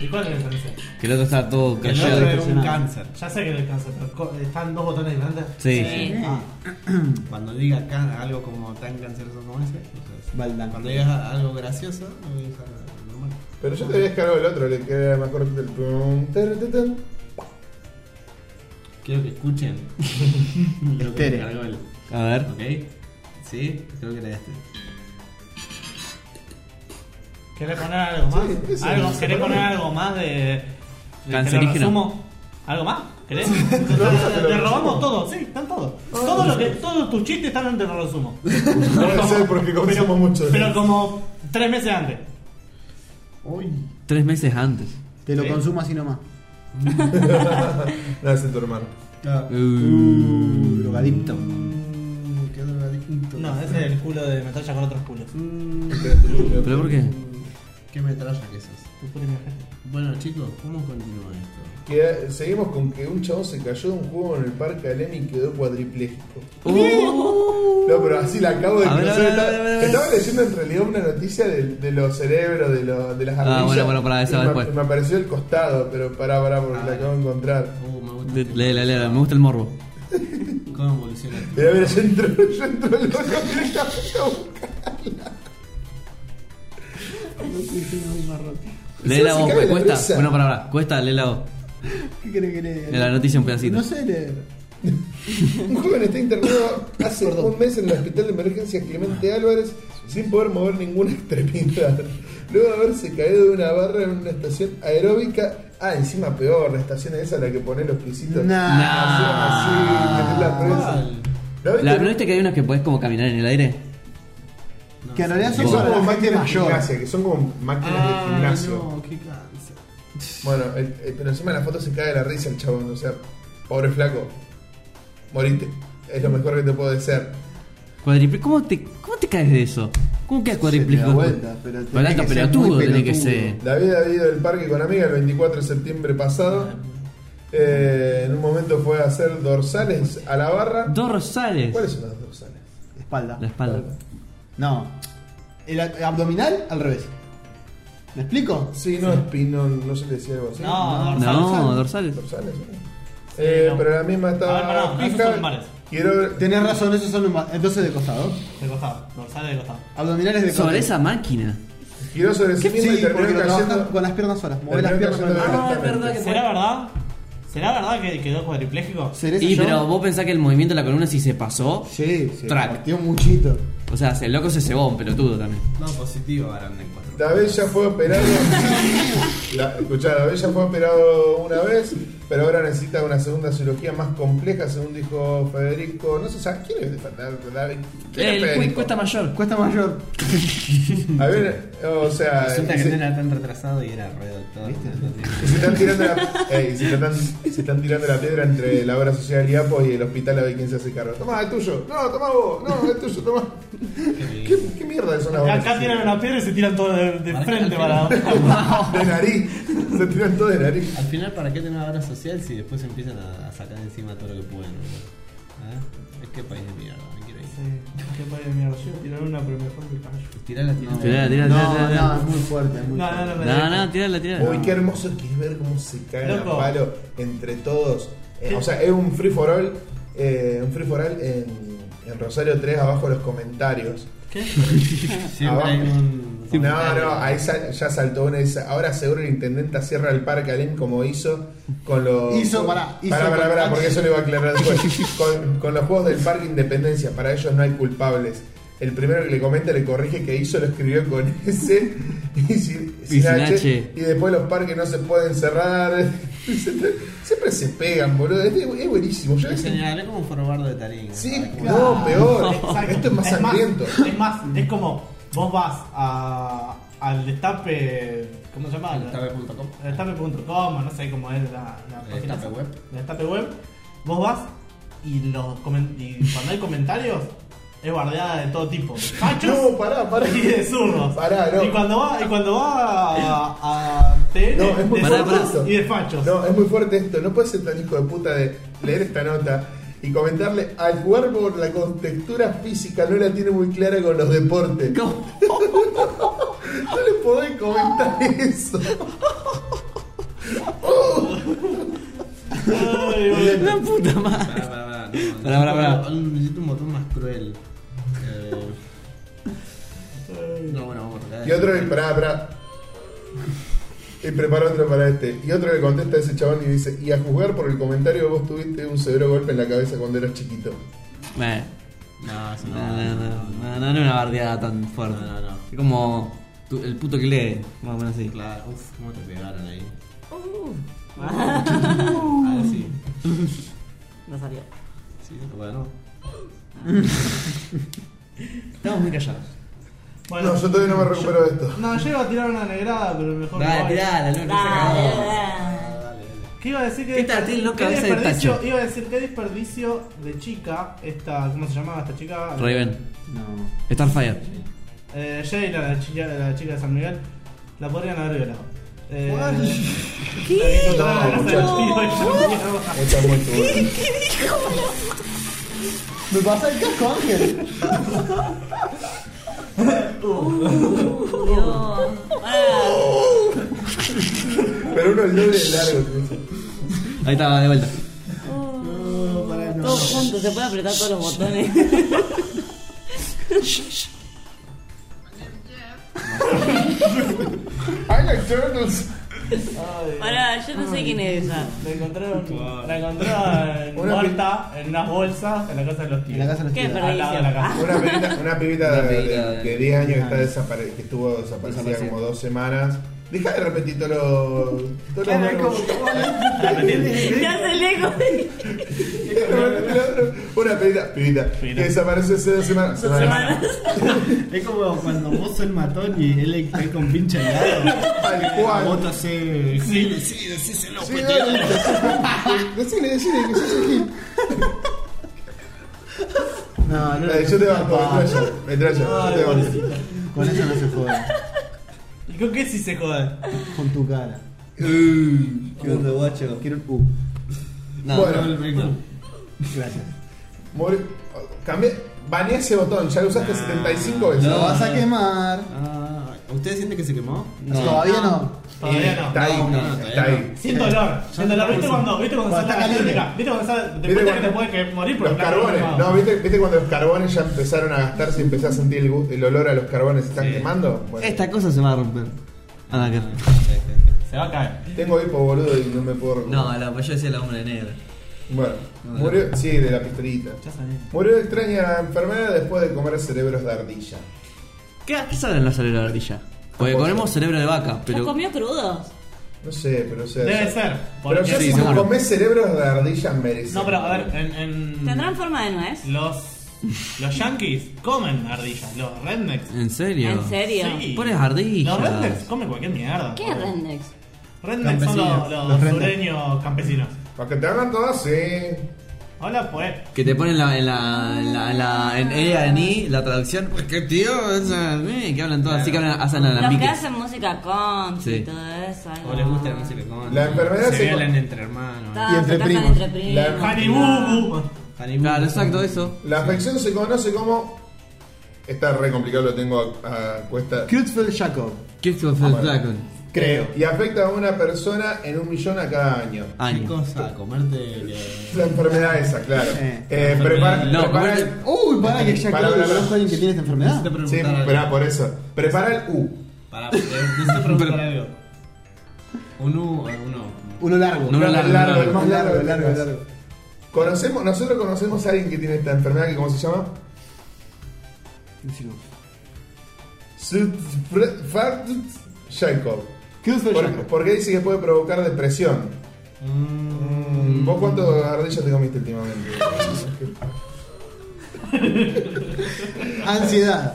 Speaker 2: ¿Y cuál es la diferencia?
Speaker 1: Que el otro está todo
Speaker 3: El
Speaker 2: Yo
Speaker 3: otro
Speaker 2: creo
Speaker 1: callado.
Speaker 3: era
Speaker 2: que
Speaker 3: un
Speaker 2: no.
Speaker 3: cáncer.
Speaker 2: Ya sé que es el cáncer, pero co- están dos botones diferentes.
Speaker 1: Sí.
Speaker 5: Sí.
Speaker 3: Ah. Cuando diga can- algo como tan canceroso como ese, entonces,
Speaker 6: Balda.
Speaker 3: cuando digas a- algo gracioso, no voy a usar normal.
Speaker 4: Pero yo te había descargado el otro, el que era más corto el pum, ter, ter, ter.
Speaker 3: Quiero que escuchen lo que
Speaker 6: Espere.
Speaker 3: cargó el.
Speaker 1: A ver.
Speaker 3: ¿Ok? ¿Sí? Creo que era este.
Speaker 2: ¿Querés poner algo más?
Speaker 4: Sí, eso,
Speaker 2: ¿Algo,
Speaker 4: eso,
Speaker 2: ¿Querés
Speaker 4: para
Speaker 2: poner
Speaker 4: mí.
Speaker 2: algo más de. de te lo
Speaker 1: Cancerígeno.
Speaker 2: resumo? ¿Algo más? ¿Querés? Te, te-
Speaker 4: No, no, te lo
Speaker 2: te
Speaker 4: resumo.
Speaker 2: robamos todo, sí, están todos. Todo lo que, todos tus chistes están en Te lo resumo.
Speaker 4: No sé, porque consumo mucho.
Speaker 2: Pero como tres meses antes.
Speaker 1: Tres meses antes.
Speaker 6: Te lo consumo así nomás.
Speaker 4: Nada, es tu hermano.
Speaker 6: Uh, drogadicto.
Speaker 3: Mm, qué drogadicto.
Speaker 2: No, ese es el culo de metralla con otros culos.
Speaker 3: Mm,
Speaker 1: ¿Pero por qué?
Speaker 3: qué metralla que sos.
Speaker 2: Tu culo emergente.
Speaker 3: Bueno, chicos, ¿cómo continúa esto?
Speaker 4: Que- seguimos con que un chabón se cayó de un juego en el parque Alem y quedó cuadripléjico.
Speaker 1: Uh.
Speaker 4: No, pero así la acabo de
Speaker 1: A ver,
Speaker 4: cruzar.
Speaker 1: a ver,
Speaker 4: Estaba-
Speaker 1: a ver, a ver.
Speaker 4: Estaba leyendo en realidad una noticia de, de los cerebros, de, los- de las
Speaker 1: Ah,
Speaker 4: ardillas.
Speaker 1: bueno, bueno, pará, esa
Speaker 4: y
Speaker 1: va
Speaker 4: me,
Speaker 1: después.
Speaker 4: me apareció el costado, pero pará, pará, porque
Speaker 3: Ah,
Speaker 4: la acabo de encontrar.
Speaker 3: Uh, me gusta.
Speaker 1: Le-
Speaker 3: este.
Speaker 1: Léela, léela, me gusta el morbo.
Speaker 3: ¿Cómo evoluciona esto?
Speaker 4: Mira, mira, yo entro, yo entro el loco directamente a buscarla.
Speaker 1: Léela
Speaker 4: Se
Speaker 1: vos,
Speaker 4: cae la
Speaker 1: cuesta.
Speaker 4: risa.
Speaker 1: Bueno, para, para, cuesta, léela vos.
Speaker 6: ¿Qué querés que lea?
Speaker 1: De la noticia un pedacito.
Speaker 6: No sé leer.
Speaker 4: Un joven está internado hace un mes en el hospital de emergencias Clemente Álvarez sin poder mover ninguna extremidad. Luego de haberse caído de una barra en una estación aeróbica. Ah, encima peor, la estación es esa la que pone los pisitos. Así,
Speaker 6: Nah.
Speaker 4: así, que es la presa.
Speaker 3: ¿Cuál?
Speaker 4: ¿La viste?
Speaker 1: ¿La pero viste que hay unos que podés como caminar en el aire?
Speaker 3: No
Speaker 6: Que en
Speaker 3: sé.
Speaker 6: realidad
Speaker 4: Que
Speaker 6: son
Speaker 4: son
Speaker 6: para
Speaker 4: como
Speaker 6: la gente
Speaker 4: máquinas de
Speaker 6: mayor.
Speaker 4: gimnasia, que son como máquinas
Speaker 3: Ah,
Speaker 4: de gimnasio.
Speaker 3: No, qué cáncer.
Speaker 4: Bueno, el- el- pero encima de la foto se cae de la risa el chabón, o sea, pobre flaco. Morite, es lo mejor que te puedo desear.
Speaker 1: Cuadriple, ¿cómo te, ¿Cómo te caes de eso? ¿Cómo quedas cuadripléjico?
Speaker 6: Se te da vuelta, pero tenés
Speaker 1: Pero tanto
Speaker 6: que ser
Speaker 1: pelotudo
Speaker 6: muy
Speaker 1: tenés que
Speaker 6: pelotudo.
Speaker 1: ser.
Speaker 4: David había ido al parque con amiga el 24 de septiembre pasado. Eh, en un momento fue a hacer dorsales a la barra.
Speaker 1: Dos rosales.
Speaker 4: ¿Cuáles son las dorsales?
Speaker 6: Espalda.
Speaker 1: La espalda.
Speaker 6: No. El a- abdominal al revés. ¿Me explico?
Speaker 4: Sí, no, espinón, no se le decía algo así.
Speaker 2: No, dorsal.
Speaker 1: No,
Speaker 6: dorsal.
Speaker 1: dorsales.
Speaker 4: Dorsales, ¿no? Eh,
Speaker 2: no.
Speaker 4: Pero la misma estaba.
Speaker 2: A ver, pará, esos
Speaker 4: fija.
Speaker 2: son mares.
Speaker 4: Quiero.
Speaker 6: Tenés razón, esos son los Entonces de costado.
Speaker 2: De costado, dorsal de costado.
Speaker 6: Abdominales de costado.
Speaker 1: Sobre esa máquina.
Speaker 4: Quiero sobre sí
Speaker 6: Sí,
Speaker 4: mismo y terminó
Speaker 6: porque lo trabajas
Speaker 4: cayendo.
Speaker 6: con las piernas solas. Mover las
Speaker 4: terminó
Speaker 6: piernas Ah,
Speaker 4: cayendo
Speaker 6: solas.
Speaker 4: directamente.
Speaker 2: ¿Será verdad? ¿Será verdad que quedó cuadripléjico?
Speaker 6: ¿Cereza
Speaker 1: Y
Speaker 6: yo?
Speaker 1: pero vos pensás que el movimiento de la columna si se pasó.
Speaker 6: Sí, sí.
Speaker 1: Track.
Speaker 6: Partió muchito.
Speaker 1: O sea, el loco se cebó un pelotudo también.
Speaker 3: No, positivo ahora en cuatro.
Speaker 4: David ya fue operado. La, escuchá, David ya fue operado una vez, pero ahora necesita una segunda cirugía más compleja, según dijo Federico. No sé, o sea, ¿quién es David? ¿Quién es
Speaker 1: El cu-
Speaker 4: Federico?
Speaker 1: cuesta mayor.
Speaker 6: Cuesta mayor.
Speaker 4: A ver, o sea,
Speaker 3: Resulta que no
Speaker 4: se,
Speaker 3: era tan retrasado y era re doctor. Entonces,
Speaker 4: se están tirando la, ey, se, están, se están tirando la piedra entre la obra social y Apo y el hospital a ver quién se hace cargo. Tomá, es tuyo. No, tomá vos. No, es tuyo, tomá. ¿Qué, qué mierda son las obras
Speaker 2: Acá tiran
Speaker 4: sociales?
Speaker 2: una piedra y se tiran todo de, de
Speaker 3: Marca
Speaker 2: frente
Speaker 3: el
Speaker 2: para.
Speaker 4: De nariz. Se tiran todo de nariz.
Speaker 3: Al final, ¿para qué tener una obra social si después empiezan a, a sacar encima todo lo que pueden? boludo? ¿Eh? Es que país de mierda, no quiero ir.
Speaker 2: Qué padre de mierda, yo iba a tirar una, pero me fue muy caballo.
Speaker 3: Tirá la tirada.
Speaker 1: Tirá, tirá,
Speaker 6: no,
Speaker 1: tirá, tirá.
Speaker 6: no, es muy fuerte. Es muy
Speaker 2: No,
Speaker 6: fuerte.
Speaker 2: no, no,
Speaker 1: No, no, tirala,
Speaker 4: Uy,
Speaker 1: tirala.
Speaker 4: qué hermoso que es ver cómo se caen a
Speaker 2: Loco.
Speaker 4: palo entre todos. Eh, o sea, es un free for all, eh, un free for all en, en Rosario 3 abajo los comentarios.
Speaker 3: Siempre hay un.
Speaker 4: No, no, ahí sal- ya saltó una y dice, ahora seguro el intendente cierra el parque Alem como hizo con los...
Speaker 6: Hizo,
Speaker 4: con-
Speaker 6: pará, hizo
Speaker 4: pará, pará,
Speaker 6: con-
Speaker 4: pará, porque eso le iba a aclarar después. con, con los juegos del parque Independencia, para ellos no hay culpables. El primero que le comenta, le corrige que hizo, lo escribió con S y sin, sin
Speaker 1: sin
Speaker 4: H,
Speaker 1: H.
Speaker 4: Y después los parques no se pueden cerrar. Siempre se pegan, boludo. Es, es buenísimo. Yo-
Speaker 3: Lo señalé como un forbardo de tarín.
Speaker 4: sí,
Speaker 3: ¿sabes?
Speaker 4: no, peor.
Speaker 2: Exacto.
Speaker 4: Esto Este es más sangriento.
Speaker 2: Es más, es como vos vas a, al destape. ¿Cómo se llama?
Speaker 3: Destape.com.
Speaker 2: Destape.com, o no sé cómo es la, la
Speaker 3: El
Speaker 2: página
Speaker 3: destape
Speaker 2: esa.
Speaker 3: web.
Speaker 2: El destape web. Vos vas y, los comen- y cuando hay comentarios, es bardeada de todo tipo. Fachos
Speaker 4: No, pará, pará.
Speaker 2: y de zurdos.
Speaker 4: Pará, no.
Speaker 2: Y cuando va, y cuando va a, a TN,
Speaker 4: No, es muy
Speaker 2: de
Speaker 4: fuerte
Speaker 2: zurdos
Speaker 4: esto.
Speaker 2: y de fachos.
Speaker 4: No, es muy fuerte esto. No puedes ser tan hijo de puta de leer esta nota y comentarle al jugar por la contextura física no la tiene muy clara con los deportes.
Speaker 1: ¿Cómo?
Speaker 4: No le podés comentar eso.
Speaker 2: de
Speaker 1: La puta
Speaker 3: Pará,
Speaker 1: madre.
Speaker 3: pará, pará. no,
Speaker 1: Pará, pará, pará.
Speaker 3: algo- Necesito un botón más cruel. Eh, no, bueno, vamos a tocar.
Speaker 4: Y otro que. Pará, pará. Y prepara otro para este. Y otro le contesta a ese chabón y dice: Y a juzgar por el comentario, vos tuviste un severo golpe en la cabeza cuando eras chiquito.
Speaker 1: Bueno,
Speaker 3: No, eso
Speaker 1: no,
Speaker 3: no.
Speaker 1: no, no, no, no, no es una bardeada tan fuerte.
Speaker 3: No, no, no.
Speaker 1: Es como tu- el puto que lee, más o menos así.
Speaker 3: Claro, uff, cómo te pegaron ahí.
Speaker 1: Uh.
Speaker 3: A ver si.
Speaker 5: No salió.
Speaker 3: Sí, bueno.
Speaker 1: Estamos muy callados.
Speaker 4: no, yo todavía no me recupero de esto.
Speaker 2: No, llego a tirar una negrada, pero mejor no.
Speaker 1: Dale,
Speaker 2: voy.
Speaker 1: tirala, no, no se
Speaker 5: Dale,
Speaker 1: acabó.
Speaker 5: dale.
Speaker 3: Dale, dale.
Speaker 2: ¿Qué iba a decir? que
Speaker 1: ¿Qué tal, tiene loca cabeza de
Speaker 2: desperdicio?
Speaker 1: tacho?
Speaker 2: Iba a decir, qué desperdicio de chica, esta, ¿cómo se llamaba esta chica?
Speaker 1: Raven,
Speaker 2: No.
Speaker 1: Starfire.
Speaker 2: Eh, Jay, la chica, la chica de San Miguel, la podrían haber violado. Eh,
Speaker 5: ¿Qué?
Speaker 2: la encontraron en la casa del
Speaker 5: No.
Speaker 2: tío y yo me quedo-
Speaker 4: Esta es muy turbia.
Speaker 6: Me pasa el casco, Ángel.
Speaker 5: Dios. Ah,
Speaker 4: Pero uno el doble de largo.
Speaker 1: Ahí está, de vuelta.
Speaker 5: Todo junto, se puede apretar todos los botones.
Speaker 4: I like turtles.
Speaker 2: Ay,
Speaker 5: Pará, yo no sé quién es esa.
Speaker 2: La encontraron, la encontraron
Speaker 4: Una
Speaker 2: muerta en unas bolsas en la casa de los tíos.
Speaker 6: En la casa de los
Speaker 5: Qué
Speaker 6: tíos.
Speaker 2: Al lado de la casa.
Speaker 4: Una pibita, una pibita
Speaker 1: Una
Speaker 4: de,
Speaker 1: pibita
Speaker 4: de-
Speaker 1: de-
Speaker 4: de 10 años que, está desapare- que estuvo desaparecida
Speaker 1: Desaparecida.
Speaker 4: como dos semanas. Deja de repetir todos los. Todos los verbos.
Speaker 5: Ya se lejos.
Speaker 4: Una pibita, pibita, que desapareció hace dos semanas. Semanas.
Speaker 3: Es como cuando vos sos el matón y él está con pinche al lado.
Speaker 4: Tal cual.
Speaker 3: Vos te haces. Sí, sí, decíselo,
Speaker 4: Sí,
Speaker 3: pues,
Speaker 4: dale,
Speaker 3: tío.
Speaker 4: Decile, decile que sos aquí.
Speaker 6: No, no.
Speaker 4: Dale, Yo te banco, me trae yo, me trae yo, yo te banco.
Speaker 6: Con eso no se jode.
Speaker 2: ¿Y con qué si se jode?
Speaker 6: Con tu cara.
Speaker 4: Uh,
Speaker 6: ¿Qué onda, guacho? Quiero un uh. U.
Speaker 1: No,
Speaker 4: Bueno.
Speaker 1: no, no.
Speaker 6: Gracias.
Speaker 4: Mori- Cambié, baneé ese botón, ya lo usaste 75 veces.
Speaker 6: Lo vas a quemar.
Speaker 3: Ah, ¿Ustedes sienten que se quemó?
Speaker 6: Todavía no. Eh,
Speaker 2: Todavía no.
Speaker 4: Está ahí,
Speaker 3: No, no,
Speaker 4: está
Speaker 3: todavía
Speaker 4: ahí.
Speaker 2: Sin dolor, sin dolor. ¿Viste cuando, viste cuando
Speaker 6: Cuando
Speaker 2: sale
Speaker 6: está
Speaker 2: la
Speaker 6: caliente.
Speaker 2: eléctrica? ¿Viste cuando sale, te
Speaker 4: ¿Viste
Speaker 2: cuenta que te
Speaker 4: cuando-
Speaker 2: puedes que- morir por
Speaker 4: Los
Speaker 2: el plato
Speaker 4: carbones,
Speaker 2: quemado?
Speaker 4: ¿no? ¿Viste, ¿Viste cuando los carbones ya empezaron a gastarse y empezás a sentir el, gu- el olor a los carbones que están quemando? Bueno,
Speaker 1: Esta cosa se va a romper. Ah, no, que-
Speaker 2: Se va a caer.
Speaker 4: tengo hipo boludo y no me puedo recuperar.
Speaker 1: No, la, pues yo decía la hombre negra.
Speaker 4: Bueno, murió, sí, de la pistolita. Murió de extraña enfermedad después de comer cerebros de ardilla.
Speaker 1: ¿Qué, ¿Qué saben los cerebros de ardilla? Porque comemos cerebro de vaca,
Speaker 5: ¿Los
Speaker 1: pero.
Speaker 5: comió crudos?
Speaker 4: No sé, pero o sea,
Speaker 2: Debe ser.
Speaker 4: Pero
Speaker 2: porque-
Speaker 4: ya
Speaker 1: sí,
Speaker 4: si
Speaker 1: seguro.
Speaker 4: comés cerebros de ardilla merece.
Speaker 2: No, pero a ver, eh. en. en-
Speaker 1: Mm.
Speaker 5: ¿Tendrán forma de nuez?
Speaker 2: Los. Los yankees comen ardillas, los rednecks.
Speaker 1: ¿En serio?
Speaker 5: ¿En serio?
Speaker 2: Sí.
Speaker 1: Pones ardillas.
Speaker 2: Los rednecks comen cualquier mierda.
Speaker 5: ¿Qué es Rendex?
Speaker 2: Rednecks son los, los
Speaker 3: Los rednecks.
Speaker 2: sureños campesinos.
Speaker 4: Para que te hagan todas, sí.
Speaker 2: Hola, pues.
Speaker 1: Que te ponen la, en la, en la, en la, en E, en I, la traducción. Pues qué tío, es, eh, que hablan todas así, que hablan, hacen
Speaker 5: Los que
Speaker 1: alambiques.
Speaker 5: hacen música country
Speaker 1: Sí.
Speaker 5: y todo eso. ahí
Speaker 3: O les gusta la
Speaker 5: va.
Speaker 3: música con.
Speaker 4: La enfermedad
Speaker 3: se.
Speaker 4: se-
Speaker 3: violan entre hermanos.
Speaker 5: Ta,
Speaker 4: Y entre
Speaker 5: se casan
Speaker 4: primos.
Speaker 5: entre primos.
Speaker 4: La-
Speaker 2: Honey Boo Boo.
Speaker 3: Honeymoon.
Speaker 1: Claro, exacto, eso.
Speaker 4: La afección se conoce como. Está re complicado, lo tengo a, a cuesta.
Speaker 6: Creutzfeldt Jacob.
Speaker 1: ¿Qué es que fue el Dragon?
Speaker 4: Creo. Y afecta a una persona en un millón a cada año.
Speaker 3: ¿Qué
Speaker 1: Año.
Speaker 3: cosa? Comerte. eh,
Speaker 4: La enfermedad esa, claro.
Speaker 6: Eh,
Speaker 4: Eh, prepara,
Speaker 1: no,
Speaker 4: prepara
Speaker 1: comete-
Speaker 4: el-
Speaker 6: Uy, pará que ya
Speaker 4: Pará, pará,
Speaker 6: creo que
Speaker 4: pará.
Speaker 6: conozco a alguien que tiene esta
Speaker 3: Necesito
Speaker 6: enfermedad.
Speaker 4: Sí,
Speaker 3: preguntar
Speaker 4: esperá,
Speaker 3: algo.
Speaker 4: por eso. Prepara el U.
Speaker 3: Pará, eh, necesito preguntar algo. Un U o un O.
Speaker 6: Uno largo.
Speaker 1: No, no,
Speaker 4: Dame
Speaker 1: largo,
Speaker 4: el largo,
Speaker 1: largo.
Speaker 4: el más largo, el largo, el largo.
Speaker 6: largo.
Speaker 4: Conocemos, nosotros conocemos a alguien que tiene esta enfermedad que cómo se llama?
Speaker 6: Decilo.
Speaker 4: Jacob.
Speaker 6: Creutzfeldt
Speaker 4: Por,
Speaker 6: Jacob.
Speaker 4: porque dice que puede provocar depresión. Mm, ¿Vos cuántos ardillas te comiste últimamente?
Speaker 6: Ansiedad.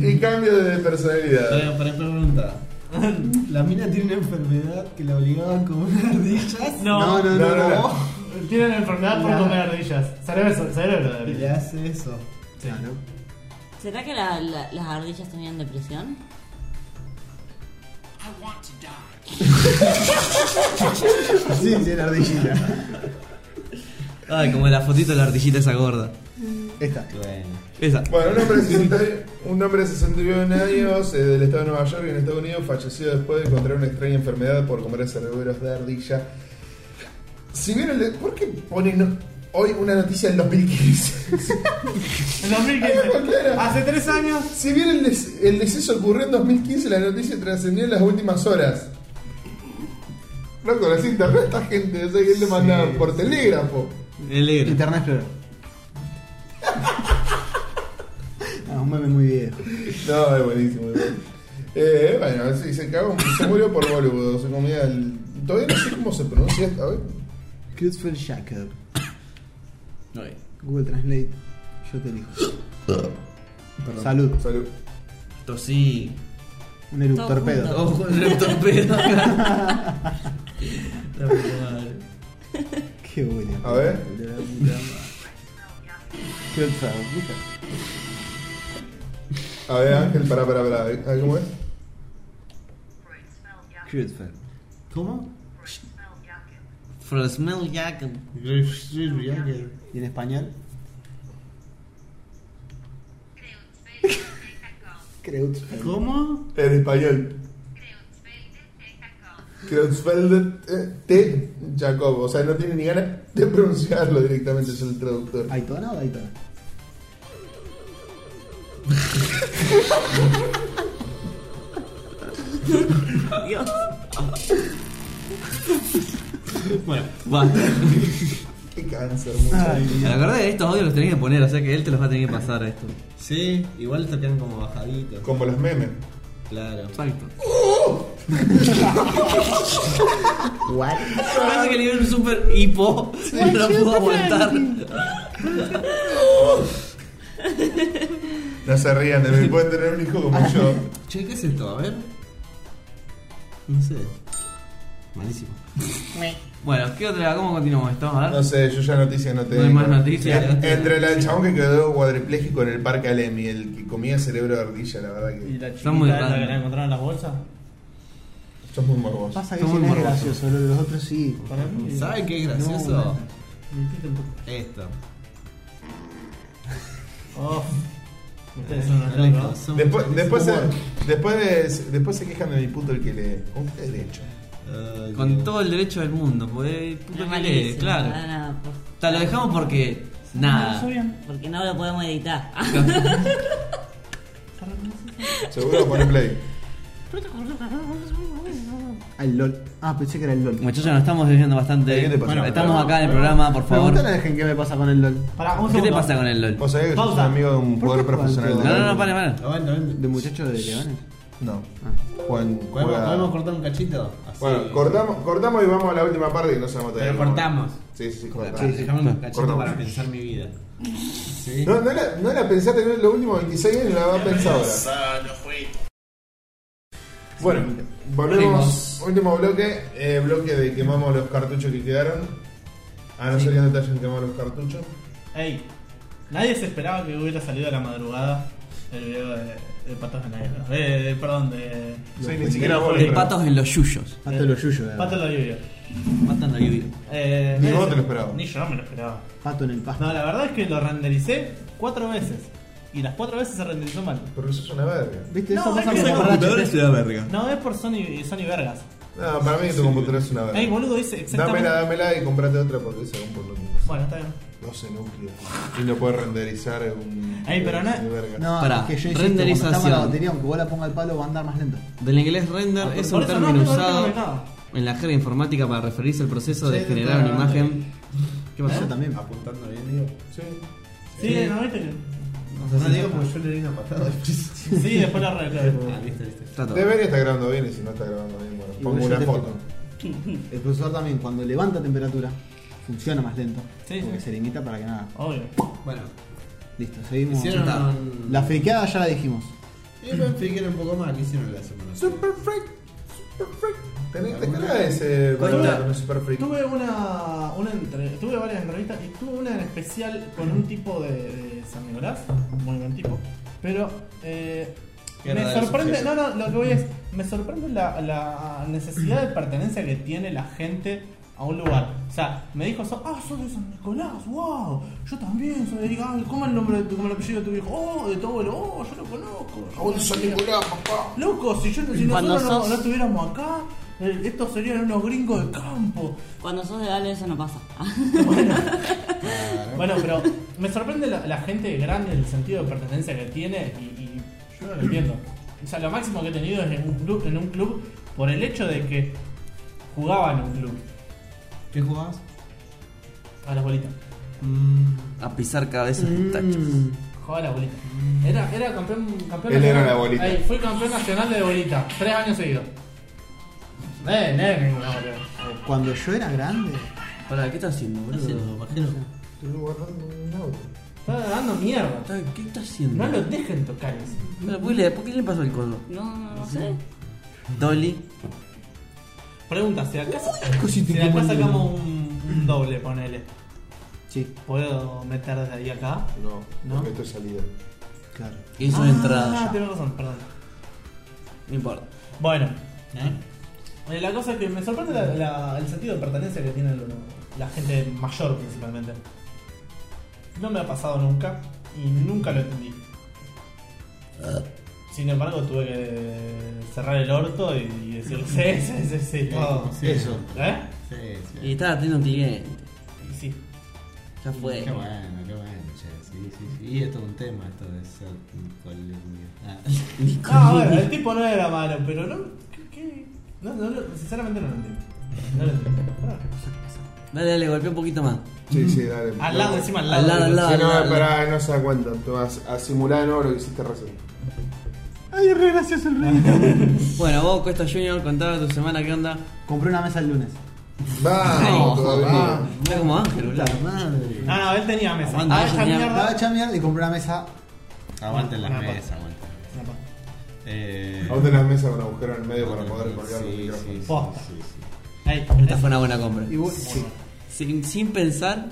Speaker 4: y cambio de personalidad.
Speaker 3: Para, para preguntar. La mina tiene una enfermedad que la obligaban a comer ardillas.
Speaker 2: No,
Speaker 6: No, no, no.
Speaker 4: No, no,
Speaker 6: no.
Speaker 4: no.
Speaker 2: tienen enfermedad por
Speaker 3: Ya.
Speaker 2: comer ardillas. Cerebro, cerebro de
Speaker 3: Y
Speaker 2: ardillas.
Speaker 3: le hace eso.
Speaker 6: Claro.
Speaker 5: ¿Será que la- la- las ardillas tenían depresión?
Speaker 6: Sí, sí, era ardillita.
Speaker 1: Ay, como la fotito de la ardillita esa gorda.
Speaker 6: Esta.
Speaker 3: Bueno.
Speaker 1: Esa.
Speaker 4: Bueno, un hombre, de 60 y- un hombre de 61 años eh, del estado de Nueva York en Estados Unidos falleció después de contraer una extraña enfermedad por comer cerebros de ardilla. Si vieron, el de- ¿por qué ponen no- hoy una noticia del 2015?
Speaker 2: En 2015.
Speaker 4: Ahí está, claro.
Speaker 2: Hace tres años.
Speaker 4: si bien el, des- el deceso ocurrió en 2015, la noticia trascendió en las últimas horas. No conocí internet esta gente, o sea que él le mandaba por telégrafo.
Speaker 1: Alegre.
Speaker 6: Internet Explorer. Ah, un meme muy viejo.
Speaker 4: No, es buenísimo. es bueno. Eh, bueno, sí, se cagó, se murió por boludo, se comía el... Todavía no sé cómo se pronuncia esta vez.
Speaker 6: Christopher Jacob.
Speaker 1: No, eh,
Speaker 6: Google Translate. Yo te elijo. Salud.
Speaker 4: Salud.
Speaker 1: Tosí.
Speaker 6: Un erup
Speaker 5: Todo
Speaker 6: torpedo.
Speaker 1: Ojo en el torpedo. La puta madre.
Speaker 6: Qué buena.
Speaker 4: A ver.
Speaker 1: De la puta madre.
Speaker 6: Qué otra, puta.
Speaker 4: A ver, Ángel, pará, pará, pará. eh, ¿Cómo es?
Speaker 8: Kruitfeld.
Speaker 3: ¿Cómo?
Speaker 1: Frosmel Jacob.
Speaker 6: ¿Y en español? Creutzfeldt.
Speaker 3: ¿Cómo?
Speaker 4: En español. Kreutzfelder eh, T. Jacob. O sea, no tiene ni ganas de pronunciarlo directamente, es el traductor.
Speaker 6: ¿Aitona o Daytona?
Speaker 5: Dios.
Speaker 1: Bueno, basta.
Speaker 4: Qué cáncer, muchacho.
Speaker 1: Me acordé de estos audios los tenés que poner, o sea que él te los va a tener que pasar a esto.
Speaker 3: Sí, igual te quedan como bajaditos.
Speaker 4: Como los memes.
Speaker 3: Claro.
Speaker 1: Exacto.
Speaker 6: What?
Speaker 1: Parece que le dio un super hipo. no lo pudo aguantar.
Speaker 4: No se rían de mí, pueden tener un hijo como yo.
Speaker 3: Che, ¿qué es esto? A ver. No sé. Malísimo.
Speaker 1: Bueno, ¿qué otra? ¿Cómo continuamos esto? A ver.
Speaker 4: No sé, yo ya noticias no
Speaker 1: Ah. No
Speaker 4: tengo.
Speaker 1: hay más noticias.
Speaker 4: En- Entre la del chabón que quedó cuadripléjico en el parque Alem y el que comía cerebro de ardilla, la verdad
Speaker 2: Y
Speaker 4: que.
Speaker 2: la
Speaker 1: Son muy
Speaker 2: chiquita esta que
Speaker 1: random.
Speaker 2: la encontraron en las bolsas.
Speaker 4: Sos muy morboso.
Speaker 6: Pasa que
Speaker 1: Está
Speaker 6: ese
Speaker 1: muy
Speaker 6: no es
Speaker 1: morboso.
Speaker 6: gracioso, lo de los otros sí.
Speaker 2: Para mí.
Speaker 3: ¿Saben qué es
Speaker 6: No,
Speaker 3: gracioso?
Speaker 6: no.
Speaker 2: Mentiste Mm. un poco.
Speaker 3: Esto.
Speaker 2: Oh. Ustedes son los
Speaker 3: Alejo,
Speaker 2: locos.
Speaker 3: son-
Speaker 4: Después,
Speaker 3: son-
Speaker 4: después, se,
Speaker 3: humor.
Speaker 4: después, de- después se quejan de mi puto el que le. ¿Con qué derecho?
Speaker 3: Ay,
Speaker 1: Con
Speaker 3: Dios.
Speaker 1: todo el derecho del mundo, pues, porque puto
Speaker 5: Es
Speaker 1: que
Speaker 5: malísimo,
Speaker 1: le- claro.
Speaker 5: nada, por-
Speaker 1: Te lo dejamos porque. Nada.
Speaker 2: Está bien.
Speaker 5: Porque no lo podemos editar.
Speaker 4: Seguro pone play.
Speaker 6: Al LOL. Ah, pensé que era el LOL.
Speaker 1: Muchachos, nos estamos desviando bastante.
Speaker 4: ¿Qué te pasa?
Speaker 1: Bueno, estamos
Speaker 2: Bueno,
Speaker 1: acá en el
Speaker 2: bueno.
Speaker 1: programa, Ah, por favor.
Speaker 6: Pregúntale a Gen qué me pasa con el LOL.
Speaker 2: Pará, un
Speaker 1: ¿Qué te
Speaker 2: segundo.
Speaker 1: pasa con el LOL?
Speaker 4: ¿Vos sabés que yo soy
Speaker 2: Pausa.
Speaker 4: amigo de un jugador profesional de
Speaker 1: No, no, no, pare, pare.
Speaker 3: Aguanta, aguanta.
Speaker 6: ¿De muchachos de Leones?
Speaker 4: No. Juan,
Speaker 3: eh, ¿Podemos,
Speaker 4: juega-
Speaker 3: podemos cortar un cachito? Así.
Speaker 4: Bueno, cortamos, cortamos y vamos a la última parte y no sabemos todavía.
Speaker 3: Pero
Speaker 4: cómo.
Speaker 3: cortamos.
Speaker 4: Sí, sí, sí, cortamos.
Speaker 3: Dejame un cachito
Speaker 4: Cortamos.
Speaker 3: para pensar mi vida. ¿Sí?
Speaker 4: No, no la, no la pensaste, no, los últimos 26 años la va a pensar ahora. Bueno, volvemos. Último bloque. eh, bloque de quemamos los cartuchos que quedaron. Ah, no salían detalles en quemar los cartuchos.
Speaker 2: Ey, nadie se esperaba que hubiera salido a la madrugada el video de, de Patos en la Guerra. De, de- perdón, de.
Speaker 6: pues
Speaker 4: Sí, ni siquiera vos lo
Speaker 1: El
Speaker 4: esperabas.
Speaker 1: patos en los yuyos.
Speaker 6: Pato de los Yuyos. eh.
Speaker 2: Patos en la lluvia.
Speaker 1: Matan a Yuyu.
Speaker 2: Eh,
Speaker 4: Ni
Speaker 2: nadie
Speaker 4: vos
Speaker 2: se-
Speaker 4: te lo esperabas.
Speaker 2: Ni yo me lo esperaba.
Speaker 6: Pato en el pasto.
Speaker 2: No, la verdad es que lo rendericé cuatro veces. Y las cuatro veces se renderizó mal.
Speaker 4: Porque eso es una verga.
Speaker 6: ¿Viste? Eso
Speaker 2: No,
Speaker 6: pasa
Speaker 2: es que
Speaker 6: con
Speaker 2: esa
Speaker 6: los borrachos.
Speaker 8: es una verga.
Speaker 2: No, es por Sony, Sony Vergas.
Speaker 4: No, para mí tu computadora es una
Speaker 2: Ey,
Speaker 4: verga.
Speaker 2: boludo, dice exactamente.
Speaker 4: Dámela, dámela y comprate otra porque esa es un por lo menos
Speaker 2: Bueno, está bien.
Speaker 4: 12 núcleos. Y no puedes renderizar un.
Speaker 2: Ey, pero no-
Speaker 4: ni verga.
Speaker 6: No,
Speaker 1: Pará,
Speaker 6: es que yo insisto, cuando
Speaker 1: renderización. ¿Eh?
Speaker 6: está mal la batería, aunque vos la ponga al palo, va a andar más lento.
Speaker 1: Del inglés render
Speaker 2: Ah,
Speaker 1: es
Speaker 2: por
Speaker 1: un
Speaker 2: eso no,
Speaker 1: término
Speaker 2: no, no,
Speaker 1: usado
Speaker 2: no, no.
Speaker 1: en la jerga informática para referirse al proceso de
Speaker 3: Sí,
Speaker 1: generar
Speaker 3: no,
Speaker 1: una
Speaker 3: no, no.
Speaker 1: imagen. ¿Qué pasó?
Speaker 6: Eso
Speaker 2: ¿Eh?
Speaker 6: también.
Speaker 3: Apuntando bien, digo.
Speaker 4: Sí.
Speaker 2: Sí,
Speaker 1: Sí.
Speaker 2: no viste que.
Speaker 3: No digo porque yo le di una patada.
Speaker 2: Sí, después lo arreglé.
Speaker 3: Ah, listo, listo.
Speaker 1: Trato.
Speaker 4: Debería estar grabando bien y si no está grabando bien, bueno,
Speaker 6: Igual
Speaker 4: pongo
Speaker 6: yo
Speaker 4: una
Speaker 6: te
Speaker 4: foto.
Speaker 6: explico. El procesador también, cuando levanta temperatura, funciona más lento.
Speaker 2: Sí,
Speaker 6: porque
Speaker 2: sí.
Speaker 6: se limita para que nada.
Speaker 2: Obvio.
Speaker 3: Bueno,
Speaker 6: Listo, seguimos.
Speaker 3: hicieron.
Speaker 6: Ya está. La friqueada ya la dijimos.
Speaker 3: Y me expliqué un poco más. ¿Qué hicieron la semana?
Speaker 4: Super Freak, Super Freak. Tenés tenés cara de ese
Speaker 2: Tuve-
Speaker 4: bailar con el Super Freak.
Speaker 2: Tuve una, una entre- tuve varias entrevistas y tuve una en especial con un tipo de, de San Nicolás, muy buen tipo, pero eh,
Speaker 3: Que
Speaker 2: me
Speaker 3: era de
Speaker 2: sorprende, no,
Speaker 3: Suceso.
Speaker 2: no, lo que voy es, me sorprende la, la necesidad de pertenencia que tiene la gente a un lugar. O sea, me dijo eso, ah, sos de San Nicolás, wow, yo también soy de ahí, ah, ¿cómo es el nombre de tu, cómo el apellido de tu viejo? Oh, de tu abuelo, oh, yo lo conozco. yo lo
Speaker 4: Abuelo San
Speaker 2: conocía".
Speaker 4: Nicolás, papá.
Speaker 2: Loco, si, yo, si
Speaker 5: Cuando
Speaker 2: nosotros no,
Speaker 5: sos-
Speaker 2: no estuviéramos acá, eh, estos serían unos gringos de campo.
Speaker 5: Cuando sos de Galo eso no pasa. Ah,
Speaker 2: Bueno, pero me sorprende la, la gente grande el sentido de pertenencia que tiene y, y yo no lo entiendo. O sea, lo máximo que he tenido es en un club, en un club por el hecho de que jugaba en un club
Speaker 3: ¿Qué jugabas?
Speaker 2: a las bolitas.
Speaker 3: Mm,
Speaker 1: A pisar cabezas
Speaker 2: Mm.
Speaker 1: de tachos.
Speaker 2: Jugaba a las bolitas.
Speaker 3: Mm.
Speaker 2: Era, era campeón, campeón
Speaker 4: Él era
Speaker 2: nacional.
Speaker 4: la bolita.
Speaker 2: Ahí, fui campeón nacional de bolita, tres años seguidos. Eh, nene, no, boludo.
Speaker 6: Cuando yo era grande,
Speaker 1: Pará, ¿qué estás haciendo, boludo? Pajero?
Speaker 4: Estoy guardando un auto.
Speaker 2: Está dando mierda.
Speaker 1: Está- ¿Qué estás haciendo?
Speaker 2: No lo dejen tocar eso.
Speaker 1: Pero, ¿por, qué le, por qué le pasó el codo?
Speaker 5: No, no, no sé.
Speaker 1: Dolly.
Speaker 2: Pregunta, si acá, si acá sacamos un, un doble, ponele.
Speaker 1: Sí.
Speaker 2: ¿Puedo meter desde ahí acá?
Speaker 4: No,
Speaker 2: ¿No?
Speaker 4: porque esto es salida.
Speaker 3: claro.
Speaker 1: Hizo una entrada
Speaker 2: Ah,
Speaker 1: ya.
Speaker 2: tenés razón, perdón.
Speaker 1: No importa.
Speaker 2: Bueno, eh, la cosa es que me sorprende la- la- el sentido de pertenencia que tiene lo- la gente mayor principalmente. No me ha pasado nunca y nunca lo entendí.
Speaker 1: Ah.
Speaker 2: Sin embargo, tuve que cerrar el orto y, y decir, sí, sí, sí, sí, todo".
Speaker 3: Sí, eso.
Speaker 2: ¿Eh?
Speaker 3: Sí, sí.
Speaker 1: Y estaba teniendo un cliente.
Speaker 2: Y sí.
Speaker 1: Ya fue.
Speaker 3: Qué bueno, qué bueno, che. Sí, sí, sí. Y esto es un tema, esto de ser colegio. Ah.
Speaker 2: Ah, bueno, el tipo no era malo, pero no. ¿qué- qué? No, no, lo- sinceramente no lo entiendo. No lo entiendo. Ah,
Speaker 1: Dale, dale, golpea un poquito más.
Speaker 4: Sí, sí, dale.
Speaker 2: Al lado, encima al lado.
Speaker 1: Al lado, al lado.
Speaker 4: Si no,
Speaker 1: dale.
Speaker 4: pará, no se da cuenta. Te vas a simular en oro que hiciste recién.
Speaker 6: ¡Ay, es re gracioso el rey!
Speaker 1: Bueno, vos, Cuesta Junior, contaba tu semana, ¿qué onda?
Speaker 6: Compré una mesa el lunes.
Speaker 4: Vamos,
Speaker 1: Ay,
Speaker 4: todavía.
Speaker 1: Está como Ángel,
Speaker 6: La
Speaker 1: boludo.
Speaker 6: madre.
Speaker 2: Ah, No, no, él tenía mesa.
Speaker 1: Aguanta,
Speaker 2: Ah, esa
Speaker 1: tenía-
Speaker 2: mierda.
Speaker 6: Estaba hecha mierda Ah, y compré una mesa.
Speaker 3: Aguanten las
Speaker 2: Una pa-
Speaker 3: mesas, aguanten.
Speaker 2: Una pa-
Speaker 3: Eh,
Speaker 4: Aún tenés mesa con agujero en el medio para poder
Speaker 3: sí,
Speaker 4: colgar los
Speaker 3: sí, sí,
Speaker 4: micrófonos.
Speaker 3: sí,
Speaker 2: Posta.
Speaker 3: sí, sí.
Speaker 2: Ey,
Speaker 1: Esta fue una buena compra.
Speaker 6: Y bueno,
Speaker 1: Sin, sin pensar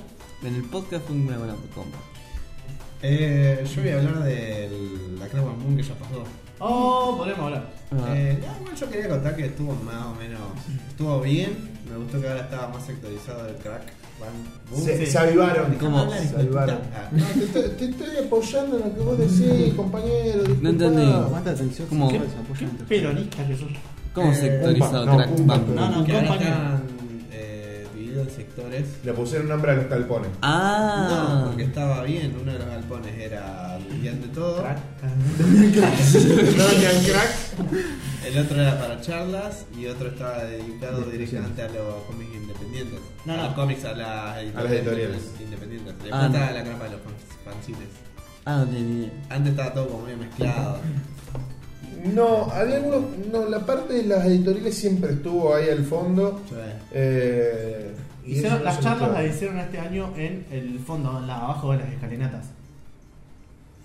Speaker 1: en el podcast fue una buena compra.
Speaker 3: Eh, yo voy a hablar de la Crema Moon que ya pasó.
Speaker 2: Oh, podemos hablar.
Speaker 3: Eh, ah, bueno, yo quería contar que estuvo más o menos. Estuvo bien. Me gustó que ahora estaba más sectorizado el crack. Van, boom.
Speaker 4: Se,
Speaker 2: Sí.
Speaker 4: se avivaron.
Speaker 1: ¿Cómo?
Speaker 4: Se avivaron.
Speaker 3: Ah,
Speaker 4: No, te, estoy- te estoy apoyando en lo que vos decís, compañero. disculpa.
Speaker 1: No entendí.
Speaker 6: aguanta atención.
Speaker 1: ¿Cómo?
Speaker 6: ¿Qué?
Speaker 2: Qué peronista que sos.
Speaker 1: ¿Cómo
Speaker 3: Eh,
Speaker 1: sectorizado,
Speaker 4: un pan, no,
Speaker 1: crack?
Speaker 4: un pan,
Speaker 1: Bam.
Speaker 4: pero-
Speaker 2: No, no,
Speaker 3: que ahora
Speaker 2: compañero.
Speaker 3: están eh, divididos en sectores.
Speaker 4: Le pusieron nombre a los talpones.
Speaker 1: Ah,
Speaker 3: No, porque estaba bien. Uno de los galpones era Vivian de todo.
Speaker 2: Crack.
Speaker 4: No, tenían crack.
Speaker 3: El otro era para charlas y otro estaba dedicado directamente a los cómics independientes.
Speaker 2: No,
Speaker 3: a
Speaker 2: no.
Speaker 3: los cómics, a las
Speaker 4: A las editoriales.
Speaker 3: independientes. Le
Speaker 1: Ah,
Speaker 3: faltaba
Speaker 1: no.
Speaker 3: la capa de los fan- fanzines.
Speaker 1: ah, no tenía ni idea.
Speaker 3: Antes estaba todo como medio mezclado.
Speaker 4: No, había algunos. No, la parte de las editoriales siempre estuvo ahí al fondo.
Speaker 3: Yo, eh,
Speaker 4: Eh, y eso
Speaker 2: Hicieron,
Speaker 4: no
Speaker 2: las
Speaker 4: se
Speaker 2: charlas
Speaker 4: notaba.
Speaker 2: las hicieron este año en el fondo, en la, abajo de las escalinatas.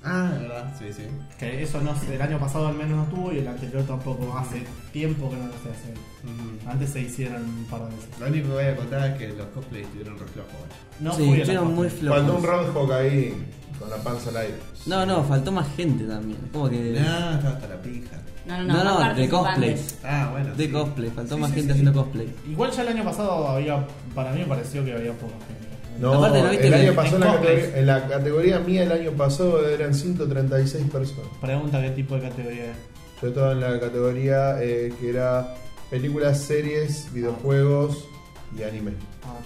Speaker 3: Ah, de verdad, sí, sí.
Speaker 2: Que eso no se- el año pasado al menos no estuvo y el anterior tampoco. Hace tiempo que no se hace.
Speaker 3: Ujú.
Speaker 2: Antes se hicieron un par de veces.
Speaker 3: Lo único que voy a contar es que los cosplays estuvieron re flojos. bueno.
Speaker 2: No
Speaker 1: sí,
Speaker 2: fui a la
Speaker 1: estuvieron muy
Speaker 2: conferencia.
Speaker 4: Faltó un
Speaker 1: flojos.
Speaker 4: roadhog ahí, con la panza al aire.
Speaker 1: No, no, faltó más gente también. Como que.
Speaker 3: Nah, estaba hasta la pija.
Speaker 5: No, no, no.
Speaker 1: No,
Speaker 5: más
Speaker 1: no, de
Speaker 5: participantes.
Speaker 1: cosplays.
Speaker 3: Ah, bueno.
Speaker 1: De
Speaker 3: sí.
Speaker 1: cosplay, faltó
Speaker 3: Sí,
Speaker 1: más
Speaker 3: sí,
Speaker 1: gente
Speaker 3: sí.
Speaker 1: haciendo cosplay.
Speaker 2: Igual ya el año pasado había, para mí me pareció que había poca gente.
Speaker 4: No,
Speaker 1: Aparte, ¿no viste
Speaker 4: el
Speaker 1: que
Speaker 4: año
Speaker 1: en
Speaker 4: pasado en la,
Speaker 2: cosplay?
Speaker 4: categoría, en la categoría mía el año pasado eran 136 personas.
Speaker 2: Pregunta qué tipo de categoría es.
Speaker 4: Yo estaba en la categoría eh, que era películas, series, videojuegos y anime.
Speaker 2: Ah,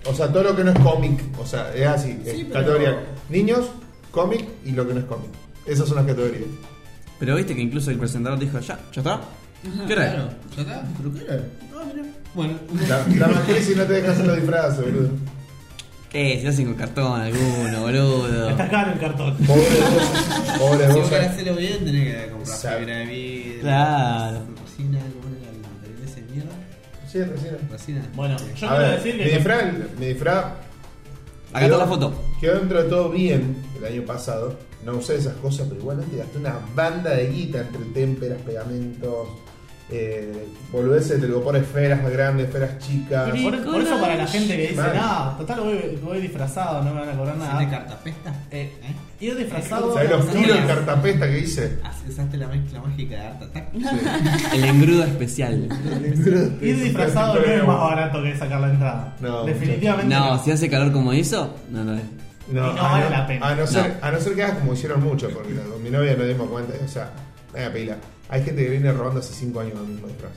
Speaker 2: pero-
Speaker 4: O sea, todo lo que no es cómic. O sea, es así. es
Speaker 3: Sí, pero-
Speaker 4: Categoría niños, cómic y lo que no es cómic. Esas son las categorías.
Speaker 1: Pero viste que incluso el presentador dijo, ya, ya está. ¿Qué hora es?
Speaker 3: Claro, ¿ya está? ¿Pero qué era? No, mira. Bueno,
Speaker 4: La, la matriz y no te dejas hacer los disfraces, boludo.
Speaker 1: Eh, se hacen con cartón alguno, boludo.
Speaker 2: Está caro el cartón.
Speaker 4: Pobre vos. Pobre
Speaker 3: si
Speaker 4: vos.
Speaker 3: vos querés hacerlo bien, tenés que comprar
Speaker 4: Sabe.
Speaker 3: fibra de vidrio.
Speaker 1: Claro.
Speaker 3: Resina, ¿cómo era el material ese de mierda?
Speaker 4: Sí, recién.
Speaker 3: Resina.
Speaker 2: Bueno, yo
Speaker 4: A
Speaker 2: quiero
Speaker 4: ver,
Speaker 2: decir que.
Speaker 4: mi disfraz, mi disfraz
Speaker 1: Acá está la foto.
Speaker 4: Quedó dentro de todo bien el año pasado. No usé esas cosas, pero igualmente gasté una banda de guita entre témperas, pegamentos, eh, boludeces, te lo pones esferas más grandes, esferas chicas.
Speaker 2: Por, por eso para la gente que dice,
Speaker 4: Vale.
Speaker 2: no, total voy, voy disfrazado, no me van a cobrar
Speaker 3: ¿Hiciste
Speaker 2: nada.
Speaker 3: cartapesta?
Speaker 2: Ah. Eh, ir disfrazado.
Speaker 4: ¿Sabés los
Speaker 2: no
Speaker 4: kilos de
Speaker 2: es-
Speaker 4: cartapesta que hice?
Speaker 3: Haz- Ah, Usaste la mezcla mágica de Art Attack.
Speaker 1: El engrudo especial.
Speaker 2: Ir disfrazado no es
Speaker 4: Pero-
Speaker 2: más barato que sacar la entrada.
Speaker 4: No,
Speaker 2: Definitivamente.
Speaker 1: No, si hace calor como hizo, no lo es.
Speaker 2: Y no vale la pena.
Speaker 4: A no, ser, a no ser que hagas como hicieron mucho, porque la- con mi novia nos dimos cuenta, o sea, vaya pila. Hay gente que viene robando hace 5 años lo mismo disfraz.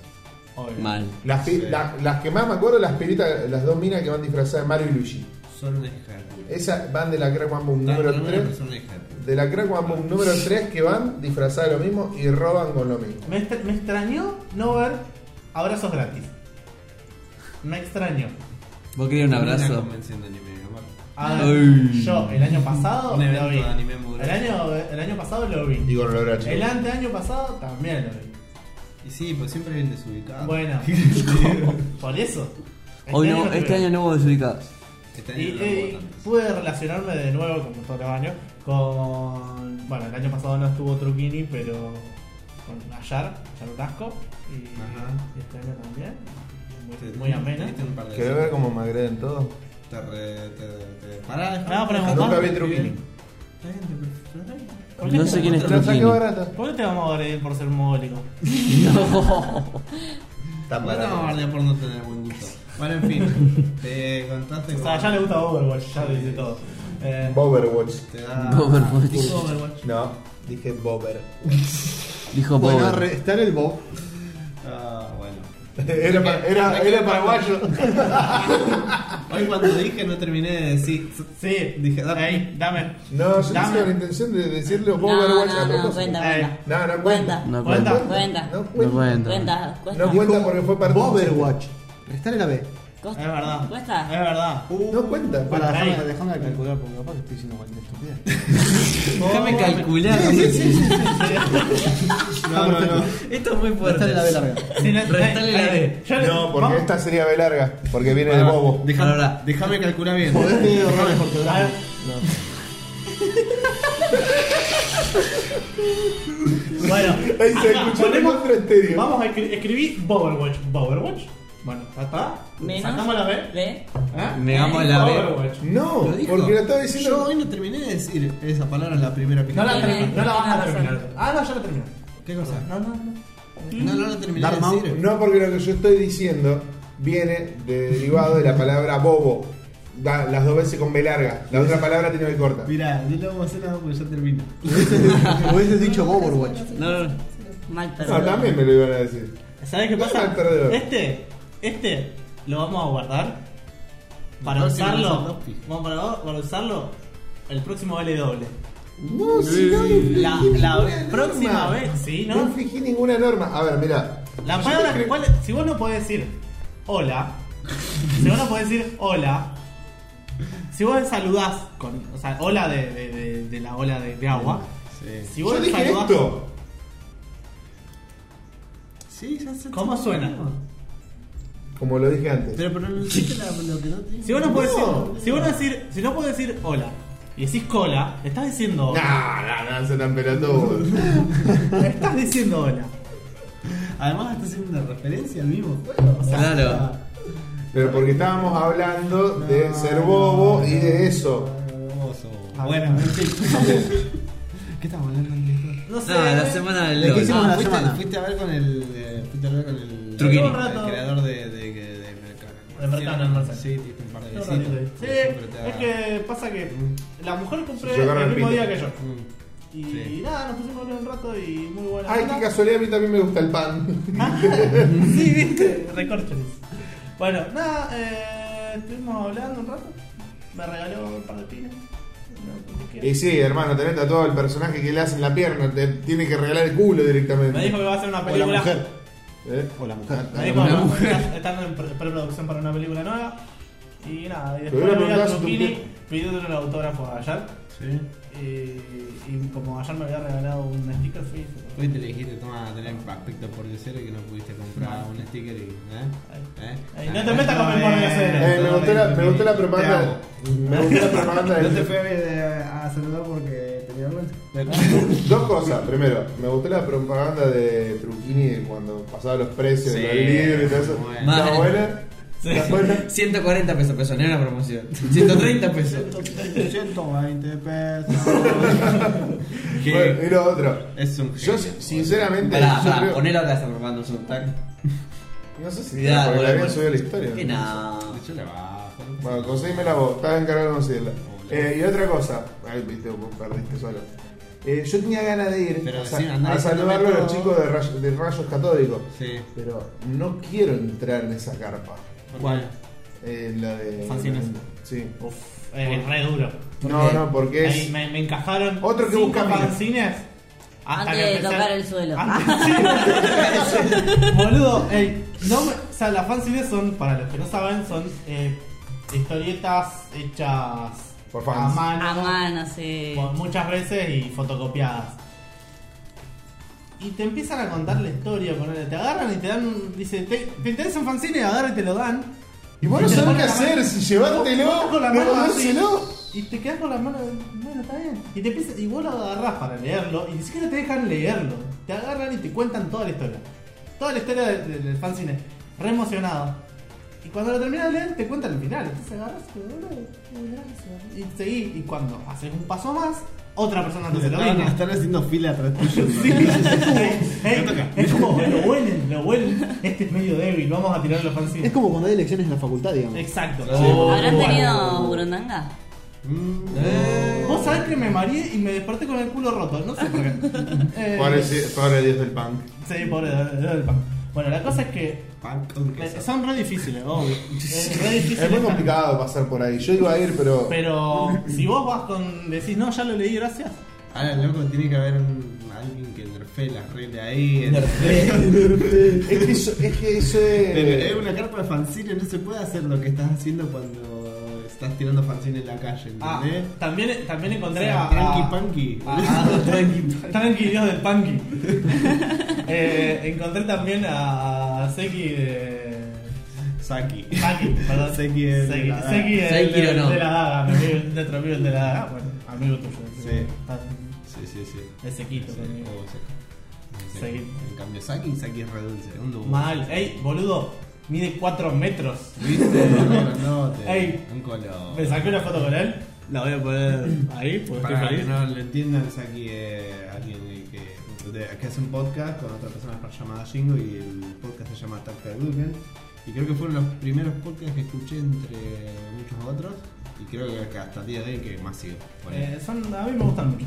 Speaker 2: Obvio.
Speaker 1: Mal.
Speaker 4: Las, pi-
Speaker 3: Sí.
Speaker 4: la- las que más me acuerdo, las piritas, las dos minas que van disfrazadas de Mario y Luigi.
Speaker 3: Son un ejército.
Speaker 4: Esas van de la Crack One Boom número 3.
Speaker 3: Son un ejército.
Speaker 4: De la Crack One Boom número 3 que van disfrazadas de lo mismo y roban con lo mismo.
Speaker 2: Me, estra- me extrañó no ver abrazos gratis. Me extrañó.
Speaker 1: ¿Vos querés un
Speaker 3: Una
Speaker 1: abrazo?
Speaker 3: convención de anime, mi amor.
Speaker 2: A ver,
Speaker 1: Ay.
Speaker 2: Ah, yo el año pasado
Speaker 3: Un
Speaker 2: lo
Speaker 3: evento
Speaker 2: vi.
Speaker 3: de anime muy
Speaker 2: El
Speaker 3: grande.
Speaker 2: año, el año pasado lo
Speaker 4: Y
Speaker 2: vi.
Speaker 4: con olor a chicle.
Speaker 2: El anteaño pasado también lo vi.
Speaker 3: Y sí, pues siempre vienen desubicados.
Speaker 2: Bueno, por eso. Este
Speaker 1: Hoy
Speaker 2: año
Speaker 1: no,
Speaker 2: lo
Speaker 1: este
Speaker 2: tuve.
Speaker 1: año no hubo desubicados.
Speaker 3: Este
Speaker 2: Y,
Speaker 3: año no
Speaker 2: eh,
Speaker 3: hubo tantos.
Speaker 2: pude relacionarme de nuevo, como todos los años, con. Bueno, el año pasado no estuvo Truquini, pero. con Ayar, Charutasco. Y,
Speaker 3: Ajá.
Speaker 2: y este año también. Muy,
Speaker 3: Te-
Speaker 2: muy amena.
Speaker 3: Este, Viste un par de
Speaker 4: ¿Querés ver cómo me agreden todo?
Speaker 3: Te, re, te, te pará,
Speaker 2: No, pero
Speaker 3: dejá-
Speaker 4: Nunca
Speaker 2: papá.
Speaker 4: vi Truquini.
Speaker 3: Está bien, te perfeccionás.
Speaker 2: ¿Por qué
Speaker 1: No
Speaker 2: te
Speaker 1: sé quién es
Speaker 4: La saqué
Speaker 1: Truquini.
Speaker 4: barata.
Speaker 2: ¿Por qué te vamos a agredir por ser módico?
Speaker 1: No.
Speaker 4: Tan
Speaker 3: Bueno, no,
Speaker 4: barata.
Speaker 3: bardear por no tener buen gusto. Bueno, en fin, te contaste
Speaker 2: O sea, ya le gusta Overwatch, ya lo dice todo. Eh,
Speaker 4: Boberwatch.
Speaker 3: Te da.
Speaker 1: Overwatch.
Speaker 3: Dijo Overwatch.
Speaker 4: No, dije Bober.
Speaker 1: Dijo
Speaker 9: Bueno,
Speaker 1: Power.
Speaker 9: re- está en el Bob.
Speaker 3: Ah, bueno.
Speaker 4: Era, pa- era, era paraguayo.
Speaker 3: Hoy cuando dije no terminé de decir.
Speaker 2: sí,
Speaker 3: Dije, dame.
Speaker 2: Ey, dame.
Speaker 4: No, yo
Speaker 2: Dame.
Speaker 4: tenía la intención de decirle
Speaker 5: No,
Speaker 4: Boberwatch a
Speaker 5: no, no,
Speaker 4: propósito.
Speaker 5: cuenta,
Speaker 2: Eh,
Speaker 5: cuenta.
Speaker 4: No, no cuenta.
Speaker 5: Cuenta,
Speaker 1: No
Speaker 2: Cuenta.
Speaker 1: cuenta.
Speaker 5: cuenta.
Speaker 4: No
Speaker 1: No
Speaker 4: cuenta.
Speaker 1: cuenta.
Speaker 5: Cuenta,
Speaker 4: No
Speaker 5: cuenta.
Speaker 4: cuenta porque fue parte.
Speaker 6: Overwatch. Restale la B.
Speaker 5: Costa-
Speaker 2: Es verdad. Es
Speaker 5: Cuesta.
Speaker 2: verdad.
Speaker 3: Uh,
Speaker 4: No cuenta.
Speaker 6: Para,
Speaker 2: Ey.
Speaker 6: déjame, déjame calcular porque capaz que estoy diciendo cualquier estupidez.
Speaker 1: Déjame calcular.
Speaker 3: No, no, no.
Speaker 1: Esto es muy fuerte.
Speaker 6: Restale la B larga.
Speaker 2: Sí, no,
Speaker 1: Restale
Speaker 2: ey,
Speaker 1: la
Speaker 2: ey,
Speaker 1: B.
Speaker 2: yo le-
Speaker 4: No, porque
Speaker 2: vamos-
Speaker 4: esta sería B larga, porque viene de bobo.
Speaker 3: Déjame,
Speaker 1: Ahora.
Speaker 3: déjame calcular bien.
Speaker 6: Podés tener errores porque
Speaker 2: A ver,
Speaker 4: este-
Speaker 2: Bueno,
Speaker 4: Ahí se
Speaker 2: acá,
Speaker 4: escuchó
Speaker 2: ponemos-
Speaker 4: recontra estéreo.
Speaker 2: Vamos a escri- escribir Bowerwatch. Bowerwatch. Bueno, ya está.
Speaker 5: Menos.
Speaker 2: Sacamos la B.
Speaker 5: B.
Speaker 2: ¿Ah?
Speaker 1: Negamos la B.
Speaker 2: Overwatch.
Speaker 4: No,
Speaker 3: Lo dijo.
Speaker 4: porque lo estaba
Speaker 3: Yo
Speaker 4: diciendo.
Speaker 3: hoy no terminé de decir esa palabra en la primera
Speaker 2: No
Speaker 3: pijama.
Speaker 2: la,
Speaker 5: Tiene-
Speaker 2: termi- no la vas a
Speaker 5: tiene
Speaker 2: terminar.
Speaker 5: razón.
Speaker 2: Ah, no, ya la terminé.
Speaker 3: ¿Qué cosa?
Speaker 2: No, no, no.
Speaker 3: No, no la terminé
Speaker 6: Dark
Speaker 3: de
Speaker 6: Maul.
Speaker 3: decir.
Speaker 4: No, porque lo que yo estoy diciendo viene de derivado de la palabra bobo. Da- las dos veces con B larga. La otra palabra tiene B corta.
Speaker 3: Mirá, yo lo vamos a hacer nada porque ya termino.
Speaker 6: Hubieses dicho Overwatch.
Speaker 1: No, no.
Speaker 5: Mal
Speaker 4: No,
Speaker 5: perdedor.
Speaker 4: Ah, también me lo iban a decir.
Speaker 2: ¿Sabes qué
Speaker 4: No,
Speaker 2: pasa?
Speaker 4: el perdedor.
Speaker 2: Este, este lo vamos a guardar para
Speaker 3: Mejor si no son
Speaker 2: usarlo.
Speaker 3: dos pijas.
Speaker 2: Vamos para, para usarlo el próximo LW.
Speaker 4: No, si no infringí
Speaker 2: La-
Speaker 4: ninguna
Speaker 2: la próxima
Speaker 4: norma.
Speaker 2: vez, sí, ¿no?
Speaker 4: No infringí ninguna norma. A ver, mirá.
Speaker 2: La
Speaker 4: Yo
Speaker 2: palabra
Speaker 4: creo-
Speaker 2: cuál- si vos no podés decir hola, si vos no podés decir hola, si vos saludás con, o sea, hola de, de- de- de la ola de, de agua,
Speaker 3: Sí.
Speaker 2: si vos
Speaker 4: Yo dije
Speaker 2: saludás,
Speaker 4: esto.
Speaker 3: Sí, ya sé.
Speaker 2: ¿Cómo suena?
Speaker 4: Como lo dije antes.
Speaker 3: Pero, pero no dijiste la, lo que no tiene.
Speaker 2: si vos no podés
Speaker 4: No.
Speaker 2: decir, si vos no decir, si no podés decir hola y decís cola, le estás diciendo
Speaker 4: No,
Speaker 2: hola,
Speaker 4: no, no, se tan pelotudo.
Speaker 2: le estás diciendo hola.
Speaker 3: Además, está haciendo una referencia al mismo juego. O sea,
Speaker 1: Claro.
Speaker 4: Pero porque estábamos hablando de ser bobo y de eso.
Speaker 3: hermoso.
Speaker 2: Ah,
Speaker 3: Bueno,
Speaker 2: bueno.
Speaker 3: ¿Qué estamos hablando en
Speaker 2: No sé.
Speaker 1: Ah, la semana del
Speaker 3: ¿De qué
Speaker 1: LOL.
Speaker 3: hicimos
Speaker 6: Ah,
Speaker 3: la
Speaker 6: fuiste-
Speaker 3: semana? Fuiste a ver con el. eh, Fuiste a ver con el.
Speaker 1: Truquini.
Speaker 3: el creador de. de, de, de Mercado.
Speaker 2: De Mercado, el Marcelo.
Speaker 3: Sí, diste un par de
Speaker 2: No,
Speaker 3: visitas.
Speaker 2: no, no, no. Sí,
Speaker 3: Siempre te da-
Speaker 2: es que pasa que la mujer compré
Speaker 4: Se llegaron
Speaker 2: el
Speaker 4: al
Speaker 2: mismo
Speaker 4: pito.
Speaker 2: día que yo.
Speaker 3: Mm.
Speaker 2: Y
Speaker 3: Sí.
Speaker 2: nada, nos pusimos a hablar un rato y muy buena.
Speaker 4: Ay,
Speaker 2: onda.
Speaker 4: qué casualidad, a mí también me gusta el pan.
Speaker 2: sí, viste, recorcholis. Bueno, nada, eh, estuvimos hablando un rato. Me regaló un par de pines.
Speaker 4: Y sí, hermano, tenés a todo el personaje que le hacen la pierna, te tiene que regalar el culo directamente.
Speaker 2: Me dijo que va a hacer una
Speaker 6: O la
Speaker 2: película.
Speaker 6: mujer.
Speaker 4: ¿Eh?
Speaker 6: O la mujer.
Speaker 2: Me dijo que va- está- está en pre- preproducción para una película nueva. Y nada, y después
Speaker 4: hubiera
Speaker 2: me voy a
Speaker 4: preguntado si tu
Speaker 2: Truquini
Speaker 4: pie-
Speaker 2: pidiéndole un autógrafo a Ayer.
Speaker 3: Sí.
Speaker 2: Y, y como ayer me había regalado un sticker, fui.
Speaker 3: Hoy te le dijiste, toma, tener aspecto por cero y que no pudiste comprar un sticker y. ¿Eh? ¿Eh?
Speaker 2: Ay, no te metas con el por diosero.
Speaker 4: Eh, me, gustó la, me gustó la
Speaker 3: Te
Speaker 4: propaganda.
Speaker 3: amo.
Speaker 4: Me gustó la propaganda.
Speaker 3: No
Speaker 4: del-
Speaker 3: te fue
Speaker 2: eh,
Speaker 3: a, a saludar porque tenía vergüenza.
Speaker 2: Ah,
Speaker 4: Dos cosas. Primero, me gustó la propaganda de Truquini de cuando pasaba los precios
Speaker 3: Sí,
Speaker 4: de los libros y todo eso.
Speaker 3: bueno.
Speaker 4: ¿Está
Speaker 1: Madre.
Speaker 4: buena? ¿Está buena?
Speaker 1: 140 pesos, pero no era una promoción. 130 pesos.
Speaker 3: 120 pesos.
Speaker 4: Bueno, y lo otro.
Speaker 3: Es un
Speaker 4: Yo,
Speaker 3: genio.
Speaker 4: sinceramente,
Speaker 1: Pará,
Speaker 4: yo
Speaker 1: pará,
Speaker 4: creo-
Speaker 1: ponelo acá esa propaganda, es un tag.
Speaker 4: no sé si
Speaker 1: Cuidado,
Speaker 4: porque la habían
Speaker 1: bueno.
Speaker 4: subido la historia.
Speaker 1: Que
Speaker 4: ¿no?
Speaker 1: no.
Speaker 3: Yo le bajo. no pasa
Speaker 4: Bueno,
Speaker 3: nada.
Speaker 4: conseguímela vos, estás encargado de conseguirla. Eh, y otra cosa, ay, viste, vos perdiste solo. Eh, yo tenía ganas de ir
Speaker 3: Pero
Speaker 4: a, sa-
Speaker 3: sí, andá
Speaker 4: a
Speaker 3: diciéndome
Speaker 4: saludarlo a los
Speaker 3: todo.
Speaker 4: chicos de, Ray- de Rayos Catódicos.
Speaker 3: Sí.
Speaker 4: Pero no quiero entrar en esa carpa. En la de.
Speaker 2: Fanzines.
Speaker 4: Sí.
Speaker 2: Uf, eh, es re duro.
Speaker 4: No, no, porque
Speaker 2: Ahí
Speaker 4: es.
Speaker 2: me, me encajaron.
Speaker 4: Otro que
Speaker 2: cinco
Speaker 4: busca minas.
Speaker 2: fanzines. hasta
Speaker 5: Antes
Speaker 2: que
Speaker 5: de
Speaker 2: empecé a-
Speaker 5: tocar el suelo.
Speaker 2: Antes- sí, antes de tocar el suelo. Boludo, ey, no me- o sea, las fanzines son, para los que no saben, son eh, historietas hechas
Speaker 4: Por fans.
Speaker 2: a mano.
Speaker 5: A mano, Ah, sí.
Speaker 2: por muchas veces y fotocopiadas. Y te empiezan a contar la historia, ponele, te agarran y te dan, un- dice, te, te interesa un fanzine, agarra y te lo dan.
Speaker 4: Y vos no
Speaker 2: Te
Speaker 4: sabés
Speaker 2: ponen
Speaker 4: qué
Speaker 2: la mano-
Speaker 4: hacer, si
Speaker 2: Vos
Speaker 4: llevártelo,
Speaker 2: con la
Speaker 4: no
Speaker 2: mano así.
Speaker 4: dárselo.
Speaker 2: Y te quedas con las manos, bueno, está bien. Y, te empiezas, y vos lo agarrás para leerlo y ni siquiera te dejan leerlo. Te agarran y te cuentan toda la historia. Toda la historia de- de- del fanzine. Re emocionado. Y cuando lo terminas de leer, te cuentan el final. Entonces agarras y te doblás, te doblás, y seguís. Y cuando haces un paso más, otra persona te hace lo
Speaker 3: Estaban,
Speaker 2: mismo.
Speaker 3: están haciendo fila atrás tuyo.
Speaker 2: Sí, es como, ey, es como, lo huelen, lo huelen. Este es medio débil, vamos a tirar los fanzines.
Speaker 6: Es como cuando hay elecciones en la facultad, digamos.
Speaker 2: Exacto.
Speaker 5: ¿Habrán tenido burundanga?
Speaker 2: Mm.
Speaker 3: Eh.
Speaker 2: Vos sabés que me mareé y me desperté con el culo roto, no sé por qué. Eh,
Speaker 4: Pobre, pobre Dios del punk.
Speaker 2: Sí, pobre, dale, dale el pan. Bueno, la cosa es que
Speaker 3: Pan con
Speaker 2: eh,
Speaker 3: queso.
Speaker 2: son re difíciles, obvio. Es re difícil
Speaker 4: Es muy
Speaker 2: esta-
Speaker 4: complicado pasar por ahí. Yo iba a ir, pero.
Speaker 2: Pero si vos vas con. decís, no, ya lo leí, gracias.
Speaker 3: Ahora, loco, tiene que haber un- alguien que nerfee las reglas ahí.
Speaker 4: Es que eso. Es que
Speaker 3: Pero es
Speaker 4: ese.
Speaker 3: una carpa de fanzine, no se puede hacer lo que estás haciendo cuando estás tirando fanzine en la calle,
Speaker 2: Ah,
Speaker 3: ¿entendés?
Speaker 2: también, también encontré
Speaker 3: sea,
Speaker 2: a. a-
Speaker 3: Tranqui punky.
Speaker 2: Ah, Tranqui, Dios del Punky. Eh, encontré también a Seki de.
Speaker 3: Saki.
Speaker 2: Punky, perdón.
Speaker 3: Seki es de
Speaker 2: Seki,
Speaker 3: la daga.
Speaker 2: Seki es de,
Speaker 10: Sekiro no.
Speaker 2: de la daga, mi amigo, nuestro amigo el de la daga. Bueno, amigo tuyo.
Speaker 3: Sí.
Speaker 2: Ah,
Speaker 3: Sí, sí, sí.
Speaker 2: Es Sekito
Speaker 3: Sí,
Speaker 2: conmigo.
Speaker 3: o Saki.
Speaker 2: Saki.
Speaker 3: En cambio, Saki, Saki es redulce. Un dulce.
Speaker 2: Mal. Ey, boludo, mide 4 metros.
Speaker 3: ¿Viste?
Speaker 2: Ey.
Speaker 3: Grandote. Un color.
Speaker 2: Me saqué una foto con él. La voy a poner ahí, pues estoy
Speaker 3: Para que
Speaker 2: feliz.
Speaker 3: no lo entiendan, Saki es alguien que, de- que hace un podcast con otra persona llamada Jingo y el podcast se llama Attack the Duken. Y creo que fueron los primeros podcasts que escuché entre muchos otros. Y creo que hasta el día de hoy que más sigo. ponele.
Speaker 2: Eh, son, a mí me gustan mucho.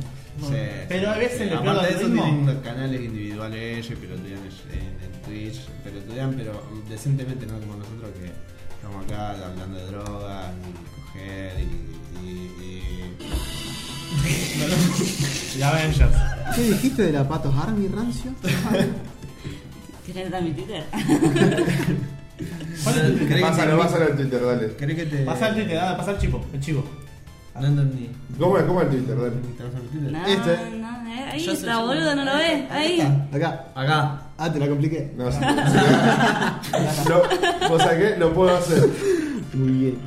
Speaker 3: Sí,
Speaker 2: Pero a
Speaker 3: sí,
Speaker 2: veces
Speaker 3: sí.
Speaker 2: le pierdo
Speaker 3: Aparte de
Speaker 2: el
Speaker 3: eso,
Speaker 2: ritmo.
Speaker 3: tienen unos canales individuales ellos, pelotudean en, en Twitch, pelotudean, pero decentemente, no como nosotros que estamos acá hablando de drogas y coger y. y- y-
Speaker 2: Ya ven, ya.
Speaker 6: ¿Qué dijiste de la Patos Army, rancio?
Speaker 5: ¿Quieres dar mi Twitter?
Speaker 2: ¿Cuál es el Twitter?
Speaker 3: ¿Querés que
Speaker 4: Pásalo,
Speaker 3: te-
Speaker 4: pásalo al Twitter, dale.
Speaker 3: ¿Querés que te.?
Speaker 2: Pasá el Twitter, ah, pasá el chivo, el chivo.
Speaker 1: No entendí.
Speaker 4: ¿Cómo es? ¿Cómo es el Twitter? Dale.
Speaker 3: ¿Te vas a meter?
Speaker 5: No,
Speaker 4: Este.
Speaker 5: no, eh, ahí
Speaker 1: Yo
Speaker 5: está,
Speaker 1: soy-
Speaker 5: boludo, no lo ves. Ahí.
Speaker 6: Acá.
Speaker 1: Acá.
Speaker 6: Ah, te la compliqué.
Speaker 4: No, sí, sí. Lo- ¿Vos sabés qué? Lo puedo hacer.
Speaker 6: Muy bien.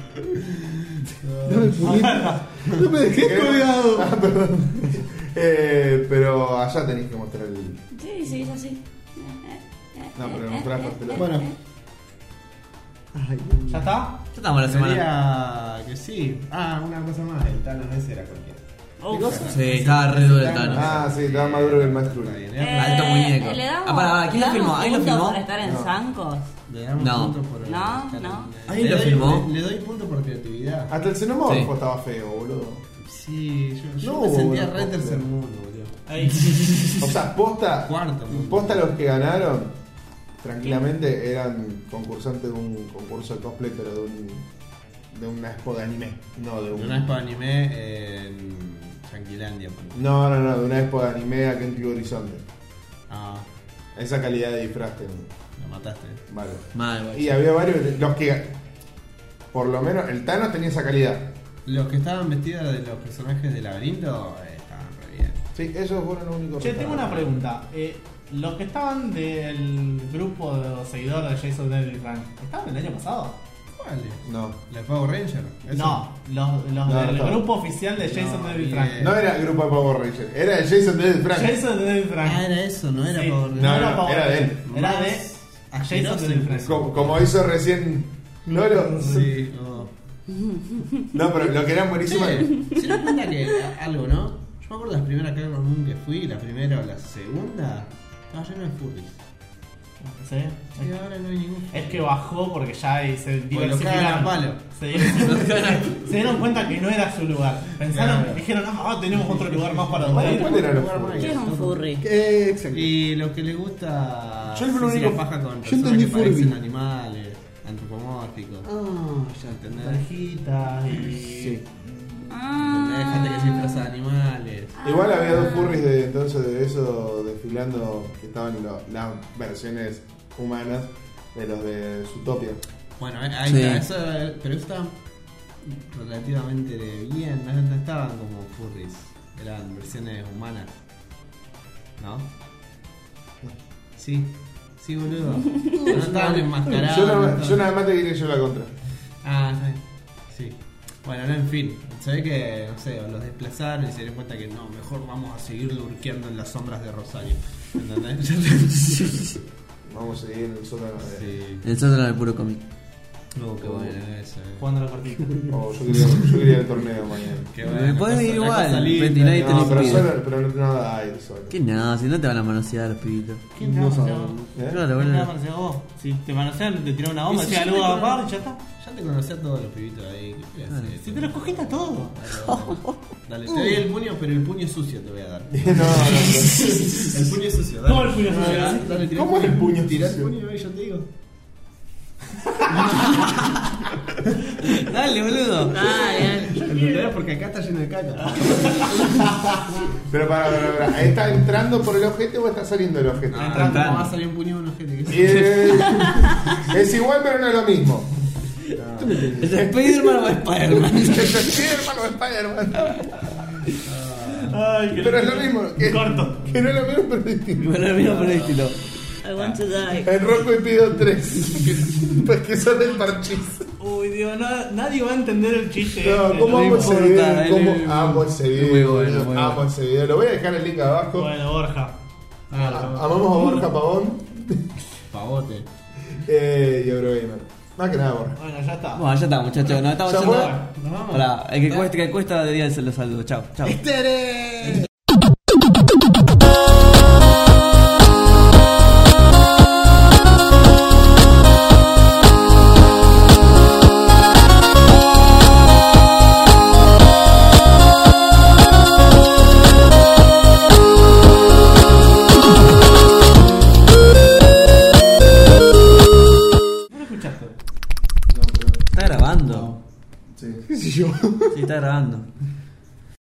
Speaker 6: No me pudiste- No me dejé colgado.
Speaker 4: Ah, perdón. Eh, pero allá tenés que mostrar el.
Speaker 5: Sí, sí, es así.
Speaker 4: No, pero mostrás por teléfono.
Speaker 3: Bueno,
Speaker 6: Ay,
Speaker 2: ¿Ya está?
Speaker 1: Ya estamos la semana.
Speaker 3: sería que sí. Ah, una cosa más, el Thanos ese era cualquiera.
Speaker 5: Uf.
Speaker 1: Sí, estaba re duro el Thanos.
Speaker 4: Ah, sí, estaba más duro que el más trucho.
Speaker 3: Está bien,
Speaker 5: Eh,
Speaker 3: ¿eh?
Speaker 1: Alto muñeco.
Speaker 5: ¿Le damos,
Speaker 1: Ah, pará, pará, ¿quién
Speaker 5: le
Speaker 1: lo
Speaker 5: damos
Speaker 1: filmó? ¿Ahí lo
Speaker 5: puntos
Speaker 1: filmó?
Speaker 5: para estar en
Speaker 4: No.
Speaker 5: zancos?
Speaker 3: Le damos
Speaker 1: No.
Speaker 3: puntos por el
Speaker 5: No,
Speaker 3: Thanos.
Speaker 5: no.
Speaker 1: Ahí
Speaker 3: Le
Speaker 1: lo
Speaker 3: doy-
Speaker 1: filmó.
Speaker 3: Le, le doy puntos por creatividad.
Speaker 4: Hasta el xenomorfo estaba feo, boludo.
Speaker 3: Sí, yo, yo
Speaker 4: No,
Speaker 3: me sentía
Speaker 4: no,
Speaker 3: re
Speaker 4: no,
Speaker 3: tercer
Speaker 4: no.
Speaker 3: mundo, boludo.
Speaker 2: Ahí.
Speaker 4: O sea, posta.
Speaker 3: Cuarto, boludo.
Speaker 4: Posta los que ganaron. Tranquilamente eran concursantes de un concurso de cosplay, pero de un. de una expo de anime. No, de un.
Speaker 3: De una expo de anime en Yanquilandia, boludo.
Speaker 4: No, no, no, de una expo de anime acá en Club Horizonte.
Speaker 3: Ah,
Speaker 4: Esa calidad de disfraz tenía.
Speaker 3: la mataste.
Speaker 4: Vale.
Speaker 1: Mal, guay.
Speaker 4: Y había varios. Los que. Por lo menos. El Thanos tenía esa calidad.
Speaker 3: Los que estaban vestidos de los personajes del laberinto eh, estaban re bien.
Speaker 4: Sí, ellos fueron los únicos.
Speaker 2: Che,
Speaker 4: que
Speaker 2: tengo
Speaker 4: estaban.
Speaker 2: una pregunta. Eh, los que estaban del grupo de seguidores de Jason Deadly Frank, ¿estaban el año pasado?
Speaker 3: ¿Cuáles?
Speaker 4: No.
Speaker 3: ¿La Power Ranger? ¿Eso?
Speaker 2: No, los, los
Speaker 4: No,
Speaker 2: del
Speaker 4: no.
Speaker 2: grupo oficial de Jason
Speaker 3: No,
Speaker 2: Deadly
Speaker 3: bien.
Speaker 2: Frank.
Speaker 4: No era el grupo de Power Rangers, era el Jason Dead Frank.
Speaker 2: Jason Deadly Frank.
Speaker 3: Ah, era eso, no era
Speaker 2: Sí,
Speaker 3: Power
Speaker 4: No,
Speaker 3: Ranger.
Speaker 4: no,
Speaker 2: Power
Speaker 4: era de él.
Speaker 2: Ranger, Era de
Speaker 3: Más
Speaker 2: Jason
Speaker 3: asqueroso
Speaker 2: Deadly Frank.
Speaker 3: incluso.
Speaker 4: Co- Como hizo recién Lolo.
Speaker 3: Sí, no.
Speaker 4: No, pero lo que eran buenísimo.
Speaker 3: Che, ¿Se dan cuenta que a- algo, no? Yo me acuerdo las primeras Carmen Moon que fui, la primera o la segunda, estaba lleno de furries.
Speaker 2: ¿Sí?
Speaker 3: Sí, ahora no hay ningún.
Speaker 2: Es que bajó porque ya se
Speaker 3: cagan a
Speaker 2: diversificaron.
Speaker 3: palo.
Speaker 2: Se dieron, se dieron cuenta que no era su lugar. Pensaron,
Speaker 3: Claro.
Speaker 2: dijeron, ah, tenemos otro lugar más para donde
Speaker 4: ¿Cuál,
Speaker 2: ir.
Speaker 4: cuál era los
Speaker 3: Jugar
Speaker 4: furries?
Speaker 5: ¿Qué es un furry?
Speaker 6: Eh, exacto.
Speaker 3: Y lo que le gusta.
Speaker 6: Yo lo
Speaker 3: hacerse
Speaker 6: único-
Speaker 3: la paja con
Speaker 6: yo
Speaker 3: personas
Speaker 6: entendí
Speaker 3: que parecen
Speaker 6: Furby.
Speaker 3: animales, antropomórficos.
Speaker 6: Ah, ya.
Speaker 3: ¿Entendés?
Speaker 2: Tarjetas y.
Speaker 6: Sí.
Speaker 3: ¿Entendés?
Speaker 5: Ah,
Speaker 3: Gente que se disfraza de animales.
Speaker 4: Igual había dos furries de entonces de eso desfilando que estaban lo- las versiones humanas de los de Zootopia.
Speaker 3: Bueno, eh, ahí
Speaker 11: Sí.
Speaker 3: está, eso, eh, pero eso está relativamente bien, no, no estaban como furries, eran versiones humanas. ¿No? Sí, sí, boludo. No estaban enmascarados.
Speaker 4: Yo,
Speaker 3: no
Speaker 4: nada más-
Speaker 3: estaban-
Speaker 4: yo nada más te diré yo la contra.
Speaker 3: Ah, está bien. sí. Bueno, no, en fin, se ve que, no sé, los desplazaron y se dieron cuenta que no, mejor vamos a seguir lurqueando en las sombras de Rosario. ¿Entendés? sí.
Speaker 4: Vamos a seguir en el sótano de.
Speaker 11: El sótano del puro cómic.
Speaker 3: No, qué bueno eso. eh.
Speaker 2: Jugando a la cortita.
Speaker 4: Oh, yo quería, yo quería el torneo mañana.
Speaker 3: Qué
Speaker 11: Me pueden
Speaker 3: cosa-
Speaker 11: ir
Speaker 3: la cosa
Speaker 11: igual,
Speaker 3: linda.
Speaker 11: Betty, nadie te
Speaker 4: No,
Speaker 11: lo
Speaker 4: pero
Speaker 11: impide.
Speaker 4: solo, pero no, no da aire solo.
Speaker 11: Que no, si no te van a manosear los pibitos.
Speaker 2: ¿Quién te
Speaker 6: No
Speaker 2: manoseó?
Speaker 6: sabemos.
Speaker 4: ¿Eh?
Speaker 11: Claro,
Speaker 2: ¿Quién te
Speaker 11: boludo.
Speaker 2: manoseó vos? Si te manosean, te tiran una bomba,
Speaker 3: Y si
Speaker 2: decía
Speaker 3: yo
Speaker 2: algo
Speaker 3: te
Speaker 2: a
Speaker 3: conozco-
Speaker 2: par y ya está.
Speaker 3: Ya te conocí a todos los pibitos ahí. ¿Qué querés hacer?
Speaker 2: Si te los cogiste a todos.
Speaker 3: Dale, te doy el puño, pero el puño sucio te voy a dar.
Speaker 4: No, no, no.
Speaker 3: El puño es sucio, dale.
Speaker 2: ¿Cómo el puño sucio?
Speaker 3: Dale, dale, tirá
Speaker 4: ¿Cómo es el puño
Speaker 3: Tirá el
Speaker 4: sucio?
Speaker 3: puño, eh, yo te digo.
Speaker 1: Dale, boludo.
Speaker 5: dale.
Speaker 3: ¿Entendés? Porque acá está lleno de caca.
Speaker 4: Pero para, para, para, ¿está entrando por el ojete o está saliendo el ojete?
Speaker 3: No, no va a salir un puño de una gente. que-
Speaker 4: Eh, es igual, pero no es lo mismo.
Speaker 1: ¿Es Spider-Man o Spider-Man?
Speaker 4: Spider-Man o Spider-Man.
Speaker 2: Ay, que
Speaker 4: Pero es lo mismo. Que,
Speaker 2: Corto.
Speaker 4: Que no es lo mismo, pero es distinto.
Speaker 1: Bueno, mira por el estilo.
Speaker 5: I want to die.
Speaker 4: En Rocco y pido tres. Pues que son el parchís.
Speaker 2: Uy, Dios, na- nadie va a entender el chiste.
Speaker 4: No,
Speaker 2: este,
Speaker 4: ¿Cómo
Speaker 2: lo
Speaker 4: amo
Speaker 2: mismo.
Speaker 4: ese
Speaker 1: Eh, importa,
Speaker 4: video?
Speaker 1: él es-
Speaker 4: ¿Cómo amo ese
Speaker 1: muy
Speaker 4: video?
Speaker 1: bueno, muy
Speaker 4: boludo?
Speaker 1: bueno.
Speaker 4: Amo ese video. Lo voy a dejar el link abajo.
Speaker 2: Bueno, Borja.
Speaker 4: A- Amamos a Borja Pavón
Speaker 3: Pavote.
Speaker 4: eh, y a Eurogamer. Más que nada, Borja.
Speaker 2: Bueno, ya está.
Speaker 1: Bueno, ya está, muchachos. Nos estamos
Speaker 4: Ya
Speaker 1: yendo.
Speaker 4: fue.
Speaker 3: Nos vamos.
Speaker 1: Pará, el que cuesta, el que cuesta debería hacer los saludos. Chao, chao. Está grabando.
Speaker 4: Sí.
Speaker 1: tá Sí, está grabando.